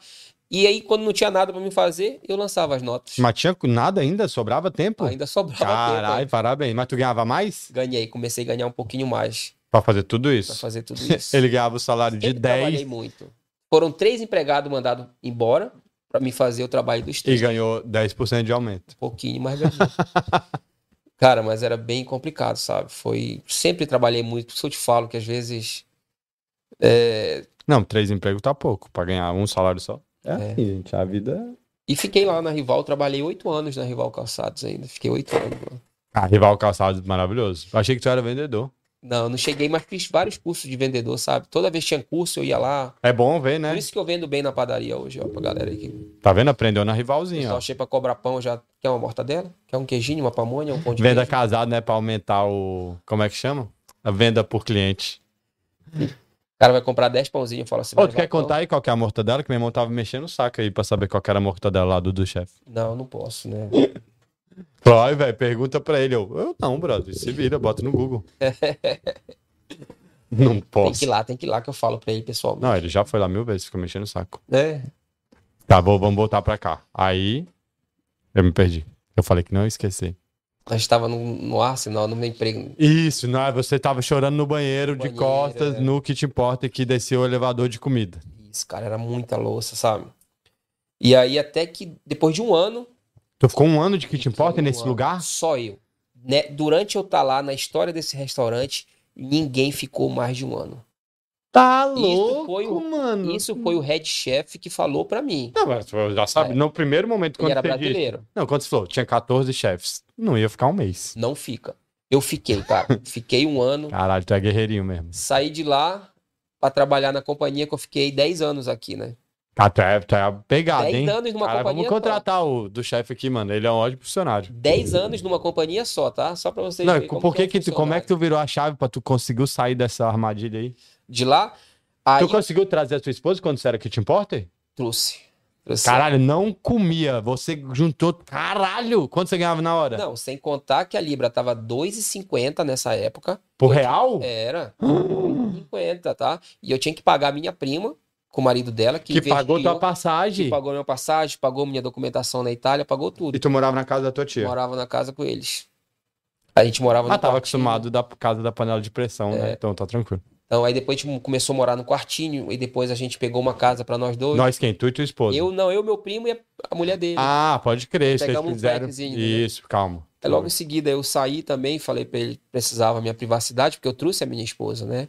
E aí quando não tinha nada pra me fazer, eu lançava as notas.
Mas tinha nada ainda? Sobrava tempo?
Ainda sobrava é. tempo.
Caralho,
ainda.
parabéns. Mas tu ganhava mais
Ganhei, comecei a ganhar um pouquinho mais
pra fazer tudo
pra
isso?
fazer tudo isso.
Ele ganhava o salário de
Sempre trabalhei
10
muito. Foram três empregados mandados embora para me fazer o trabalho dos
e
três.
ganhou 10% de aumento.
Um pouquinho, mas ganhei. Cara, mas era bem complicado, sabe? Foi. Sempre trabalhei muito. Por isso eu te falo que às vezes. é,
Não, três empregos tá pouco pra ganhar um salário só. É,
É.
assim, gente. A vida.
E fiquei lá na Rival, trabalhei oito anos na Rival Calçados ainda. Fiquei oito anos lá.
Ah, rival calçado maravilhoso. Eu achei que tu era vendedor.
Não, não cheguei, mas fiz vários cursos de vendedor, sabe? Toda vez que tinha curso, eu ia lá.
É bom ver,
Por
né?
isso que eu vendo bem na padaria hoje, ó, pra galera aqui.
Tá vendo? Aprendeu na
Eu
rivalzinha, ó.
só achei pra cobrar pão, já quer uma mortadela? Quer um queijinho, uma pamonha, um pão de
Venda
queijo?
casada, né? Pra aumentar o. Como é que chama? A venda por cliente.
O cara vai comprar 10 pãozinhos e fala assim:
Ô,
vai
tu quer
levar pão?
contar aí qual que é a mortadela? Que meu irmão tava mexendo o saco aí pra saber qual que era a mortadela lá do, do chefe.
Não, não posso, né?
Falou, ai, velho, pergunta pra ele. Eu, eu não, brother. Se vira, bota no Google. não
Tem que
posso.
ir lá, tem que ir lá que eu falo pra ele pessoalmente.
Não, ele já foi lá mil vezes, ficou mexendo o saco.
É.
Tá, vou, vamos voltar pra cá. Aí. Eu me perdi. Eu falei que não ia esquecer.
A gente tava no, no Arsenal, no meu emprego.
Isso, não, você tava chorando no banheiro, de
Banheiro,
costas,
é.
no que te importa, que desceu o elevador de comida.
Isso, cara, era muita louça, sabe? E aí, até que depois de um ano.
Tu ficou um ano de que te importa
um
nesse
ano,
lugar?
Só eu. Né? Durante eu estar lá, na história desse restaurante, ninguém ficou mais de um ano.
Tá
Isso foi o-
mano.
Isso foi o head chef que falou pra mim.
Não, mas tu já sabe,
É.
no primeiro momento
Ele
quando
era
você disse-
brasileiro.
Não, quando você falou, tinha 14 chefes. Não ia ficar um mês.
Não fica. Eu fiquei, cara. fiquei um ano.
Caralho, tu é guerreirinho mesmo.
Saí de lá pra trabalhar na companhia que eu fiquei 10 anos aqui, né?
Tá, tu é, tu é pegado,
10
hein?
anos numa
Caralho,
companhia
vamos
só.
contratar o do chefe aqui, mano. Ele é um ótimo funcionário.
10 anos numa companhia só, tá? Só pra vocês
Não,
verem como
por que
é um
que tu, como é que
funcionário.
tu virou a chave pra tu conseguiu sair dessa armadilha aí?
De lá, aí
Tu conseguiu trazer a tua esposa quando você era que te importa?
trouxe. Trouxe.
Caralho, não comia. Você juntou. Caralho! Quanto você ganhava na hora?
Não, sem contar que a Libra tava 2,50 nessa época.
Por
Eu- é,
real?
Era 2,50, tá? E eu tinha que pagar a minha prima com o marido dela, que,
que pagou
investiu,
tua passagem.
que pagou minha passagem, pagou minha documentação na Itália, pagou tudo.
E tu morava na casa da tua tia.
Morava na casa com eles. A gente morava
Ah,
no
tava
quartinho.
acostumado da casa da panela de pressão,
É.
né? Então tá tranquilo.
Então aí depois a gente começou a morar no quartinho e depois a gente pegou uma casa pra nós dois.
Nós quem? Tu e tua esposa.
Eu não, eu, meu primo e a- a mulher dele.
Ah, pode crer. Vocês
Pegamos um
fizeram.
flatzinho, né?
Isso, calma.
Aí logo em seguida eu saí também, falei pra ele que precisava minha privacidade, porque eu trouxe a minha esposa, né?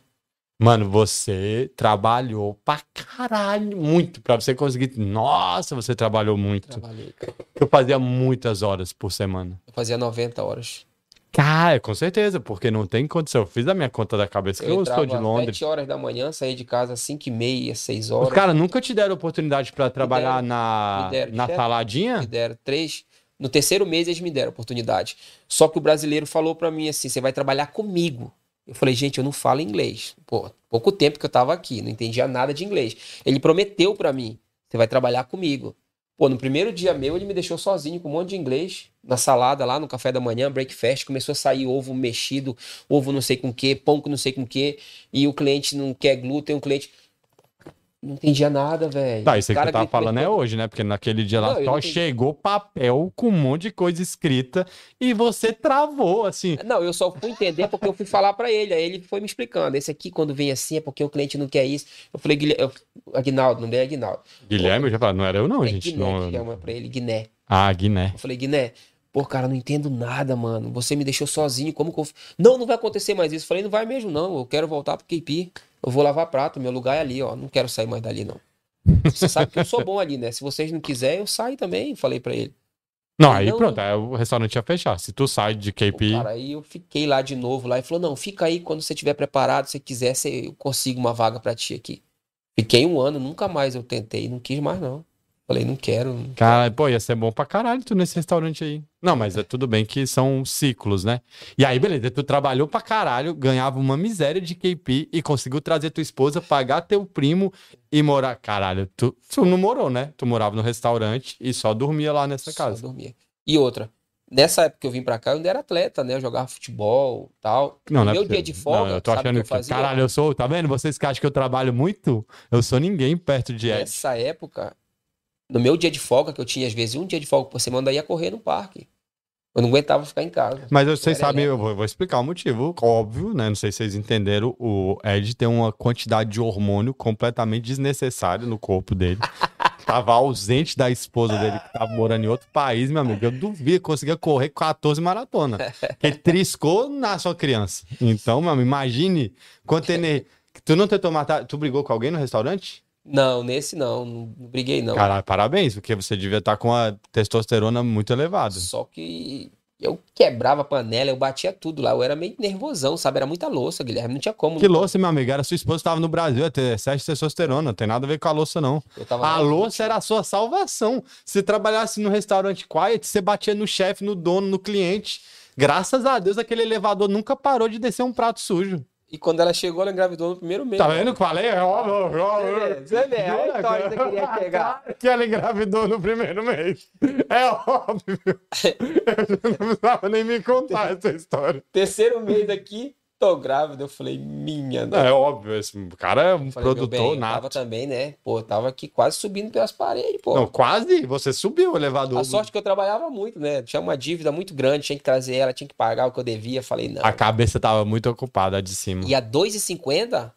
Mano, você trabalhou pra caralho muito pra você conseguir. Nossa, você trabalhou muito.
Trabalhei, cara.
Eu fazia muitas horas por semana.
Eu fazia 90 horas.
Cara, com certeza, porque não tem condição. Eu fiz a minha conta da cabeça que eu,
entrava
sou um de
às
Londres.
7 horas da manhã, saía de casa às 5 e meia, 6
Os
horas.
caras nunca te deram oportunidade pra trabalhar
deram,
na,
me deram,
na
chefe.
saladinha?
Me deram 3. No terceiro mês eles me deram a oportunidade. Só que o brasileiro falou para mim assim: você vai trabalhar comigo. Eu falei, gente, eu não falo inglês. Pô, pouco tempo que eu tava aqui, não entendia nada de inglês. Ele prometeu para mim: você vai trabalhar comigo. Pô, no primeiro dia meu, ele me deixou sozinho com um monte de inglês na salada lá, no café da manhã, breakfast. Começou a sair ovo mexido, ovo não sei com o que, pão com não sei com o que. E o cliente não quer glúten, o cliente. Não entendia nada, velho.
Tá, isso aí
Os
que
cara
eu tava
gritou-
falando é hoje, né? Porque naquele dia lá
Não, eu
só
não entendi.
chegou papel com um monte de coisa escrita e você travou, assim.
Não, eu só fui entender porque eu fui falar pra ele. Aí ele foi me explicando. Esse aqui, quando vem assim, é porque o cliente não quer isso. Eu falei, Guilher... eu- Aguinaldo, não é Aguinaldo.
Guilherme, eu já falei, não era eu não,
é
gente.
Guiné
Não...
que chama pra ele, Guiné.
Ah, Guiné.
Eu falei, Guiné, pô, cara, eu não entendo nada, mano. Você me deixou sozinho, como que eu... Não, não vai acontecer mais isso. Eu falei, não vai mesmo, não. Eu quero voltar pro Keipi. Eu vou lavar prato, meu lugar é ali, ó. Não quero sair mais dali, não. Você sabe que eu sou bom ali, né? Se vocês não quiserem, eu saio também, falei pra ele.
Não, aí
Não.
pronto, aí o restaurante ia fechar. Se tu sai de
Pô,
KP,
Cara, aí eu fiquei lá de novo lá e falou: não, fica aí quando você estiver preparado, se quiser, você- eu consigo uma vaga pra ti aqui. Fiquei um ano, nunca mais eu tentei, não quis mais, não. Falei, não quero. não-
Cara, pô, ia ser bom pra caralho tu nesse restaurante aí. Não, mas é tudo bem que são ciclos, né? E aí, beleza, tu trabalhou pra caralho, ganhava uma miséria de KP e conseguiu trazer tua esposa, pagar teu primo e morar. Caralho, tu, tu não morou, né? Tu morava no restaurante e só dormia lá nessa
Só
casa.
dormia. E outra, nessa época que eu vim pra cá, eu ainda era atleta, né? Eu jogava futebol tal.
Não, não é
meu
possível.
dia de folga,
Não, eu tô
sabe o
achando
que eu fazia?
Caralho, eu sou. Tá vendo? Vocês que acham que eu trabalho muito? Eu sou ninguém perto de Ed.
Nessa época, no meu dia de folga, que eu tinha às vezes um dia de folga por semana, eu ia correr no parque. Eu não aguentava ficar em casa.
Mas vocês
Era
sabem, eu vou, vou explicar o motivo, óbvio, né? Não sei se vocês entenderam. O Ed tem uma quantidade de hormônio completamente desnecessária no corpo dele. Tava ausente da esposa dele, que tava morando em outro país, meu amigo. Eu duvido que conseguia correr 14 maratona. Porque triscou na sua criança. Então, meu amigo, imagine quanto energia. Tu não tentou matar. Tu brigou com alguém no restaurante?
Não, nesse não, não briguei não.
Caralho, parabéns, porque você devia estar com a testosterona muito elevada.
Uhum. Só que eu quebrava a panela, eu batia tudo lá. Eu era meio nervosão, sabe? Era muita louça, Guilherme. Não tinha como.
Que louça, meu amigo. Era sua esposa que tava no Brasil, até excesso de testosterona. Não tem nada a ver com a louça, não.
Eu tava
A
na-
Ah, louça era a sua salvação. Se trabalhasse no restaurante quiet, você batia no chefe, no dono, no cliente. Graças a Deus, aquele elevador nunca parou de descer um prato sujo.
E quando ela chegou, ela engravidou no primeiro mês.
Tá vendo? Falei, é óbvio.
Você vê,
óbvio.
você vê, olha a história que eu queria pegar.
Claro Que ela engravidou no primeiro mês. É óbvio. Eu não precisava nem me contar essa história.
Terceiro mês aqui, tô grávida. Eu falei, minha,
Não,
né?
é óbvio. Esse cara é um
Falei, meu bem,
produtor
eu
nato.
tava também, né? Pô, eu tava aqui quase subindo pelas paredes, pô.
Não, quase. Você subiu o elevador.
A sorte é que eu trabalhava muito, né? Tinha uma dívida muito grande, tinha que trazer ela, tinha que pagar o que eu devia. Falei, não.
A cabeça tava muito ocupada a de cima.
é E a 2,50?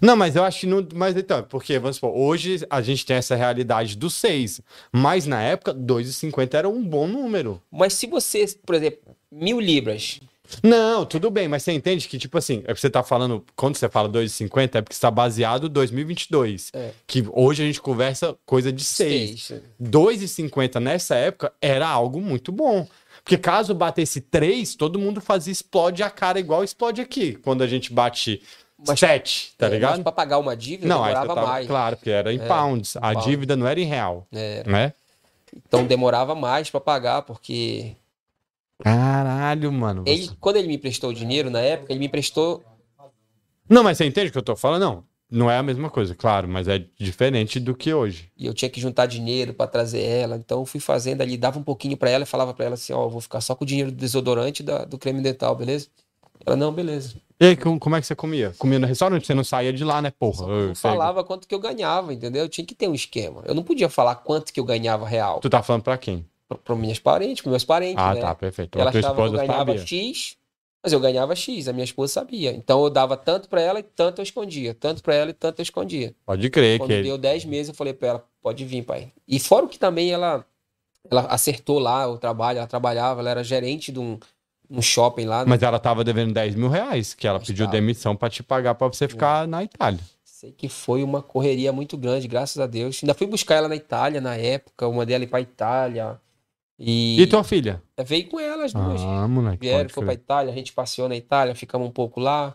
Não, mas eu acho que não. Mas então, porque, vamos supor, hoje a gente tem essa realidade do 6. Mas na época, 2,50 era um bom número.
Mas se você, por exemplo, mil libras,
Não, tudo bem, mas você entende que, tipo assim, é porque você tá falando. Quando você fala 2,50, é porque está baseado em 2022.
É.
Que hoje a gente conversa coisa de 6.
seis.
2,50 nessa época era algo muito bom. Porque caso batesse 3, todo mundo fazia explode a cara igual explode aqui. Quando a gente bate
Mas-
7, tá
É,
ligado?
Mas pra pagar uma dívida,
Não, aí você
demorava
tava,
mais.
claro, porque era em
É,
pounds.
em
A
pounds.
dívida não era em real,
É,
né?
então demorava mais pra pagar, porque
Caralho, mano. você-
ele, quando ele me emprestou o dinheiro na época, ele me emprestou.
Não, mas você entende o que eu tô falando? Não. Não é a mesma coisa, claro, mas é diferente do que hoje.
E eu tinha que juntar dinheiro pra trazer ela. Então eu fui fazendo ali, dava um pouquinho pra ela e falava pra ela assim: Ó, eu vou ficar só com o dinheiro do desodorante e da, do creme dental, beleza? Ela, não, beleza.
E aí, com- como é que você comia? Comia no restaurante, você não saía de lá, né, porra?
Só que
Eu
eu
pego.
falava quanto que eu ganhava, entendeu? Eu tinha que ter um esquema. Eu não podia falar quanto que eu ganhava real
Tu tá falando pra quem?
pra, pra minhas parentes, pros meus parentes,
Ah,
né?
tá, perfeito.
ela
a tua
achava que eu
esposa
ganhava
sabia.
X, mas eu ganhava X, a minha esposa sabia. Então eu dava tanto pra ela e tanto eu escondia, tanto pra ela e tanto eu escondia.
Pode crer
Quando
que ele...
deu 10 meses, eu falei pra ela, pode vir, pai. E fora o que também ela, ela acertou lá o trabalho, ela trabalhava, ela era gerente de um, um shopping lá,
Mas ela tava devendo 10 mil reais, que ela
Mas
pediu
tá.
demissão pra te pagar pra você ficar na Itália.
Sei que foi uma correria muito grande, graças a Deus. Ainda fui buscar ela na Itália na época, eu mandei ela ir pra Itália. E,
E, tua filha?
veio com elas duas.
Ah, moleque.
Vieram,
Pode
foi pra
crer.
Itália, a gente passeou na Itália, ficamos um pouco lá.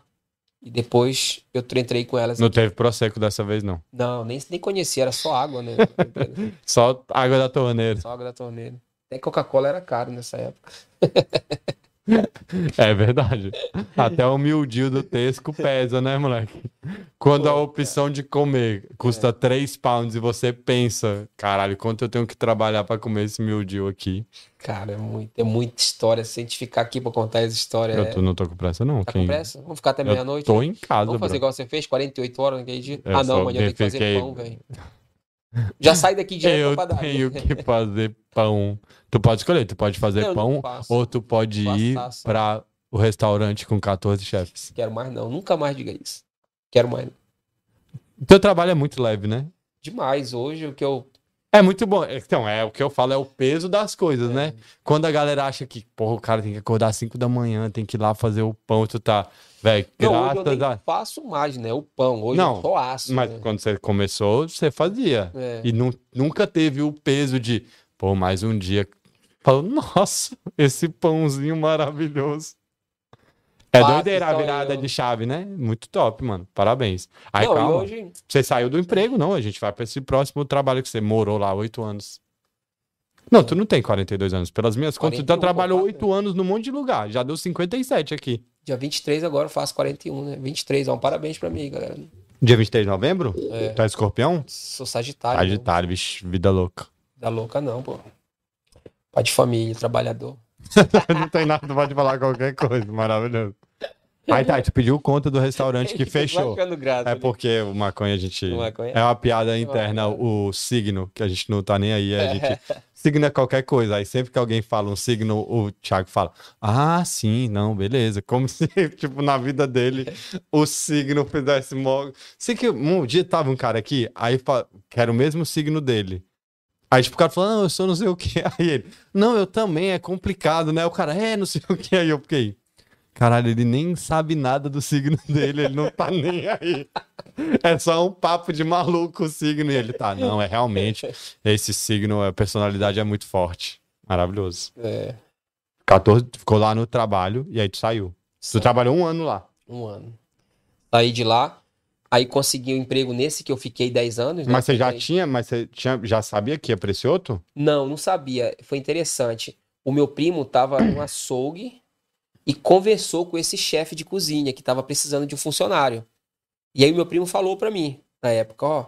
E depois eu tre- entrei com elas.
Não teve prosecco dessa vez, não.
Não, nem, nem conhecia, era só água, né?
Só água da torneira.
só água da torneira. Até Coca-Cola era caro nessa época.
É verdade. Até o miudinho do Tesco pesa, né, moleque? Quando a opção de comer custa
É.
3 pounds e você pensa, caralho, quanto eu tenho que trabalhar pra comer esse miudinho aqui?
Cara, é, muito, é muita história. Se a gente ficar aqui pra contar as histórias.
Eu tô- não tô com pressa, não.
É. Tá
Quem-
com pressa? Vamos ficar até
Eu
meia-noite?
Tô em casa,
Vamos fazer
bro.
igual você fez, 48 horas naquele dia?
Eu
ah, não,
só
amanhã eu tenho que fazer
fiquei-
pão, velho. Já sai daqui direto
Eu
pra padaria.
tenho que fazer pão. Tu pode escolher, tu pode fazer
Eu não
pão
faço.
ou tu pode
Faço,
ir
faço.
pra o restaurante com 14 chefes.
Quero mais não, nunca mais diga isso. Quero mais não.
Teu trabalho é muito leve, né?
Demais, hoje o que eu...
É muito bom. Então, é o que eu falo, é o peso das coisas, né? Quando a galera acha que, porra, o cara tem que acordar às 5 da manhã, tem que ir lá fazer o pão, tu tá, velho,
Não, hoje eu
graças
nem
a...
faço mais, né? O pão, hoje
Não,
eu só aço.
Mas
né?
quando você começou, você fazia.
É.
E nu- nunca teve o peso de, pô, mais um dia. Falou, nossa, esse pãozinho maravilhoso. É
Fácil,
doideira a
só
virada
eu.
de chave, né? Muito top, mano. Parabéns. Aí,
não,
calma.
e hoje...
Você saiu do emprego, não. A gente vai pra esse próximo trabalho que você morou lá oito anos. Não, tu não tem 42 anos. Pelas minhas contas, tu já
41,
trabalhou
contato,
oito anos num monte de lugar. Já deu 57 aqui.
Dia 23 agora eu faço 41, né? 23, ó, um parabéns pra mim, galera.
Dia 23 de novembro?
É.
Tu é escorpião? Tá
Sou sagitário. né?
Agitário, bicho. Vida louca.
Da louca não, pô. Pai de família, trabalhador.
não tem nada, tu pode falar qualquer coisa. Maravilhoso. Aí tá, tu pediu conta do restaurante que
Vai
fechou.
ficando graça,
É
né?
porque o maconha a gente.
O maconha-
É uma piada interna, o signo, que a gente não tá nem aí. A gente... Signo é qualquer coisa. Aí sempre que alguém fala um signo, o Thiago fala: Ah, sim, não, beleza. Como se, tipo, na vida dele, o signo fizesse mó. Sei que um dia tava um cara aqui, aí fa- que era o mesmo signo dele. Aí, tipo, o cara falou, não, eu sou não sei o quê. Aí ele, não, eu também, é complicado, né? O cara, é, não sei o quê. Aí eu fiquei, caralho, ele nem sabe nada do signo dele, ele não tá nem aí. É só um papo de maluco o signo. E ele tá, não, é realmente. Esse signo, a personalidade é muito forte. Maravilhoso.
É,
14, tu ficou lá no trabalho e aí tu saiu. Tu
só
trabalhou um ano lá.
um ano. Saí de lá, aí consegui um emprego nesse que eu fiquei 10 anos. né?
Mas você já
Fiquei-
tinha, mas você tinha, já sabia que ia pra esse outro?
Não, não sabia. Foi interessante. O meu primo estava no açougue e conversou com esse chefe de cozinha que estava precisando de um funcionário. E aí o meu primo falou para mim, na época, ó,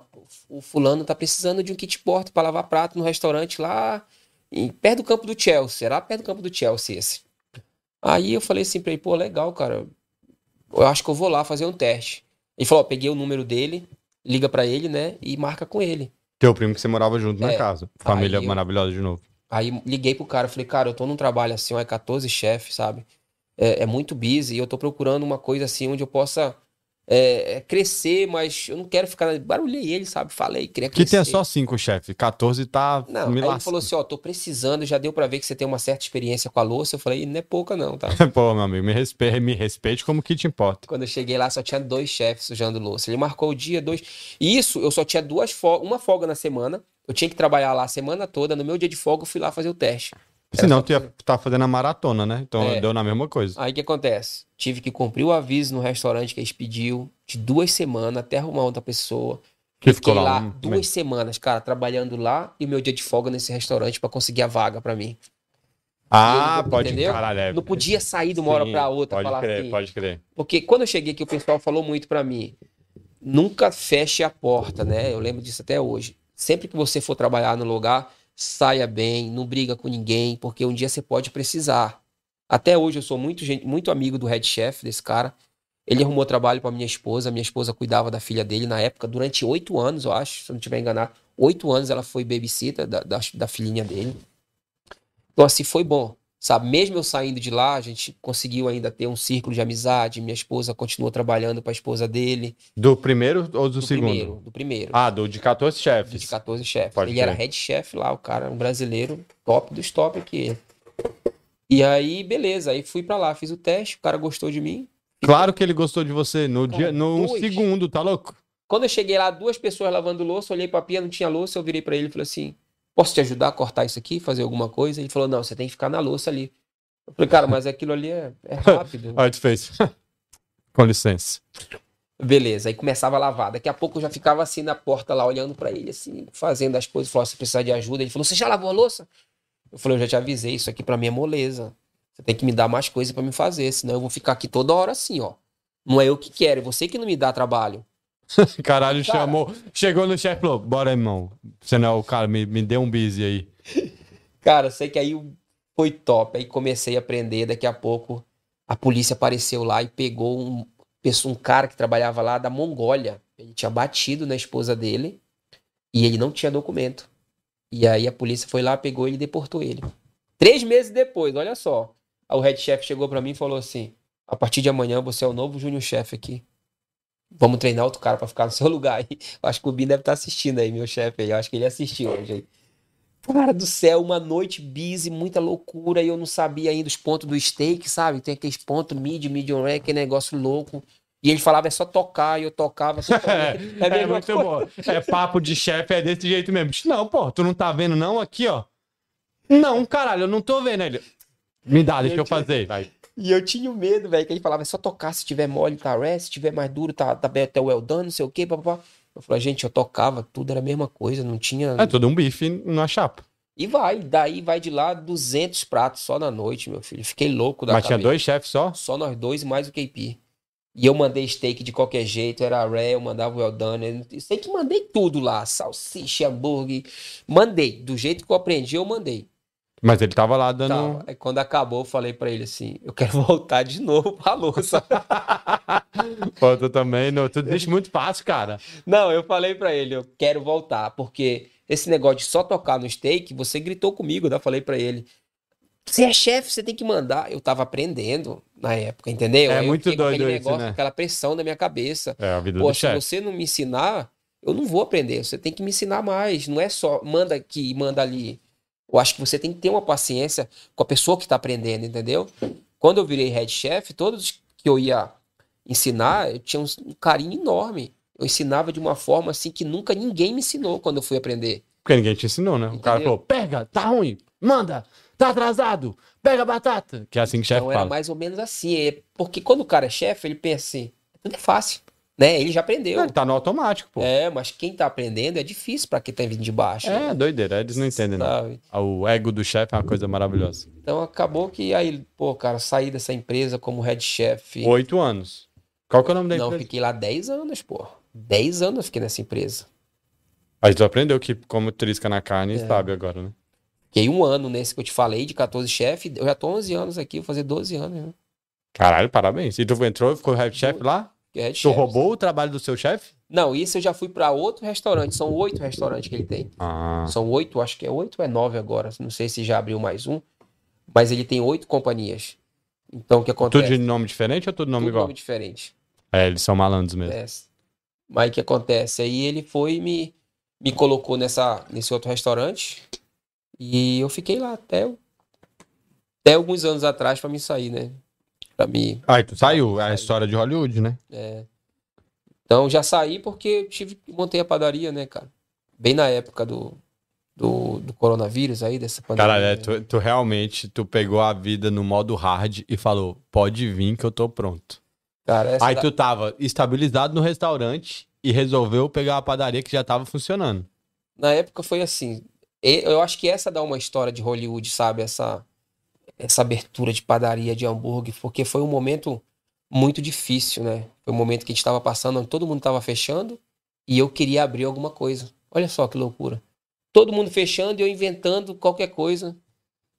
o fulano tá precisando de um kit porta para lavar prato no restaurante lá em, perto do campo do Chelsea. Era perto do campo do Chelsea esse. Aí eu falei assim pra ele, pô, legal, cara. Eu acho que eu vou lá fazer um teste. Ele falou, ó, peguei o número dele, liga para ele, né, e marca com ele.
Teu primo que você morava junto na
É.
casa. Família
Aí eu-
maravilhosa de novo.
Aí liguei pro cara, falei, cara, eu tô num trabalho assim, ó, é 14 chefes, sabe? É, é muito busy, e eu tô procurando uma coisa assim onde eu possa é, é, crescer, mas eu não quero ficar. Barulhei ele, sabe? Falei, queria
Que tem
crescer.
só cinco, chefe. 14 tá
Não,
me
aí ele
lascando.
falou assim, ó, tô precisando, já deu pra ver que você tem uma certa experiência com a louça. Eu falei, não é pouca não, tá?
Pô, meu amigo, me respeite, me respeite como que te importa.
Quando eu cheguei lá, só tinha dois chefes sujando louça. Ele marcou o dia, dois. E isso, eu só tinha duas folgas, uma folga na semana. Eu tinha que trabalhar lá a semana toda. No meu dia de folga, eu fui lá fazer o teste.
Senão tu ia tá fazendo a maratona, né? Então
É.
deu na mesma coisa.
Aí o que acontece? Tive que cumprir o aviso no restaurante que eles pediu, de duas semanas, até arrumar outra pessoa.
Que
Fiquei
ficou lá
lá
um
duas
mês.
semanas, cara, trabalhando lá e o meu dia de folga nesse restaurante pra conseguir a vaga pra mim.
Ah,
Ele-
pode,
entendeu?
caralho. é-
Não podia sair de uma hora
Sim,
pra outra,
Pode
falar
crer,
assim.
pode crer.
Porque quando eu cheguei aqui, o pessoal falou muito pra mim: nunca feche a porta, né? Eu lembro disso até hoje. Sempre que você for trabalhar no lugar, saia bem, não briga com ninguém, porque um dia você pode precisar. Até hoje eu sou muito, gen- muito amigo do head chef desse cara. Ele arrumou trabalho pra minha esposa, minha esposa cuidava da filha dele na época, durante oito anos, eu acho, se eu não estiver enganado. Oito anos ela foi babysitter da, da, da filhinha dele. Então, assim, foi bom. Sabe, mesmo eu saindo de lá, a gente conseguiu ainda ter um círculo de amizade. Minha esposa continuou trabalhando para a esposa dele.
Do primeiro ou do,
Do,
segundo?
primeiro, do primeiro.
Ah, do de 14
do de
chefes.
14 chefes.
Pode
Ele era
crer.
head chef lá, o cara, um brasileiro top dos top aqui. E aí, beleza, aí fui para lá, fiz o teste, o cara gostou de mim.
Claro que ele gostou de você no dia, no
dois.
segundo, tá louco?
Quando eu cheguei lá, duas pessoas lavando louça, olhei pra pia, não tinha louça, eu virei pra ele e falei assim: posso te ajudar a cortar isso aqui, fazer alguma coisa? Ele falou: não, você tem que ficar na louça ali. Eu falei, cara, mas aquilo ali é, é rápido.
Aí tu fez. Com licença.
Beleza, aí começava a lavar. Daqui a pouco eu já ficava assim na porta lá, olhando pra ele, assim, fazendo as coisas. Falou, "Ó, se precisar de ajuda. Ele falou, você já lavou a louça? Eu falei, eu já te avisei, isso aqui pra mim é moleza. Você tem que me dar mais coisa pra me fazer, senão eu vou ficar aqui toda hora assim, ó. Não é eu que quero, é você que não me dá trabalho.
Caralho,
Cara.
chamou. Chegou no chefe e falou: Bora, irmão. Você não é o cara, me, me dê um busy aí.
Cara, eu sei que aí foi top. Aí comecei a aprender. Daqui a pouco a polícia apareceu lá e pegou um, pessoa- um cara que trabalhava lá da Mongólia. Ele tinha batido na esposa dele e ele não tinha documento. E aí a polícia foi lá, pegou ele e deportou ele. Três meses depois, olha só. Aí o head chef chegou pra mim e falou assim: a partir de amanhã você é o novo júnior chefe aqui. Vamos treinar outro cara pra ficar no seu lugar aí. Eu acho que o Bin deve estar assistindo aí, meu chefe aí. Eu acho que ele assistiu hoje aí. Cara do céu, uma noite busy, muita loucura, e eu não sabia ainda os pontos do steak, sabe? Tem aqueles pontos mid, medium rare, aquele negócio louco. E ele falava, é só tocar, e eu tocava. Assim, é, a
É,
mesma
muito
coisa.
bom. É papo de chefe, é desse jeito mesmo. Não, pô, tu não tá vendo, não? Aqui, ó. Não, caralho, eu não tô vendo ele. Me dá, deixa eu fazer. Vai.
E eu tinha o medo, velho, que ele falava, é só tocar, se tiver mole, tá rare, se tiver mais duro, tá, tá bem até well done, não sei o quê, papapá. Eu falei, gente, eu tocava, tudo era a mesma coisa, não tinha...
É todo um bife na chapa.
E vai, daí vai de lá 200 pratos só na noite, meu filho. Fiquei louco da
Mas tinha
cabeça.
dois chefes só?
Só nós dois e mais o KP. E eu mandei steak de qualquer jeito, era rare, eu mandava well done. Eu sei que mandei tudo lá, salsicha, hambúrguer. Mandei, do jeito que eu aprendi, eu mandei.
Mas ele tava lá dando. um
Tava. Aí quando acabou, eu falei pra ele assim, eu quero voltar de novo pra louça.
Pô, tu também, não. Tu deixa muito fácil, cara.
Não, eu falei pra ele, eu quero voltar, porque esse negócio de só tocar no steak, você gritou comigo, né? Eu falei pra ele, você é chefe, você tem que mandar. Eu tava aprendendo na época, entendeu?
É
Aí eu
muito
fiquei com aquele
doido isso,
negócio,
né?
aquela pressão na minha cabeça.
É a vida
Pô,
do
se
chefe.
você não me ensinar, eu não vou aprender. Você tem que me ensinar mais. Não é só manda aqui, manda ali. Eu acho que você tem que ter uma paciência com a pessoa que está aprendendo, entendeu? Quando eu virei head chef, todos que eu ia ensinar, eu tinha uns- um carinho enorme. Eu ensinava de uma forma assim que nunca ninguém me ensinou quando eu fui aprender.
Porque ninguém te ensinou, né? O cara
Entendeu?
falou: pega, tá ruim, manda, tá atrasado, pega a batata. Que é assim que o chefe
Então era
fala.
mais ou menos assim. É Porque quando o cara é chefe, ele pensa assim, tudo é fácil, né? Ele já aprendeu.
Não, ele tá no automático, pô. É,
É, mas quem tá aprendendo é difícil para quem tá vindo de baixo. né?
É doideira, eles não entendem, não.
Sabe?
O ego do chefe é uma coisa maravilhosa.
Então acabou que aí, pô, cara, saí dessa empresa como head chef.
Oito anos. Qual que é o nome da
Não,
empresa?
fiquei lá 10 anos, pô. 10 anos eu fiquei nessa empresa.
Mas tu aprendeu que como trisca na
É.
carne, sabe agora, né?
Fiquei um ano nesse que eu te falei, de 14 chefe. Eu já tô 11 anos aqui, vou fazer 12 anos, né?
Caralho, parabéns. E tu entrou, ficou head chef lá?
Que é Head
Tu
chef.
roubou o trabalho do seu chefe?
Não, isso eu já fui pra outro restaurante. São oito restaurantes que ele tem.
Ah.
São oito, acho que é oito ou é nove agora. Não sei se já abriu mais um. Mas ele tem oito companhias. Então o que
Tudo
acontece?
de nome diferente ou tudo nome
Tudo
igual?
nome diferente.
É, eles são malandros mesmo.
acontece. Mas o que acontece? Aí ele foi e me, me colocou nessa, nesse outro restaurante. E eu fiquei lá até, o- até alguns anos atrás pra me sair, né? Pra mim.
Aí tu saiu, é a história de Hollywood, né?
Então já saí porque eu tive, montei a padaria, né, cara? Bem na época do, do, do coronavírus aí, dessa pandemia.
Caralho, é,
né?
tu, tu realmente, tu pegou a vida no modo hard e falou, pode vir que eu tô pronto.
Cara, essa
Aí
da-
tu tava estabilizado no restaurante e resolveu pegar a padaria que já tava funcionando.
na época foi assim. e- Eu acho que essa dá uma história de Hollywood, sabe? Essa, essa abertura de padaria de hambúrguer, porque foi um momento muito difícil, né? Foi um momento que a gente estava passando, onde todo mundo estava fechando e eu queria abrir alguma coisa. Olha só que loucura. Todo mundo fechando e eu inventando qualquer coisa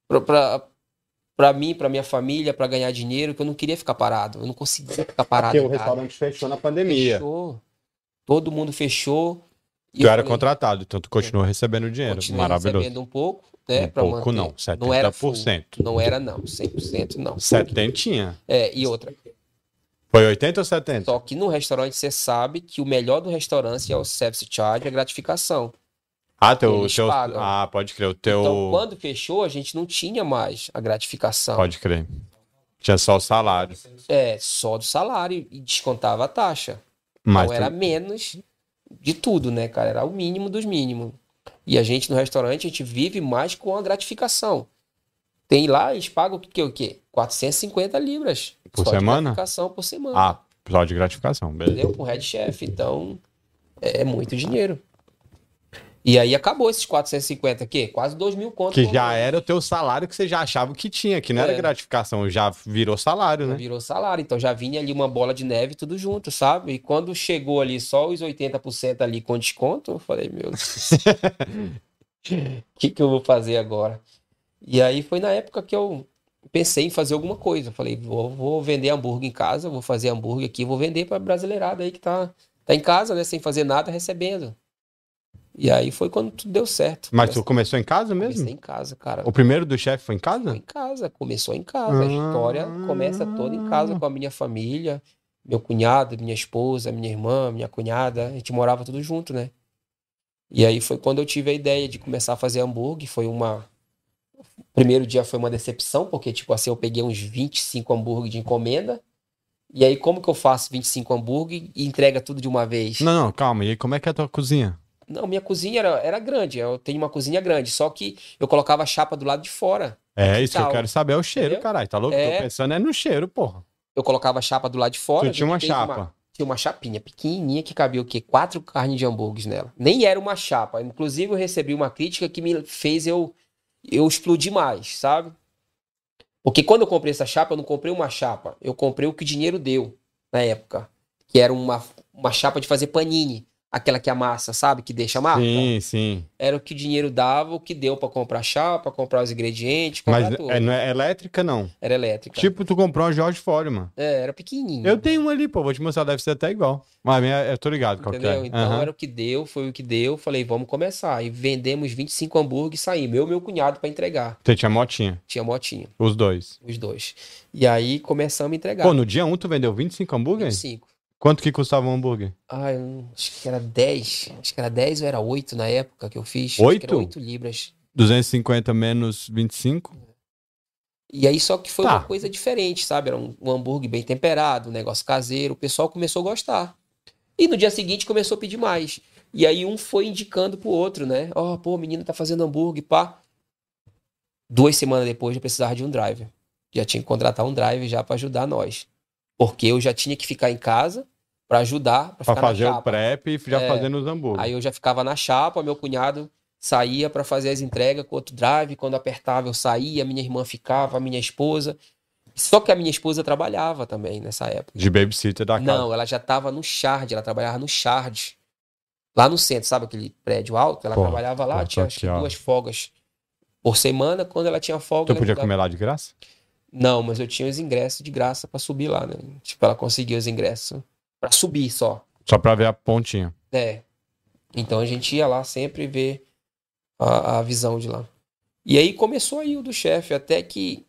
pra- pra pra mim, pra minha família, pra ganhar dinheiro, que eu não queria ficar parado. Eu não conseguia ficar
é
parado.
um
em casa.
fechou na
Fechou. Todo mundo fechou. E
Tu
eu
era
falei,
contratado, então tu continuou recebendo dinheiro.
Continuei
Maravilhoso.
recebendo um pouco, né?
um
pra
pouco
manter.
não, 70%.
Não era full. Não era não, 100% não.
70.
É, e outra,
Foi 80 ou 70?
só que no restaurante você sabe que o melhor do restaurante é o service charge, a gratificação.
Ah, teu,
Eles
teu
pagam.
Ah, pode crer, o teu
Então, quando fechou, a gente não tinha mais a gratificação.
Pode crer. Tinha só o salário,
É, só do salário e descontava a taxa.
mas
Então era menos de tudo, né, cara? Era o mínimo dos mínimos. E a gente no restaurante, a gente vive mais com a gratificação. Tem lá, eles pagam o que o quê? 450 libras.
Por
só de
semana?
gratificação por semana.
Ah, só de gratificação, beleza.
entendeu? Pro head chef. Então, é muito dinheiro. é E aí acabou esses 450 aqui, quase 2 mil contos.
Que já é era o teu salário que você já achava que tinha, que não era
É.
gratificação, já virou salário, né?
Virou salário, então já vinha ali uma bola de neve tudo junto, sabe? E quando chegou ali só os 80% ali com desconto, eu falei, meu Deus, o que, que eu vou fazer agora? E aí foi na época que eu pensei em fazer alguma coisa. Eu Falei, vou, vou vender hambúrguer em casa, vou fazer hambúrguer aqui, vou vender pra brasileirada aí que tá, tá em casa, né? Sem fazer nada, recebendo. E aí foi quando tudo deu certo.
Mas tu começou em casa
Comecei
mesmo?
em casa, cara.
O primeiro do chefe foi em
Foi
casa?
em casa, começou em casa. A história começa toda em casa com a minha família, meu cunhado, minha esposa, minha irmã, minha cunhada. A gente morava tudo junto, né? E aí foi quando eu tive a ideia de começar a fazer hambúrguer. Foi uma. O primeiro dia foi uma decepção, porque, tipo assim, eu peguei uns 25 hambúrguer de encomenda. E aí, como que eu faço 25 hambúrguer e entrega tudo de uma vez?
Não, não, calma. E aí, como é que é a tua cozinha?
Não, minha cozinha era, era grande. Eu tenho uma cozinha grande, só que eu colocava a chapa do lado de fora.
É, isso que eu
Tal.
quero saber é o cheiro,
Entendeu?
caralho. Tá louco?
É.
Tô pensando é no cheiro, porra.
eu colocava a chapa do lado de fora.
tu tinha
a gente
uma
fez
chapa.
tinha uma chapinha pequenininha que cabia o quê? Quatro carnes de hambúrgueres nela. Nem era uma chapa. Inclusive, eu recebi uma crítica que me fez eu, eu explodir mais, sabe? Porque quando eu comprei essa chapa, eu não comprei uma chapa. Eu comprei o que o dinheiro deu na época. Que era uma, uma chapa de fazer panini. Aquela que amassa, sabe? Que deixa a marca.
Sim, sim.
Era o que o dinheiro dava, o que deu pra comprar a chapa, comprar os ingredientes, comprar
Mas
Então tá tudo. Tá.
é, não é elétrica, não.
Era elétrica.
Tipo, tu comprou uma George Foreman.
É, era pequenininha.
Eu tenho uma ali, pô. Vou te mostrar, deve ser até igual. Mas a minha, eu tô ligado qual que
Entendeu?
é.
Então
Aham.
era o que deu, foi o que deu. Falei, vamos começar. E vendemos 25 hambúrgueres e saímos. Eu e meu cunhado para entregar.
Tu tinha motinha,
Tinha motinho,
os dois.
os dois. E aí começamos a entregar.
Pô, no dia 1 um, tu vendeu 25 hambúrguer?
25.
Quanto que custava um hambúrguer?
Ah, eu não- acho que era 10. Acho que era 10 ou era 8 na época que eu fiz. Acho que
Oito?
era 8 libras.
250 menos 25?
E aí só que foi
Tá.
uma coisa diferente, sabe? Era um, um hambúrguer bem temperado, um negócio caseiro. O pessoal começou a gostar. E no dia seguinte começou a pedir mais. E aí um foi indicando pro outro, né? Ó, pô, o menino tá fazendo hambúrguer, pá. Duas semanas depois eu precisava de um driver. Já tinha que contratar um driver já pra ajudar nós. Porque eu já tinha que ficar em casa pra ajudar,
Pra
pra ficar na
fazer o
chapa.
prep e já
É.
fazendo os hambúrgueres.
Aí eu já ficava na chapa, meu cunhado saía para fazer as entregas com outro drive, quando apertava eu saía, minha irmã ficava, a minha esposa. Só que a minha esposa trabalhava também nessa época.
De babysitter da casa.
Não, ela já estava no Shard, ela trabalhava no Shard. Lá no centro, sabe aquele prédio alto? Ela
Pô,
trabalhava lá,
pô, tô
tinha acho que
aqui, ó.
duas folgas por semana. Quando ela tinha folga.
tu
ela
podia
ajudava-
comer lá de graça?
Não, mas eu tinha os ingressos de graça para subir lá, né? Tipo, ela conseguia os ingressos para subir só.
Só pra ver a pontinha.
É. Então a gente ia lá sempre ver a, a visão de lá. E aí começou aí o do chefe, até que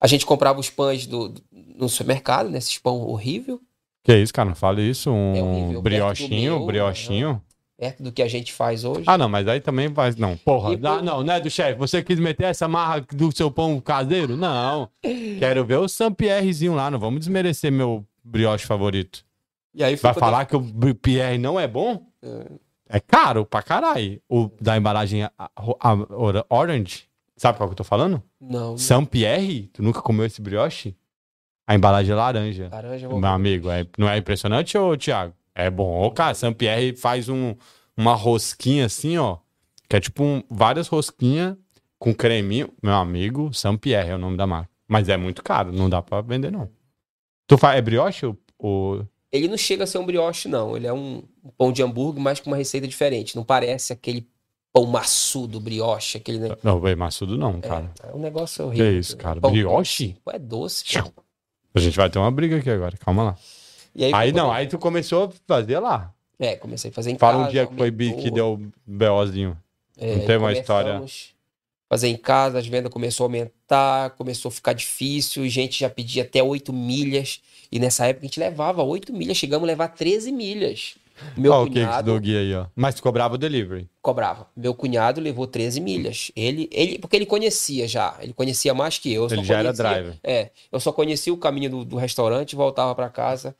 a gente comprava os pães do, do- no supermercado, né? Esses pão horrível,
Que isso, cara, não fala isso. Um
É horrível, perto do
briochinho,
meu,
briochinho.
perto do que a gente faz hoje.
Ah, não, mas aí também vai. Não, porra.
E
Ah,
por-
não, né, do chefe? Você quis meter essa marra do seu pão caseiro? Não. Quero ver o Sampierrezinho lá. Não vamos desmerecer meu brioche favorito.
E aí foi
Vai
quando eu-
falar que o bri- Pierre não é bom? É caro pra caralho. O da embalagem a- a- a- Orange. Sabe qual que eu tô falando?
Não, não.
São Pierre? Tu nunca comeu esse brioche? A embalagem é laranja.
Laranja, vou...
Meu amigo, é- não é impressionante, ô Thiago? É bom. Ô, cara, São Pierre faz um, uma rosquinha assim, ó. Que é tipo um- várias rosquinhas com creminho. Meu amigo, São Pierre é o nome da marca. Mas é muito caro, não dá pra vender, não. Tu faz. É brioche? O, o...
Ele não chega a ser um brioche, não. Ele é um um pão de hambúrguer, mas com uma receita diferente. Não parece aquele pão maçudo, brioche, aquele... ne-
Não, bem maçudo não,
É,
cara.
é um negócio horrível.
isso, cara?
Pão
Brioche?
doce. Pô, É doce. pô.
A gente vai ter uma briga aqui agora, calma lá.
E aí,
Aí
foi
não,
quando-
aí tu começou a fazer lá.
É, comecei a fazer em
Fala
casa.
um dia que foi bi
aumentou.
que deu BOzinho.
É,
Não tem uma
começamos
história.
a Fazer em casa, as vendas começou a aumentar, começou a ficar difícil, gente já pedia até 8 milhas. E nessa época a gente levava 8 milhas, chegamos a levar 13 milhas. Meu
Olha Ah, o Cakes
cunhado
do Gui aí, ó. Mas tu cobrava o delivery.
cobrava. Meu cunhado levou 13 milhas. Ele, ele, porque ele conhecia já, ele conhecia mais que eu. eu só
Ele já era
conhecia-
driver.
É, eu só conhecia o caminho do, do restaurante e voltava para casa.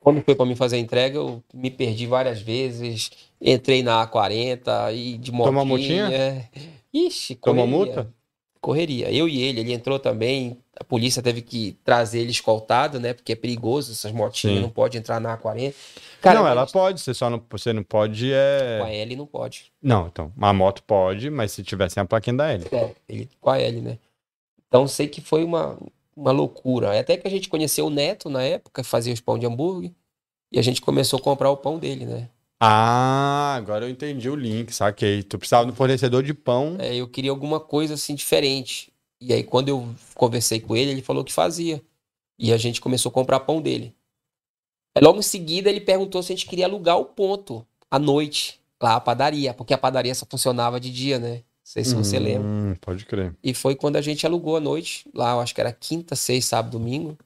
Quando foi para me fazer a entrega, eu me perdi várias vezes. Entrei na A40 e de
Tomou
motinha.
multinha?
Ixi,
Tomou
correria.
multa?
correria. Eu e ele, ele entrou também, a polícia teve que trazer ele escoltado, né? Porque é perigoso essas motinhas,
Sim.
não pode entrar na A40. Cara,
não, ela
mas
pode, você só não, você não pode é...
Com a L não pode.
Não, então, a moto pode, mas se tivesse a plaquinha da L.
É, ele com a L, né? Então sei que foi uma, uma loucura. Até que a gente conheceu o Neto na época, fazia os pão de hambúrguer, e a gente começou a comprar o pão dele, né?
Ah, agora eu entendi o link, saquei. Tu precisava do fornecedor de pão.
É, eu queria alguma coisa assim diferente. E aí, quando eu conversei com ele, ele falou que fazia. E a gente começou a comprar pão dele. Aí, logo em seguida, ele perguntou se a gente queria alugar o ponto à noite, lá a padaria, porque a padaria só funcionava de dia, né? Não sei se você
Hum,
lembra.
Pode crer.
E foi quando a gente alugou à noite, lá eu acho que era quinta, sexta, sábado, domingo.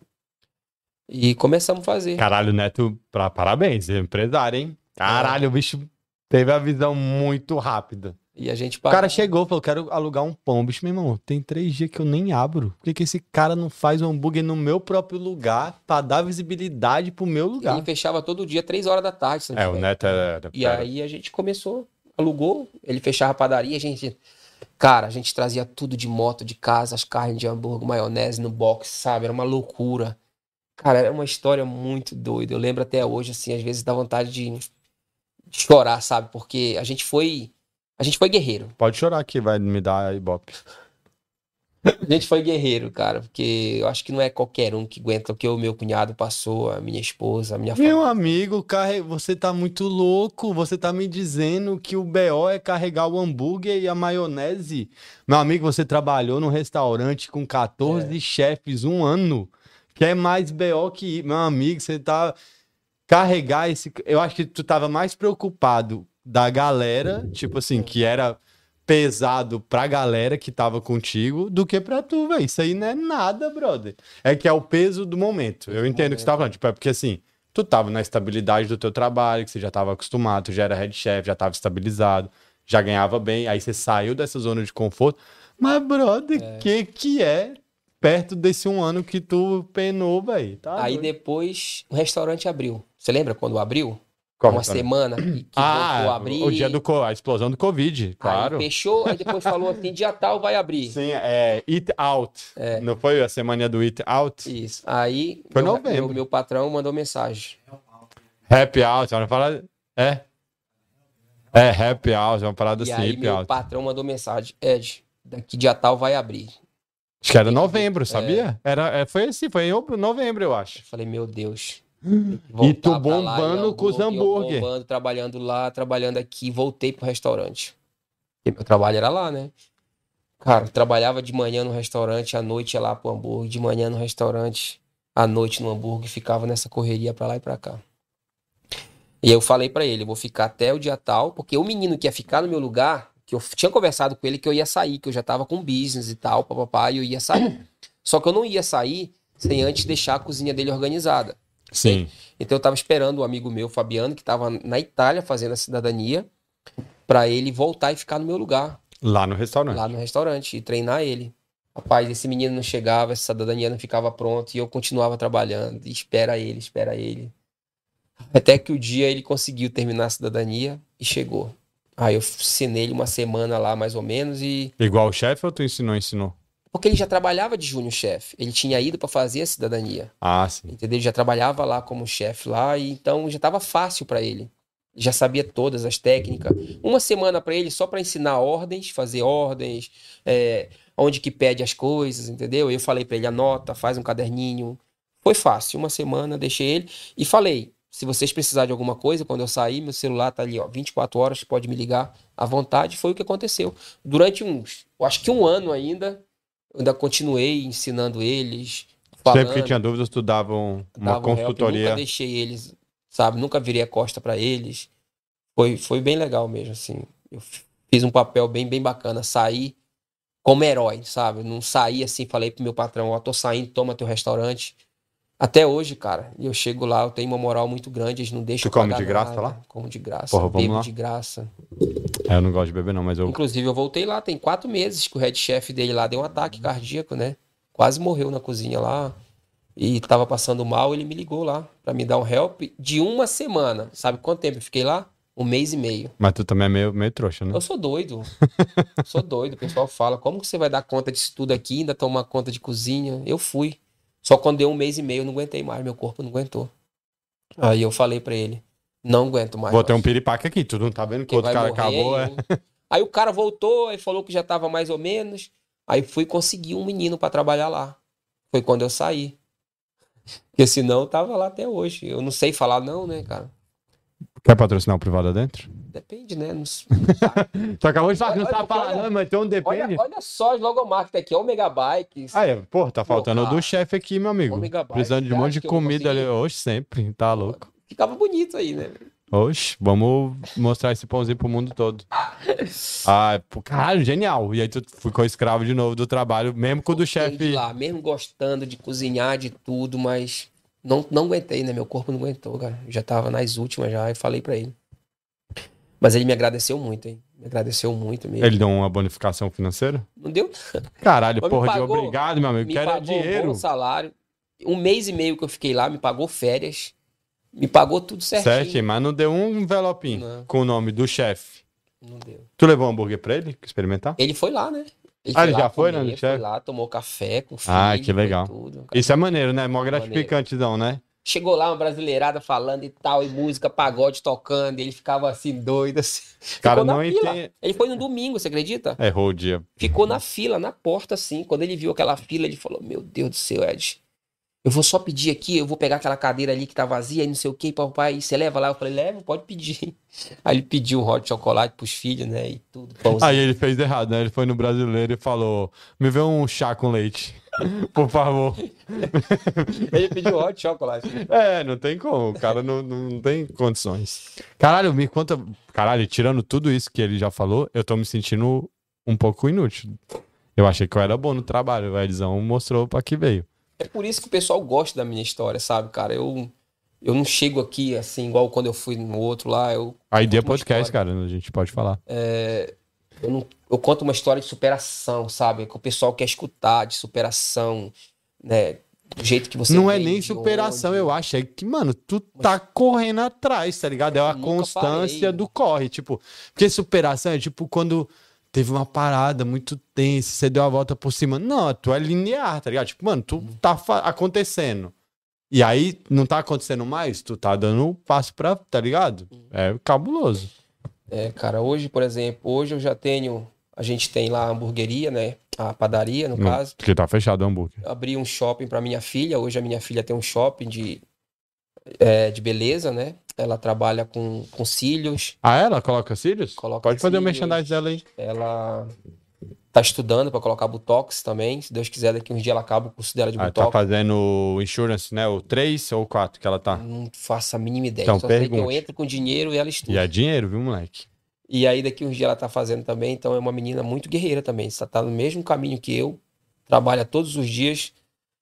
E começamos a fazer.
Caralho, Neto, pra, parabéns, é empresário, hein? Caralho, o bicho teve a visão muito rápida.
E a gente
O
pagou.
cara chegou e falou, quero alugar um pão. Bicho, meu irmão, tem três dias que eu nem abro. Por que, que esse cara não faz um hambúrguer no meu próprio lugar pra dar visibilidade pro meu lugar?
Ele fechava todo dia, três horas da tarde. se não
É, o
tiver.
Neto era...
E aí a gente começou, alugou, ele fechava a padaria, a gente. Cara, a gente trazia tudo de moto, de casa, as carnes de hambúrguer, maionese no box, sabe? Era uma loucura. Cara, era uma história muito doida. Eu lembro até hoje, assim, às vezes dá vontade de de chorar, sabe? Porque a gente foi. A gente foi guerreiro.
Pode chorar que vai me dar ibope.
A gente foi guerreiro, cara, porque eu acho que não é qualquer um que aguenta o que o meu cunhado passou, a minha esposa, a minha
Meu
família.
amigo, carre- você tá muito louco. Você tá me dizendo que o BO é carregar o hambúrguer e a maionese. Meu amigo, você trabalhou num restaurante com 14 chefes um ano. Quer mais BO que. Meu amigo, você tá. Carregar esse. Eu acho que tu tava mais preocupado da galera, tipo assim, que era pesado pra galera que tava contigo do que pra tu, velho. Isso aí não é nada, brother. É que é o peso do momento. Eu entendo o que você tá falando. Tipo, é porque assim, tu tava na estabilidade do teu trabalho, que você já tava acostumado, tu já era head chef, já tava estabilizado, já ganhava bem, aí você saiu dessa zona de conforto. Mas, brother, o que que é perto desse um ano que tu penou, velho? Tá
Aí
doido.
depois o restaurante abriu. Você lembra quando abriu?
Qual
Uma
restaurante?
semana que, que voltou a
é Ah,
abrir.
o dia do co- a explosão do Covid, claro.
Aí fechou, aí depois falou assim, dia tal vai abrir.
Sim, é Eat Out.
É.
Não foi a semana do Eat Out?
Isso. Aí
Foi
meu,
novembro.
meu, meu patrão mandou mensagem.
Happy Out, ela fala. É. É, Happy Out, é uma parada
e
assim,
aí
Happy
meu
Out.
patrão mandou mensagem, Ed, daqui dia tal vai abrir.
Acho que era novembro, sabia? Era, é, foi assim, foi em ob- novembro, eu acho.
Eu falei, meu Deus.
E tu bombando com os hambúrguer.
hambúrguer. Bombando, trabalhando lá, trabalhando aqui, voltei pro restaurante. Porque meu trabalho era lá, né? Cara, eu trabalhava de manhã no restaurante, à noite ia lá pro hambúrguer, de manhã no restaurante, à noite no hambúrguer, ficava nessa correria pra lá e pra cá. E eu falei pra ele, eu vou ficar até o dia tal, porque o menino que ia ficar no meu lugar, que eu tinha conversado com ele que eu ia sair, que eu já tava com business e tal, papapá, e eu ia sair. Só que eu não ia sair sem antes deixar a cozinha dele organizada.
Sim.
Então eu tava esperando o amigo meu, Fabiano, que tava na Itália fazendo a cidadania, pra ele voltar e ficar no meu lugar,
Lá no restaurante.
lá no restaurante, e treinar ele. Rapaz, esse menino não chegava, essa cidadania não ficava pronta, e eu continuava trabalhando, e espera ele, espera ele. Até que o dia ele conseguiu terminar a cidadania e chegou. Aí eu ensinei ele uma semana lá, mais ou menos, e
Igual o chefe ou tu ensinou, ensinou?
porque ele já trabalhava de júnior chefe, ele tinha ido pra fazer a cidadania.
Ah, sim.
Entendeu? Ele já trabalhava lá como chefe lá, e então já estava fácil para ele. Já sabia todas as técnicas. Uma semana para ele só para ensinar ordens, fazer ordens, é, onde que pede as coisas, entendeu? Eu falei para ele, anota, faz um caderninho. Foi fácil, uma semana, deixei ele e falei, se vocês precisarem de alguma coisa, quando eu sair, meu celular tá ali, ó, 24 horas, pode me ligar à vontade. Foi o que aconteceu. Durante uns, eu acho que um ano ainda, eu ainda continuei ensinando eles,
Sempre que
falando
tinha dúvidas, tu dava um- uma
dava um help,
consultoria.
nunca deixei eles, sabe? Nunca virei a costa pra eles. Foi, foi bem legal mesmo, assim. Eu f- fiz um papel bem, bem bacana. Saí como herói, sabe? Não saí assim, falei pro meu patrão, ó, tô saindo, toma teu restaurante. Até hoje, cara, eu chego lá, eu tenho uma moral muito grande, eles não deixam
Tu come
pagar
de graça
nada.
lá?
Como de graça,
Porra, vamos
bebo
lá.
de graça.
É, eu não gosto de beber, não, mas eu.
Inclusive, eu voltei lá, tem quatro meses que o head chef dele lá deu um ataque cardíaco, né? Quase morreu na cozinha lá. E tava passando mal, ele me ligou lá pra me dar um help de uma semana. Sabe quanto tempo eu fiquei lá? um mês e meio.
Mas tu também é meio, meio trouxa, né?
Eu sou doido. sou doido. O pessoal fala: como que você vai dar conta disso tudo aqui, ainda tomar conta de cozinha? Eu fui. Só quando deu um mês e meio, eu não aguentei mais, meu corpo não aguentou. Aí eu falei pra ele: não aguento mais.
Botei um
Jorge.
piripaque aqui, tu não tá vendo que o
Quem
outro
vai
cara
morrer
acabou, é?
eu. Aí o cara voltou e falou que já tava mais ou menos. Aí fui conseguir um menino pra trabalhar lá. Foi quando eu saí. Porque senão eu tava lá até hoje. Eu não sei falar não, né, cara?
Quer patrocinar o privado adentro?
Depende, né? Não s-
Tu acabou de falar que
Olha,
não tava
porque
falando,
olha-
não, mas então
Olha,
depende.
olha só as logomarcas Tá aqui. Omega Bikes.
Ah, é, porra, tá faltando o
cara.
do chefe aqui, meu amigo.
Ômega Bike,
Precisando de um
você
monte de
acha que eu vou
comida ali.
conseguir?
Oxe, sempre, tá louco.
Ficava bonito aí, né?
Oxe, vamos mostrar esse pãozinho pro mundo todo. Ah, pô, caralho, genial. E aí tu ficou escravo de novo do trabalho, mesmo com o do
Fiquei
chefe.
lá, mesmo gostando de cozinhar, de tudo, mas não, não aguentei, né? Meu corpo não aguentou, cara. Eu já tava nas últimas já e falei pra ele. Mas ele me agradeceu muito, hein? Me agradeceu muito mesmo.
Ele deu uma bonificação financeira?
Não deu?
Caralho,
Mas me
porra, de
pagou-
obrigado, meu amigo.
me
Quero é
pagou um
dinheiro.
bom salário. Um mês e meio que eu fiquei lá, me pagou férias. Me pagou tudo certinho.
Certo, mas não deu um envelopinho
Não.
com o nome do chefe.
Não deu.
Tu levou um hambúrguer pra ele experimentar?
Ele foi lá, né?
Ah,
foi
ele
lá
já foi, né, no
comer, Foi
chefe?
lá, tomou café com o filho.
Ah, que
foi
legal.
tudo, cara.
Isso é maneiro, né? Mó gratificantezão, né?
Chegou lá uma brasileirada falando e tal, e música, pagode tocando, e ele ficava assim, doido, assim.
Cara,
Ficou na
não
fila.
entende.
Ele foi no domingo, você acredita?
Errou o dia.
Ficou na fila, na porta, assim. Quando ele viu aquela fila, ele falou: Meu Deus do céu, Ed. Eu vou só pedir aqui, eu vou pegar aquela cadeira ali que tá vazia e não sei o que, papai. E você leva lá? Eu falei, leva, pode pedir. Aí ele pediu um hot de chocolate pros filhos, né? E tudo. pãozinho.
Aí ele fez errado, né? Ele foi no brasileiro e falou: Me vê um chá com leite, por favor.
Ele pediu hot de chocolate.
É, não tem como. O cara não, não não tem condições. Caralho, me conta. Caralho, tirando tudo isso que ele já falou, eu tô me sentindo um pouco inútil. Eu achei que eu era bom no trabalho. O Edzão mostrou pra que veio.
É por isso que o pessoal gosta da minha história, sabe, cara? Eu, eu não chego aqui assim, igual quando eu fui no outro lá. Eu
A ideia é
Ótima
podcast,
história.
cara, a gente pode falar.
Eu, não- eu conto uma história de superação, sabe? Que o pessoal quer escutar, de superação, né? Do jeito que você
não é
veio,
nem
de
superação,
onde.
eu acho. É que, mano, tu tá correndo atrás, tá ligado? É a
nunca
constância
parei.
do corre. Tipo, porque superação é tipo quando teve uma parada muito tensa, você deu a volta por cima. Não, tu é linear, tá ligado? Tipo, mano, tu
Uhum.
tá fa- acontecendo. E aí, não tá acontecendo mais, tu tá dando um passo pra, tá ligado?
Uhum.
É cabuloso.
É, cara, hoje, por exemplo, hoje eu já tenho. A gente tem lá a hamburgueria, né? A padaria, no
Não,
caso.
Porque tá fechado o hambúrguer.
Eu abri um shopping para minha filha. Hoje a minha filha tem um shopping de, é, de beleza, né? Ela trabalha com, com cílios.
Ah, ela coloca cílios?
Coloca Tipo,
Pode fazer o
cílios.
merchandising dela aí.
Ela tá estudando para colocar Botox também. Se Deus quiser, daqui uns dias ela acaba o curso dela de
Ah, tá
Botox.
fazendo insurance, né? O 3 ou o 4 que ela tá.
Não faço a mínima ideia.
Então,
Só sei que
pergunte.
eu entro com dinheiro e ela
E
estuda.
é dinheiro, viu, moleque?
E aí daqui uns dias ela tá fazendo também. Então é uma menina muito guerreira também. Está tá no mesmo caminho que eu. Trabalha todos os dias.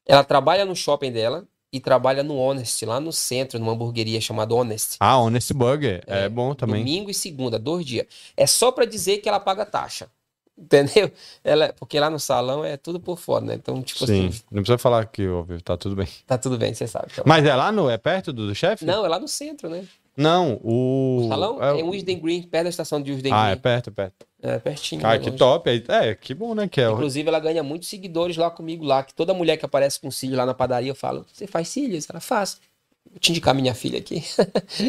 Ela trabalha no shopping dela e trabalha no Honest, lá no centro, numa hamburgueria chamada Honest.
Ah, Honest Burger é, bom também.
Domingo e segunda, dois dias. É só para dizer que ela paga taxa. Entendeu? Ela, porque lá no salão é tudo por fora, né? Então, tipo
Sim,
assim,
não precisa falar que ouve, tá tudo bem.
Tá tudo bem, você sabe. então.
Mas é lá no, é perto do, do chefe?
Não, é lá no centro, né?
Não, o...
O salão
é
é, em Wisden Green, perto da estação de Wisden
Ah, é
Green.
perto, é perto.
É, pertinho.
Ah,
né,
que
longe.
top. aí- É, que bom, né, que é o-
Inclusive, ela ganha muitos seguidores lá comigo, lá. Que toda mulher que aparece com cílio lá na padaria, eu falo, você faz cílios? Ela faz. Vou te indicar minha filha aqui.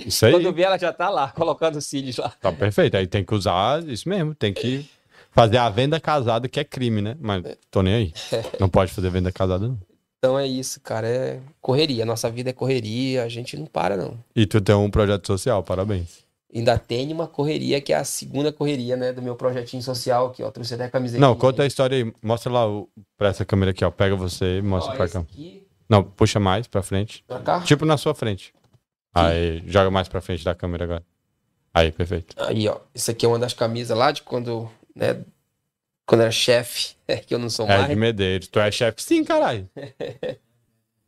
Isso aí,
Quando vê, ela já tá lá, colocando cílios lá.
tá perfeito. Aí tem que usar isso mesmo, tem que fazer a venda casada, que é crime, né? Mas tô nem aí. Não pode fazer venda casada, não.
Então é isso, cara. É correria. Nossa vida é correria. A gente não para, não.
E tu tem um projeto social, parabéns.
Ainda tem uma correria que é a segunda correria, né? Do meu projetinho social aqui, ó. Trouxe até a camiseta.
Não, conta a história aí. Mostra lá o... pra essa câmera aqui, ó. Pega você e mostra pra cá. Não, puxa mais pra frente.
Pra cá?
Tipo na sua frente. Aí, joga mais pra frente da câmera agora. Aí, perfeito.
Aí, ó. Isso aqui é uma das camisas lá de quando, né? Quando era chefe, é que eu não sou
É
mais.
de Medeiros. Tu é chefe? Sim, caralho.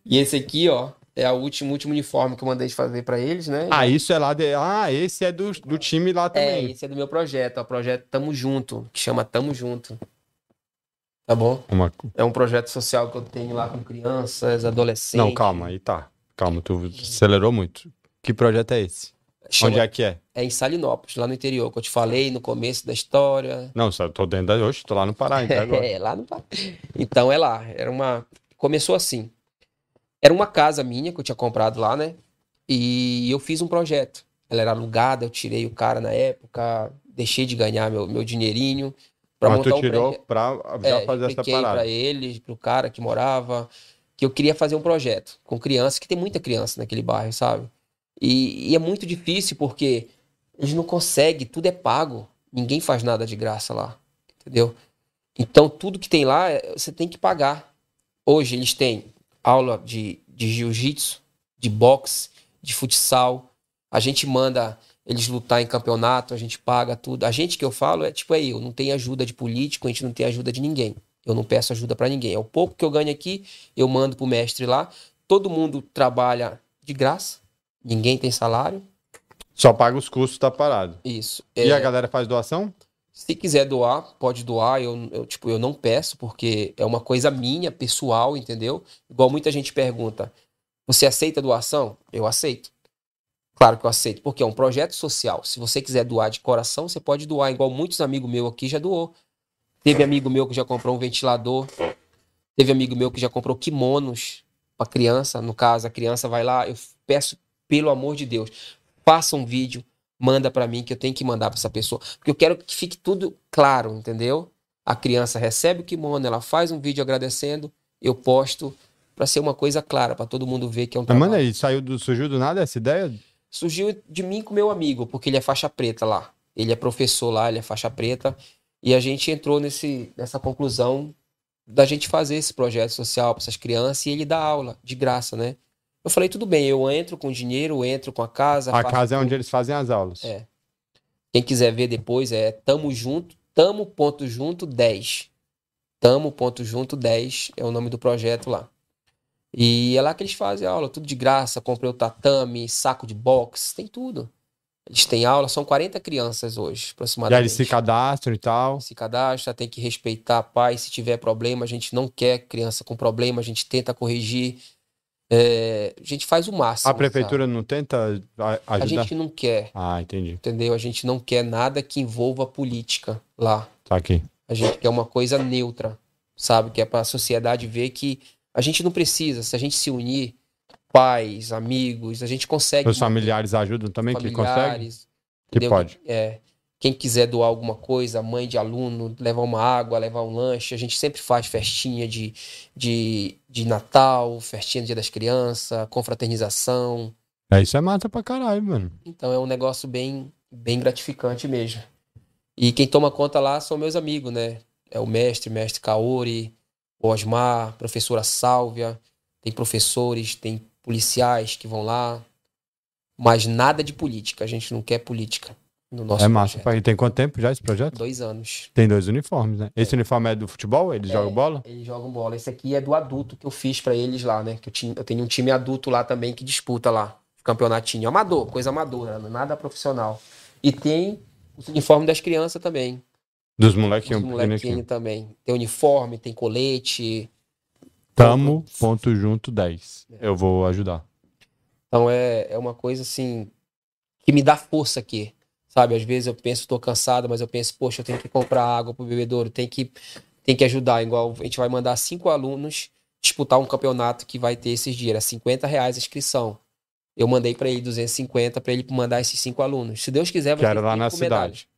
E esse aqui, ó, é a última, último uniforme que eu mandei de fazer pra eles, né?
Ah, isso é lá de... Ah, esse é do, do time lá
é,
também.
esse é do meu projeto, ó. Projeto Tamo Junto, que chama Tamo Junto. Tá bom?
Uma-
É um projeto social que eu tenho lá com crianças, adolescentes.
Não, calma. Aí tá. Calma, tu acelerou muito. Que projeto é esse?
Chama-
Onde é que é?
É em Salinópolis, lá no interior, que eu te falei no começo da história.
Não, só tô dentro da. Hoje, tô lá no Pará, então agora.
É, lá no Pará. Então é lá. Era uma. Começou assim. Era uma casa minha que eu tinha comprado lá, né? E eu fiz um projeto. Ela era alugada, eu tirei o cara na época, deixei de ganhar meu, meu dinheirinho pra
Mas
montar
tu
um
tirou
proje-
pra já
é,
fazer essa
expliquei
parada.
pra ele, pro cara que morava, que eu queria fazer um projeto com criança, que tem muita criança naquele bairro, sabe? E, e é muito difícil porque eles não conseguem, tudo é pago, ninguém faz nada de graça lá, entendeu? Então tudo que tem lá é- você tem que pagar. Hoje eles têm aula de, de jiu-jitsu, de boxe, de futsal. A gente manda eles lutar em campeonato, a gente paga tudo. A gente que eu falo é tipo é eu, não tem ajuda de político, a gente não tem ajuda de ninguém. Eu não peço ajuda pra ninguém. É o pouco que eu ganho aqui, eu mando pro mestre lá. Todo mundo trabalha de graça, ninguém tem salário.
Só paga os custos da parada.
Isso.
E
É,
a galera faz doação?
se quiser doar, pode doar. Eu, eu, tipo, eu não peço, porque é uma coisa minha, pessoal, entendeu? Igual muita gente pergunta: você aceita doação? Eu aceito. Claro que eu aceito, porque é um projeto social. Se você quiser doar de coração, você pode doar, igual muitos amigos meus aqui já doou. Teve amigo meu que já comprou um ventilador. Teve amigo meu que já comprou kimonos pra criança. No caso, a criança vai lá, eu peço, pelo amor de Deus, faça um vídeo, manda pra mim, que eu tenho que mandar pra essa pessoa. Porque eu quero que fique tudo claro, entendeu? A criança recebe o kimono, ela faz um vídeo agradecendo, eu posto pra ser uma coisa clara, pra todo mundo ver que é um
Mas,
trabalho
mano, aí saiu do, surgiu do nada essa ideia?
surgiu de mim com meu amigo, porque ele é faixa preta lá. Ele é professor lá, ele é faixa preta. E a gente entrou nesse, nessa conclusão da gente fazer esse projeto social para essas crianças e ele dá aula, de graça, né? Eu falei, tudo bem, eu entro com dinheiro, eu entro com a casa.
A
faço
casa é
tudo.
onde eles fazem as aulas.
Tá É. Quem quiser ver depois é Tamo Junto, Tamo Ponto Junto 10. Tamo Ponto Junto 10 é o nome do projeto lá. E é lá que eles fazem aula, tudo de graça. Comprei o tatame, saco de boxe, tem tudo. Eles têm aula, são 40 crianças hoje,
E aí eles
aproximadamente.
se cadastram e tal.
Se cadastra, tem que respeitar a paz. Se tiver problema, a gente não quer criança com problema, a gente tenta corrigir. É, a gente faz o máximo.
A
sabe?
prefeitura não tenta a-
A
ajudar?
gente não quer
Ah, entendi.
entendeu? A gente não quer nada que envolva política lá.
Tá aqui.
A gente quer uma coisa neutra, sabe? Que é para a sociedade ver que a gente não precisa, se a gente se unir, pais, amigos, a gente consegue
Os familiares ajudam também, que conseguem?
familiares,
Que
entendeu?
pode.
É, quem quiser doar alguma coisa, mãe de aluno, levar uma água, levar um lanche, a gente sempre faz festinha de, de, de Natal, festinha do Dia das Crianças, confraternização,
É, isso é mata pra caralho, mano.
então é um negócio bem, bem gratificante mesmo. E quem toma conta lá são meus amigos, né? É o mestre, mestre Kaori, o Osmar, professora Sálvia, tem professores, tem policiais que vão lá. Mas nada de política, a gente não quer política no nosso
é massa.
projeto.
Pra... E tem quanto tempo já esse projeto?
Dois anos.
Tem dois uniformes, né? Esse uniforme é do futebol? Eles
É.
jogam bola?
Eles jogam bola. Esse aqui é do adulto que eu fiz pra eles lá, né? Que eu, tinha- eu tenho um time adulto lá também que disputa lá. Campeonatinho. Amador, coisa amadora, né? nada profissional. E tem o uniforme das crianças também.
Dos
Os
um
molequinhos.
molequinhos
pequenininhos.
também. Tem uniforme, tem colete.
Tá,
Tamo, ponto junto, 10.
É.
Eu vou ajudar.
Então é, é uma coisa assim que me dá força aqui. Sabe, às vezes eu penso, tô cansado, mas eu penso, poxa, eu tenho que comprar água pro bebedouro, tem que, tem que ajudar. Igual a gente vai mandar cinco alunos disputar um campeonato que vai ter esses dias. Era 50 reais a inscrição. Eu mandei pra ele 250 pra ele mandar esses cinco alunos. Se Deus quiser, vai
Que era
ter
lá na
cinco medalhas.
cidade.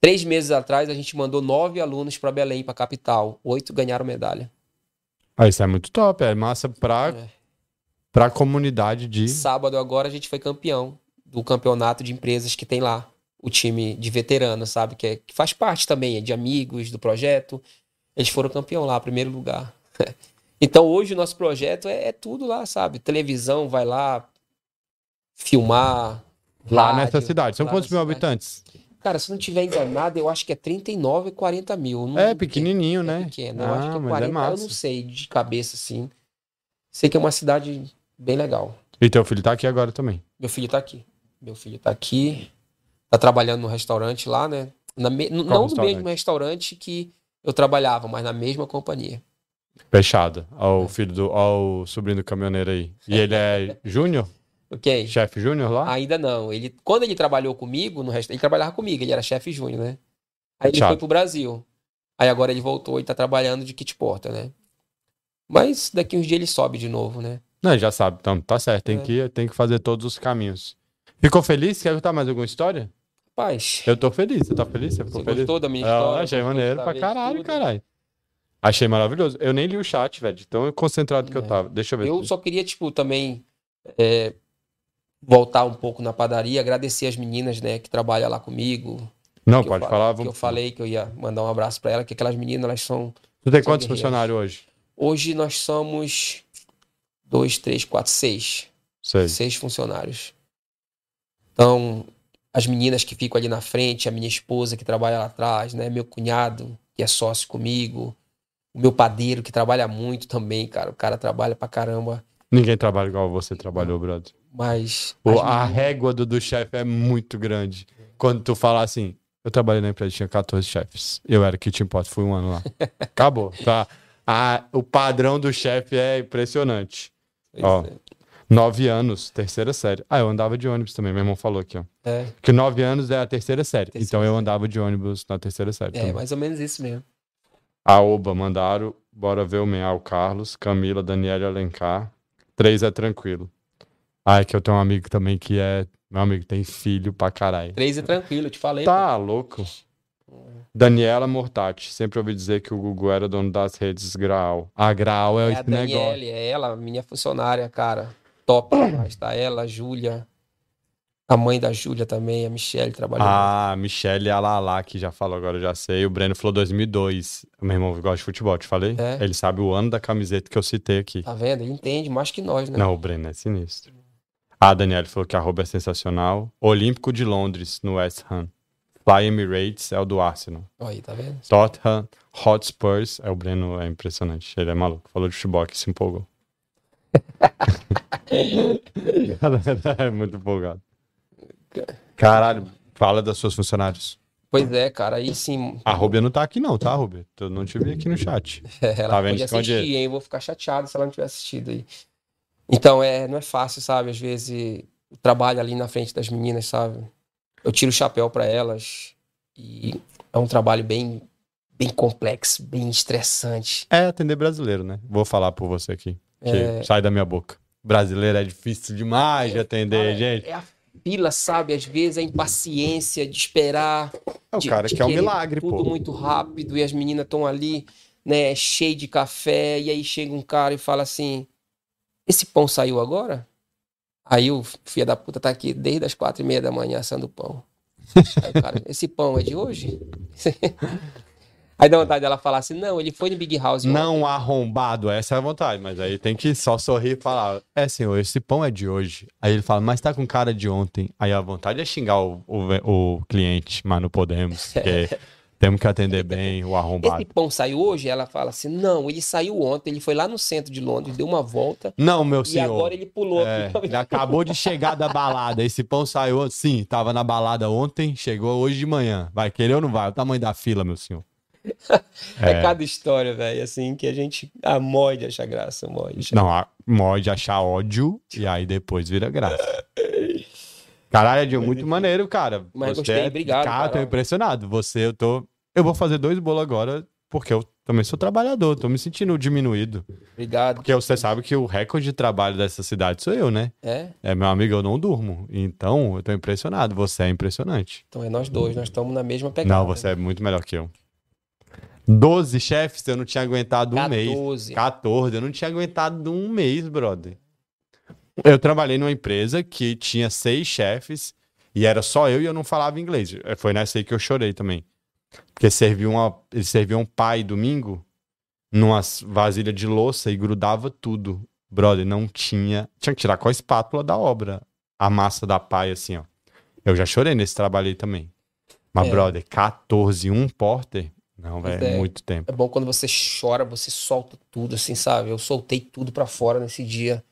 Três meses atrás, a gente mandou nove alunos pra Belém, pra capital. Oito ganharam medalha.
Ah, isso é muito top. É massa pra,
É.
pra comunidade de.
Sábado agora a gente foi campeão do campeonato de empresas que tem lá. O time de veteranos, sabe? Que, é- que faz parte também, é de amigos do projeto. Eles foram campeão lá, primeiro lugar. então hoje o nosso projeto é, é tudo lá, sabe? Televisão vai lá filmar.
Lá
rádio,
nessa cidade. São
lá
quantos
na
mil
cidade.
habitantes?
Cara, se não tiver enganado, eu acho que é 39, 40 mil. Não-
É pequenininho,
é
né?
pequeno. Eu acho que
Ah,
é
mas
40,
é
eu não
massa.
sei de cabeça assim. Sei que é uma cidade bem legal.
E teu filho tá aqui agora também.
Meu filho tá aqui. Meu filho tá aqui. Tá trabalhando no restaurante lá, né? Na me- n- Não no
restaurante?
mesmo restaurante que eu trabalhava, mas na mesma companhia.
Fechado. Ó, o filho do. Ó, o sobrinho do caminhoneiro aí. E ele é Júnior?
Ok.
Chefe Júnior lá?
Ainda não. Ele, quando ele trabalhou comigo, no resto, ele trabalhava comigo, ele era chefe júnior, né? Aí ele
É Chato.
foi pro Brasil. Aí agora ele voltou e tá trabalhando de kit porta, né? Mas daqui uns dias ele sobe de novo, né?
Não, já sabe, então tá certo. Tem,
É.
que, tem que fazer todos os caminhos. Ficou feliz? Quer contar mais alguma história?
Rapaz,
Eu tô feliz. Você tá feliz? Você ficou
você
feliz?
gostou da minha
Ah,
história?
achei
Gostou
maneiro
da
pra
minha
caralho,
tudo?
caralho. Achei maravilhoso. Eu nem li o chat, velho. de Tão concentrado que eu
É.
tava. Deixa eu ver.
Eu só queria, tipo, também é, voltar um pouco na padaria, agradecer as meninas, né, que trabalham lá comigo.
Não,
Que
pode
eu, fa-
falar.
Que eu
Vamos...
falei que eu ia mandar um abraço pra ela, que aquelas meninas, elas são
Tu tem quantos
São guerreiros.
funcionários hoje?
Hoje nós somos dois, três, quatro, seis.
Sei.
Seis funcionários. Então, as meninas que ficam ali na frente, a minha esposa que trabalha lá atrás, né? Meu cunhado, que é sócio comigo. O meu padeiro, que trabalha muito também, cara. O cara trabalha pra caramba.
Ninguém trabalha igual você trabalhou, brother.
Mas.
Pô,
as
a
meninas-
régua do, do chefe é muito grande. Quando tu fala assim, eu trabalhei na empresa, tinha 14 chefes. Eu era kitchen pot, fui um ano lá. Acabou, tá? Ah, o padrão do chefe é impressionante. ó. Nove anos, terceira série. Ah, eu andava de ônibus também, meu irmão falou aqui, ó.
É,
Que nove anos é a terceira série. então
Terceira
eu andava de ônibus na terceira série.
é,
também.
mais ou menos isso mesmo.
A Oba mandaram, bora ver o Meal Carlos, Camila, Daniela e Alencar. Três é tranquilo. Ah, é que eu tenho um amigo também que é. Meu amigo tem filho pra caralho.
Três é tranquilo, eu te falei.
Tá louco? Daniela Mortati, sempre ouvi dizer que o Gugu era dono das redes Graal. A Graal é,
pô. É a
esse negócio.
Daniele, é ela, minha funcionária, cara. Top demais, tá? Ela, a Júlia. A mãe da Júlia também, a Michelle trabalhou.
Ah, Michele Alalá, que já falou agora, eu já sei. O Breno falou 2002. Meu irmão gosta de futebol, te falei?
É.
Ele sabe o ano da camiseta que eu citei aqui.
Tá vendo? Ele entende mais que nós, né?
Não, o Breno é sinistro. A Daniela falou que a roupa é sensacional. Olímpico de Londres, no West Ham. Fly Emirates é o do Arsenal.
Olha aí, tá vendo?
Tottenham Hotspurs. É, o Breno é impressionante. Ele é maluco. Falou de futebol que se empolgou. Galera, é muito empolgado. Caralho, fala das suas funcionários.
Pois é, cara, aí sim.
A Rubia não tá aqui não, tá, Rubia? Eu não te vi aqui no chat.
É, Ela
Tá vendo?
pode
Esconde
assistir, hein? Vou ficar chateado se ela não tiver assistido aí. Então, é, não é fácil, sabe? Às vezes o trabalho ali na frente das meninas, sabe? Eu tiro o chapéu pra elas e é um trabalho bem, bem complexo, bem estressante.
É atender brasileiro, né? Vou falar por você aqui. que
É,
sai da minha boca. Brasileiro é difícil demais de atender,
cara,
gente.
é a fila, sabe? Às vezes é a impaciência de esperar.
É o
de-
cara
de
que é um
querer
milagre,
tudo
pô.
muito rápido e as meninas estão ali, né, cheio de café, e aí chega um cara e fala assim: Esse pão saiu agora? Aí o filho da puta tá aqui desde as quatro e meia da manhã assando pão. Aí o cara, esse pão é de hoje? aí dá vontade dela falar assim: Não, ele foi no Big House. ontem."
Não arrombado, essa é a vontade, mas aí tem que só sorrir e falar: É, senhor, esse pão é de hoje. Aí ele fala, mas tá com cara de ontem. Aí a vontade é xingar o, o ve- o cliente, mas não podemos, porque temos que atender bem o
Esse
arrombado.
pão saiu hoje? Ela fala assim: Não, ele saiu ontem, ele foi lá no centro de Londres, deu uma volta
Não, meu
e agora
senhor.
ele pulou
É,
aqui.
ele acabou de chegar da balada. Esse pão saiu, sim, tava na balada ontem, chegou hoje de manhã. Vai querer ou não vai? O tamanho da fila, meu senhor.
É, cada história, velho, assim, que a gente. Ah, morde achar graça, morde. achar-
Não, a morde achar ódio e aí depois vira graça. Caralho, Edil, muito maneiro, cara. é-
Mas gostei, obrigado,
Cara, tô
Carol.
impressionado. Você, eu tô. Eu vou fazer dois bolos agora, porque eu também sou trabalhador, tô me sentindo diminuído.
Obrigado.
Porque você sabe que o recorde de trabalho dessa cidade sou eu, né?
É,
É, meu amigo, eu não durmo. Então, eu tô impressionado. Você é impressionante.
então é nós dois, nós estamos na mesma pegada.
Não, você é muito melhor que eu. 12 chefes, eu não tinha aguentado um mês.
14.
14, eu não tinha aguentado um mês, brother. Eu trabalhei numa empresa que tinha seis chefes e era só eu e eu não falava inglês. Eh, Foi nessa aí que eu chorei também. Porque serviu uma, eles serviam um pai domingo numa vasilha de louça e grudava tudo. Brother, não tinha. Tinha que tirar com a espátula da obra a massa da pai, assim, ó. Eu já chorei nesse trabalho aí também. Mas,
É.
brother, 14, um porter? Não,
Pois
velho, é
é.
muito tempo.
É bom quando você chora, você solta tudo, assim, sabe? Eu soltei tudo pra fora nesse dia.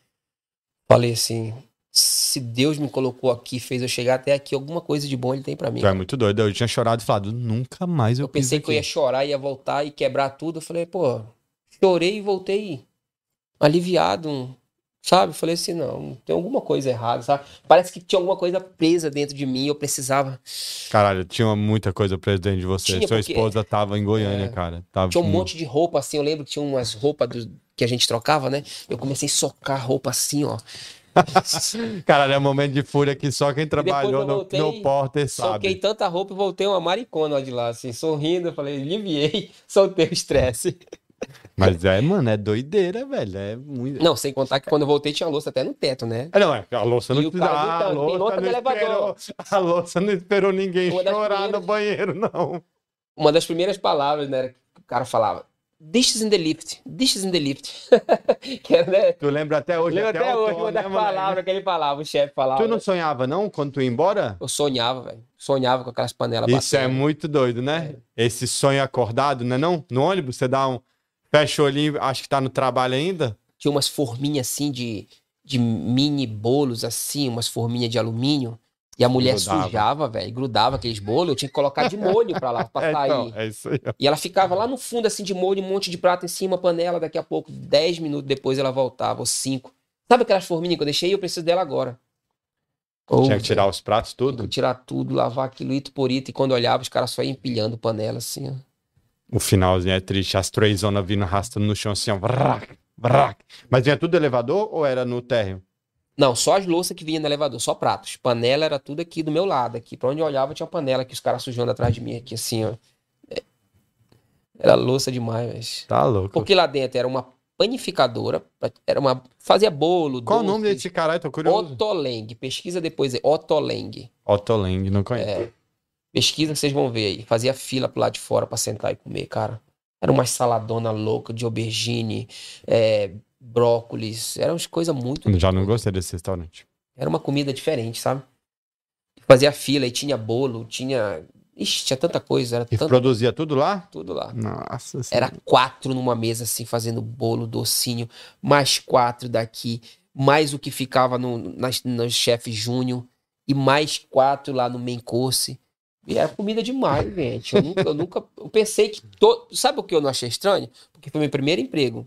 Falei assim: se Deus me colocou aqui, fez eu chegar até aqui, alguma coisa de bom ele tem pra mim.
Tu é muito doido. Eu tinha chorado e falado, nunca mais eu,
Eu pensei
piso
que eu ia
aqui.
chorar, ia voltar e quebrar tudo. Eu falei, pô, chorei e voltei aliviado, um- Sabe? Eu falei assim, não, tem alguma coisa errada, sabe? Parece que tinha alguma coisa presa dentro de mim, eu precisava.
Caralho, tinha muita coisa presa dentro de você.
Tinha,
Sua
porque-
esposa tava em Goiânia, cara. Tava
Tinha
com-
um monte de roupa assim, eu lembro que tinha umas roupas do- que a gente trocava, né? Eu comecei a socar roupa assim, ó.
Caralho, é um momento de fúria que só quem
eu
trabalhou no,
voltei,
no Porter
Soquei
sabe.
tanta roupa e voltei uma maricona de lá, assim, sorrindo. Eu falei, aliviei, soltei o estresse.
Mas é, mano, é doideira, velho. É muito.
Não, sem contar que quando eu voltei tinha louça até no teto, né?
Ah, Não, é, a louça não
E o
precisa.
cara
ah,
gritando,
a,
tem
louça
louça
não
no elevador.
esperou, a louça não esperou ninguém
Uma das
chorar no
primeiras-
banheiro, não.
Uma das primeiras palavras, né, era que o cara falava, dishes in the lift, dishes in the lift. que era, né?
Tu lembra até hoje,
Lembro
até,
até,
o
hoje
tom,
uma
né,
das
moleque?
palavras que ele falava, o chefe falava.
Tu não sonhava, não, quando tu ia embora?
Eu sonhava, velho. Sonhava com aquelas panelas
Isso é
batendo.
muito doido, né?
É.
Esse sonho acordado, né? Não? No ônibus, você dá um. Fecha o olhinho, acho que tá no trabalho ainda.
Tinha umas forminhas assim de, de mini bolos, assim, umas forminhas de alumínio. E a mulher
Grudava.
sujava, velho, grudava aqueles bolos, eu tinha que colocar de molho pra lá, pra
É,
sair.
então, é isso aí. ó.
E ela ficava lá no fundo, assim, de molho, um monte de prato em cima, panela, daqui a pouco, 10 minutos depois ela voltava, ou 5. Sabe aquelas forminhas que eu deixei? Eu preciso dela agora. Ou,
Tinha que tirar os pratos,
velho,
tudo.
tirar tudo, lavar aquilo, ito por ito, e quando olhava, os caras só iam empilhando panela, assim, ó.
O finalzinho é triste, as três zonas vindo arrastando no chão assim, ó. Vrac, vrac. Mas vinha tudo elevador ou era no térreo?
Não, só as louças que vinha no elevador, só pratos. Panela era tudo aqui do meu lado, aqui. Pra onde eu olhava tinha panela que os caras sujando atrás de mim aqui, assim, ó. É. Era louça demais, mas...
Tá louco.
Porque lá dentro era uma panificadora, era uma... fazia bolo,
Qual o
doces.
nome desse caralho? Tô curioso.
Otoleng, pesquisa depois aí, Otoleng.
Otoleng, não conheço.
Pesquisa que vocês vão ver aí. Fazia fila pro lado de fora pra sentar e comer, cara. Era uma saladona louca de aubergine, é, brócolis, eram umas coisas muito
Já não gostei desse restaurante.
Era uma comida diferente, sabe? Fazia fila e tinha bolo, tinha. Ixi, tinha tanta coisa, era
E
tanto
produzia tudo lá?
tudo lá.
Nossa
Era quatro numa mesa, assim, fazendo bolo, docinho, mais quatro daqui, mais o que ficava no, nas- no chefe Júnior, e mais quatro lá no Mencoce. E era comida demais, gente. Eu nunca, eu nunca. Eu pensei que. To... Sabe o que eu não achei estranho? Porque foi meu primeiro emprego.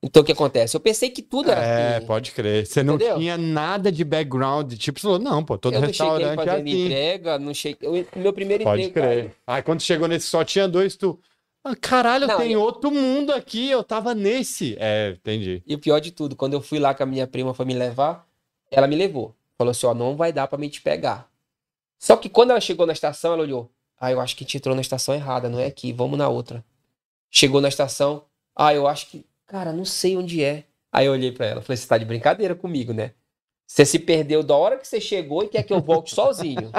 Então o que acontece? Eu pensei que tudo era
É,
assim.
pode crer. Você não
Entendeu?
tinha nada de background, tipo, você falou, não, pô, todo
eu não cheguei
restaurante é
fazendo
assim.
entrega, não cheguei. eu- meu primeiro
Pode
emprego.
crer. Aí quando chegou nesse só tinha dois, tu. "Ah, caralho,
Não,
tem
eu-
outro mundo aqui, eu tava nesse. É, entendi.
E o pior de tudo, quando eu fui lá com a minha prima foi me levar, ela me levou. Falou assim: ó, não vai dar pra mim te pegar. Só que quando ela chegou na estação, ela olhou: ah, eu acho que te entrou na estação errada, não é aqui, vamos na outra. Chegou na estação, ah, eu acho que, cara, não sei onde é. Aí eu olhei pra ela, falei: você tá de brincadeira comigo, né? Você se perdeu da hora que você chegou e quer que eu volte sozinho.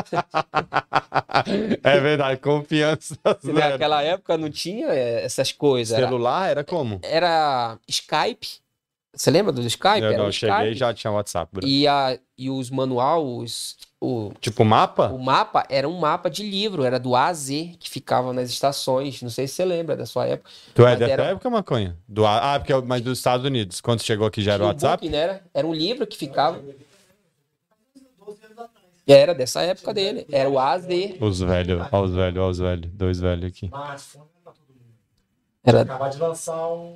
é verdade, né? confiança.
Você vê,
zero.
Naquela época não tinha eh, essas coisas. era-
Celular era como?
era Skype. Você lembra do Skype?
eu
era
não
o
cheguei
Skype.
já tinha WhatsApp. bro.
E, a, e os manual, os, o,
Tipo mapa?
o mapa era um mapa de livro, era do A a Z, que ficava nas estações. Não sei se você lembra da sua época.
Tu é
mas
dessa
era-
época, maconha? Do... Ah, porque eu- mas dos Estados Unidos. Quando chegou aqui já era
Tinha um
WhatsApp?
book, né? Era, era um livro que ficava. Era dessa época dele. Era o A a Z.
Os velhos, ó os velhos, ó os velhos. Dois velhos aqui.
smartphone não é pra todo mundo.
Era,
Acabar de lançar um.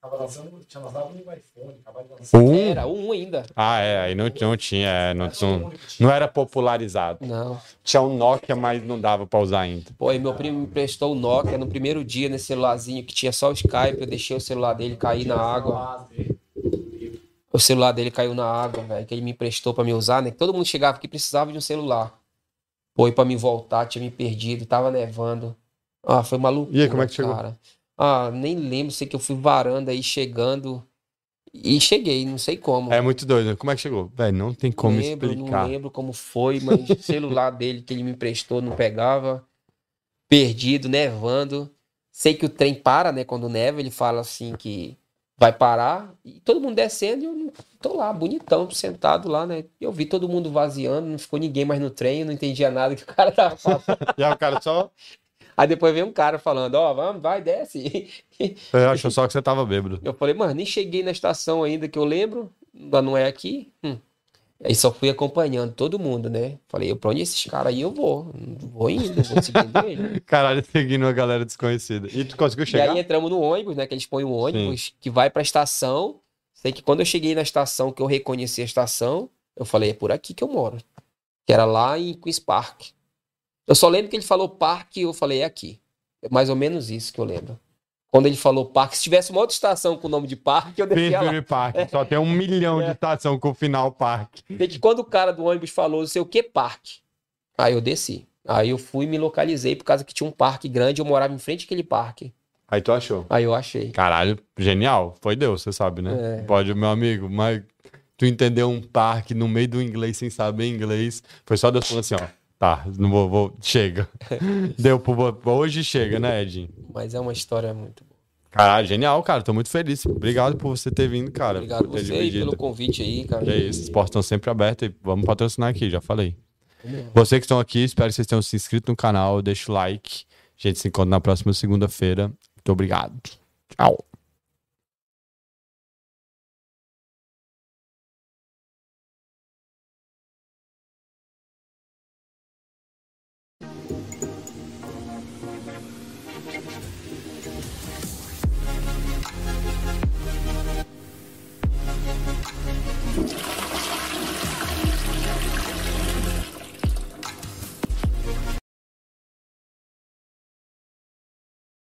Tava lançando, tinha lançado um iPhone, acabar de lançar.
Um?
era um ainda.
Ah, é, aí não, não tinha, é, não,
Não é todo
não,
mundo que tinha.
não era popularizado.
Não.
Tinha um Nokia, mas não dava pra usar ainda.
Pô, e meu primo me emprestou o Nokia no primeiro dia, nesse celularzinho que tinha só o Skype. Eu deixei o celular dele cair na água. O celular dele caiu na água, velho, que ele me emprestou pra me usar, né? Que todo mundo chegava que precisava de um celular. Pô, e pra me voltar, tinha me perdido, tava nevando. Ah, foi maluco.
E aí, como é que chegou?
Cara. Ah, nem lembro, sei que eu fui varanda aí chegando. E cheguei, não sei como.
É muito doido. né? Como é que chegou? Velho, não tem como
lembro,
explicar.
Não lembro como foi, mas o celular dele que ele me emprestou não pegava. Perdido, nevando. Sei que o trem para, né? Quando neva, ele fala assim que vai parar. E todo mundo descendo e eu não- tô lá, bonitão, sentado lá, né? Eu vi todo mundo vaziando, não ficou ninguém mais no trem, eu não entendia nada que o cara tava falando.
E aí o cara só.
Aí depois veio um cara falando, ó, vamos, vai, desce.
Eu acho só que você tava bêbado.
Eu falei, mano, nem cheguei na estação ainda que eu lembro, ainda não é aqui. Hum. Aí só fui acompanhando todo mundo, né? Falei, eu, pra onde esses caras aí eu vou? Vou indo, vou seguindo ele.
Caralho, seguindo uma galera desconhecida. E tu conseguiu
E
chegar?
um aí entramos no ônibus, né? Que eles põem o ônibus que vai pra estação. Sei que quando eu cheguei na estação, que eu reconheci a estação, eu falei, é por aqui que eu moro. Que era lá em Queen's Park. Eu só lembro que ele falou parque e eu falei, é aqui. É mais ou menos isso que eu lembro. Quando ele falou parque, se tivesse uma outra estação com o nome de parque, eu É. descia lá.
Pimpery Park. Só tem um milhão de estação com o final parque.
Sei que quando o cara do ônibus falou, não sei o que, parque. Aí eu desci. Aí eu fui e me localizei por causa que tinha um parque grande, eu morava em frente àquele parque.
Aí tu achou.
Aí eu achei.
Caralho, genial. Foi Deus, você sabe, né?
É.
Pode, meu amigo, mas tu entendeu um parque no meio do inglês sem saber inglês. Foi só Deus falando assim, ó. Tá, não vou, vou- chega. Deu pro bo- hoje chega, né, Edinho?
Mas é uma história muito boa.
Caralho, genial, cara. Tô muito feliz. Obrigado por você ter vindo, cara.
Obrigado
É, por ter
você aí pelo convite aí, cara.
É isso, as portas estão sempre abertas e vamos patrocinar aqui, já falei. Vocês que estão aqui, espero que vocês tenham se inscrito no canal, deixa o like. A gente se encontra na próxima segunda-feira. Muito obrigado. Tchau.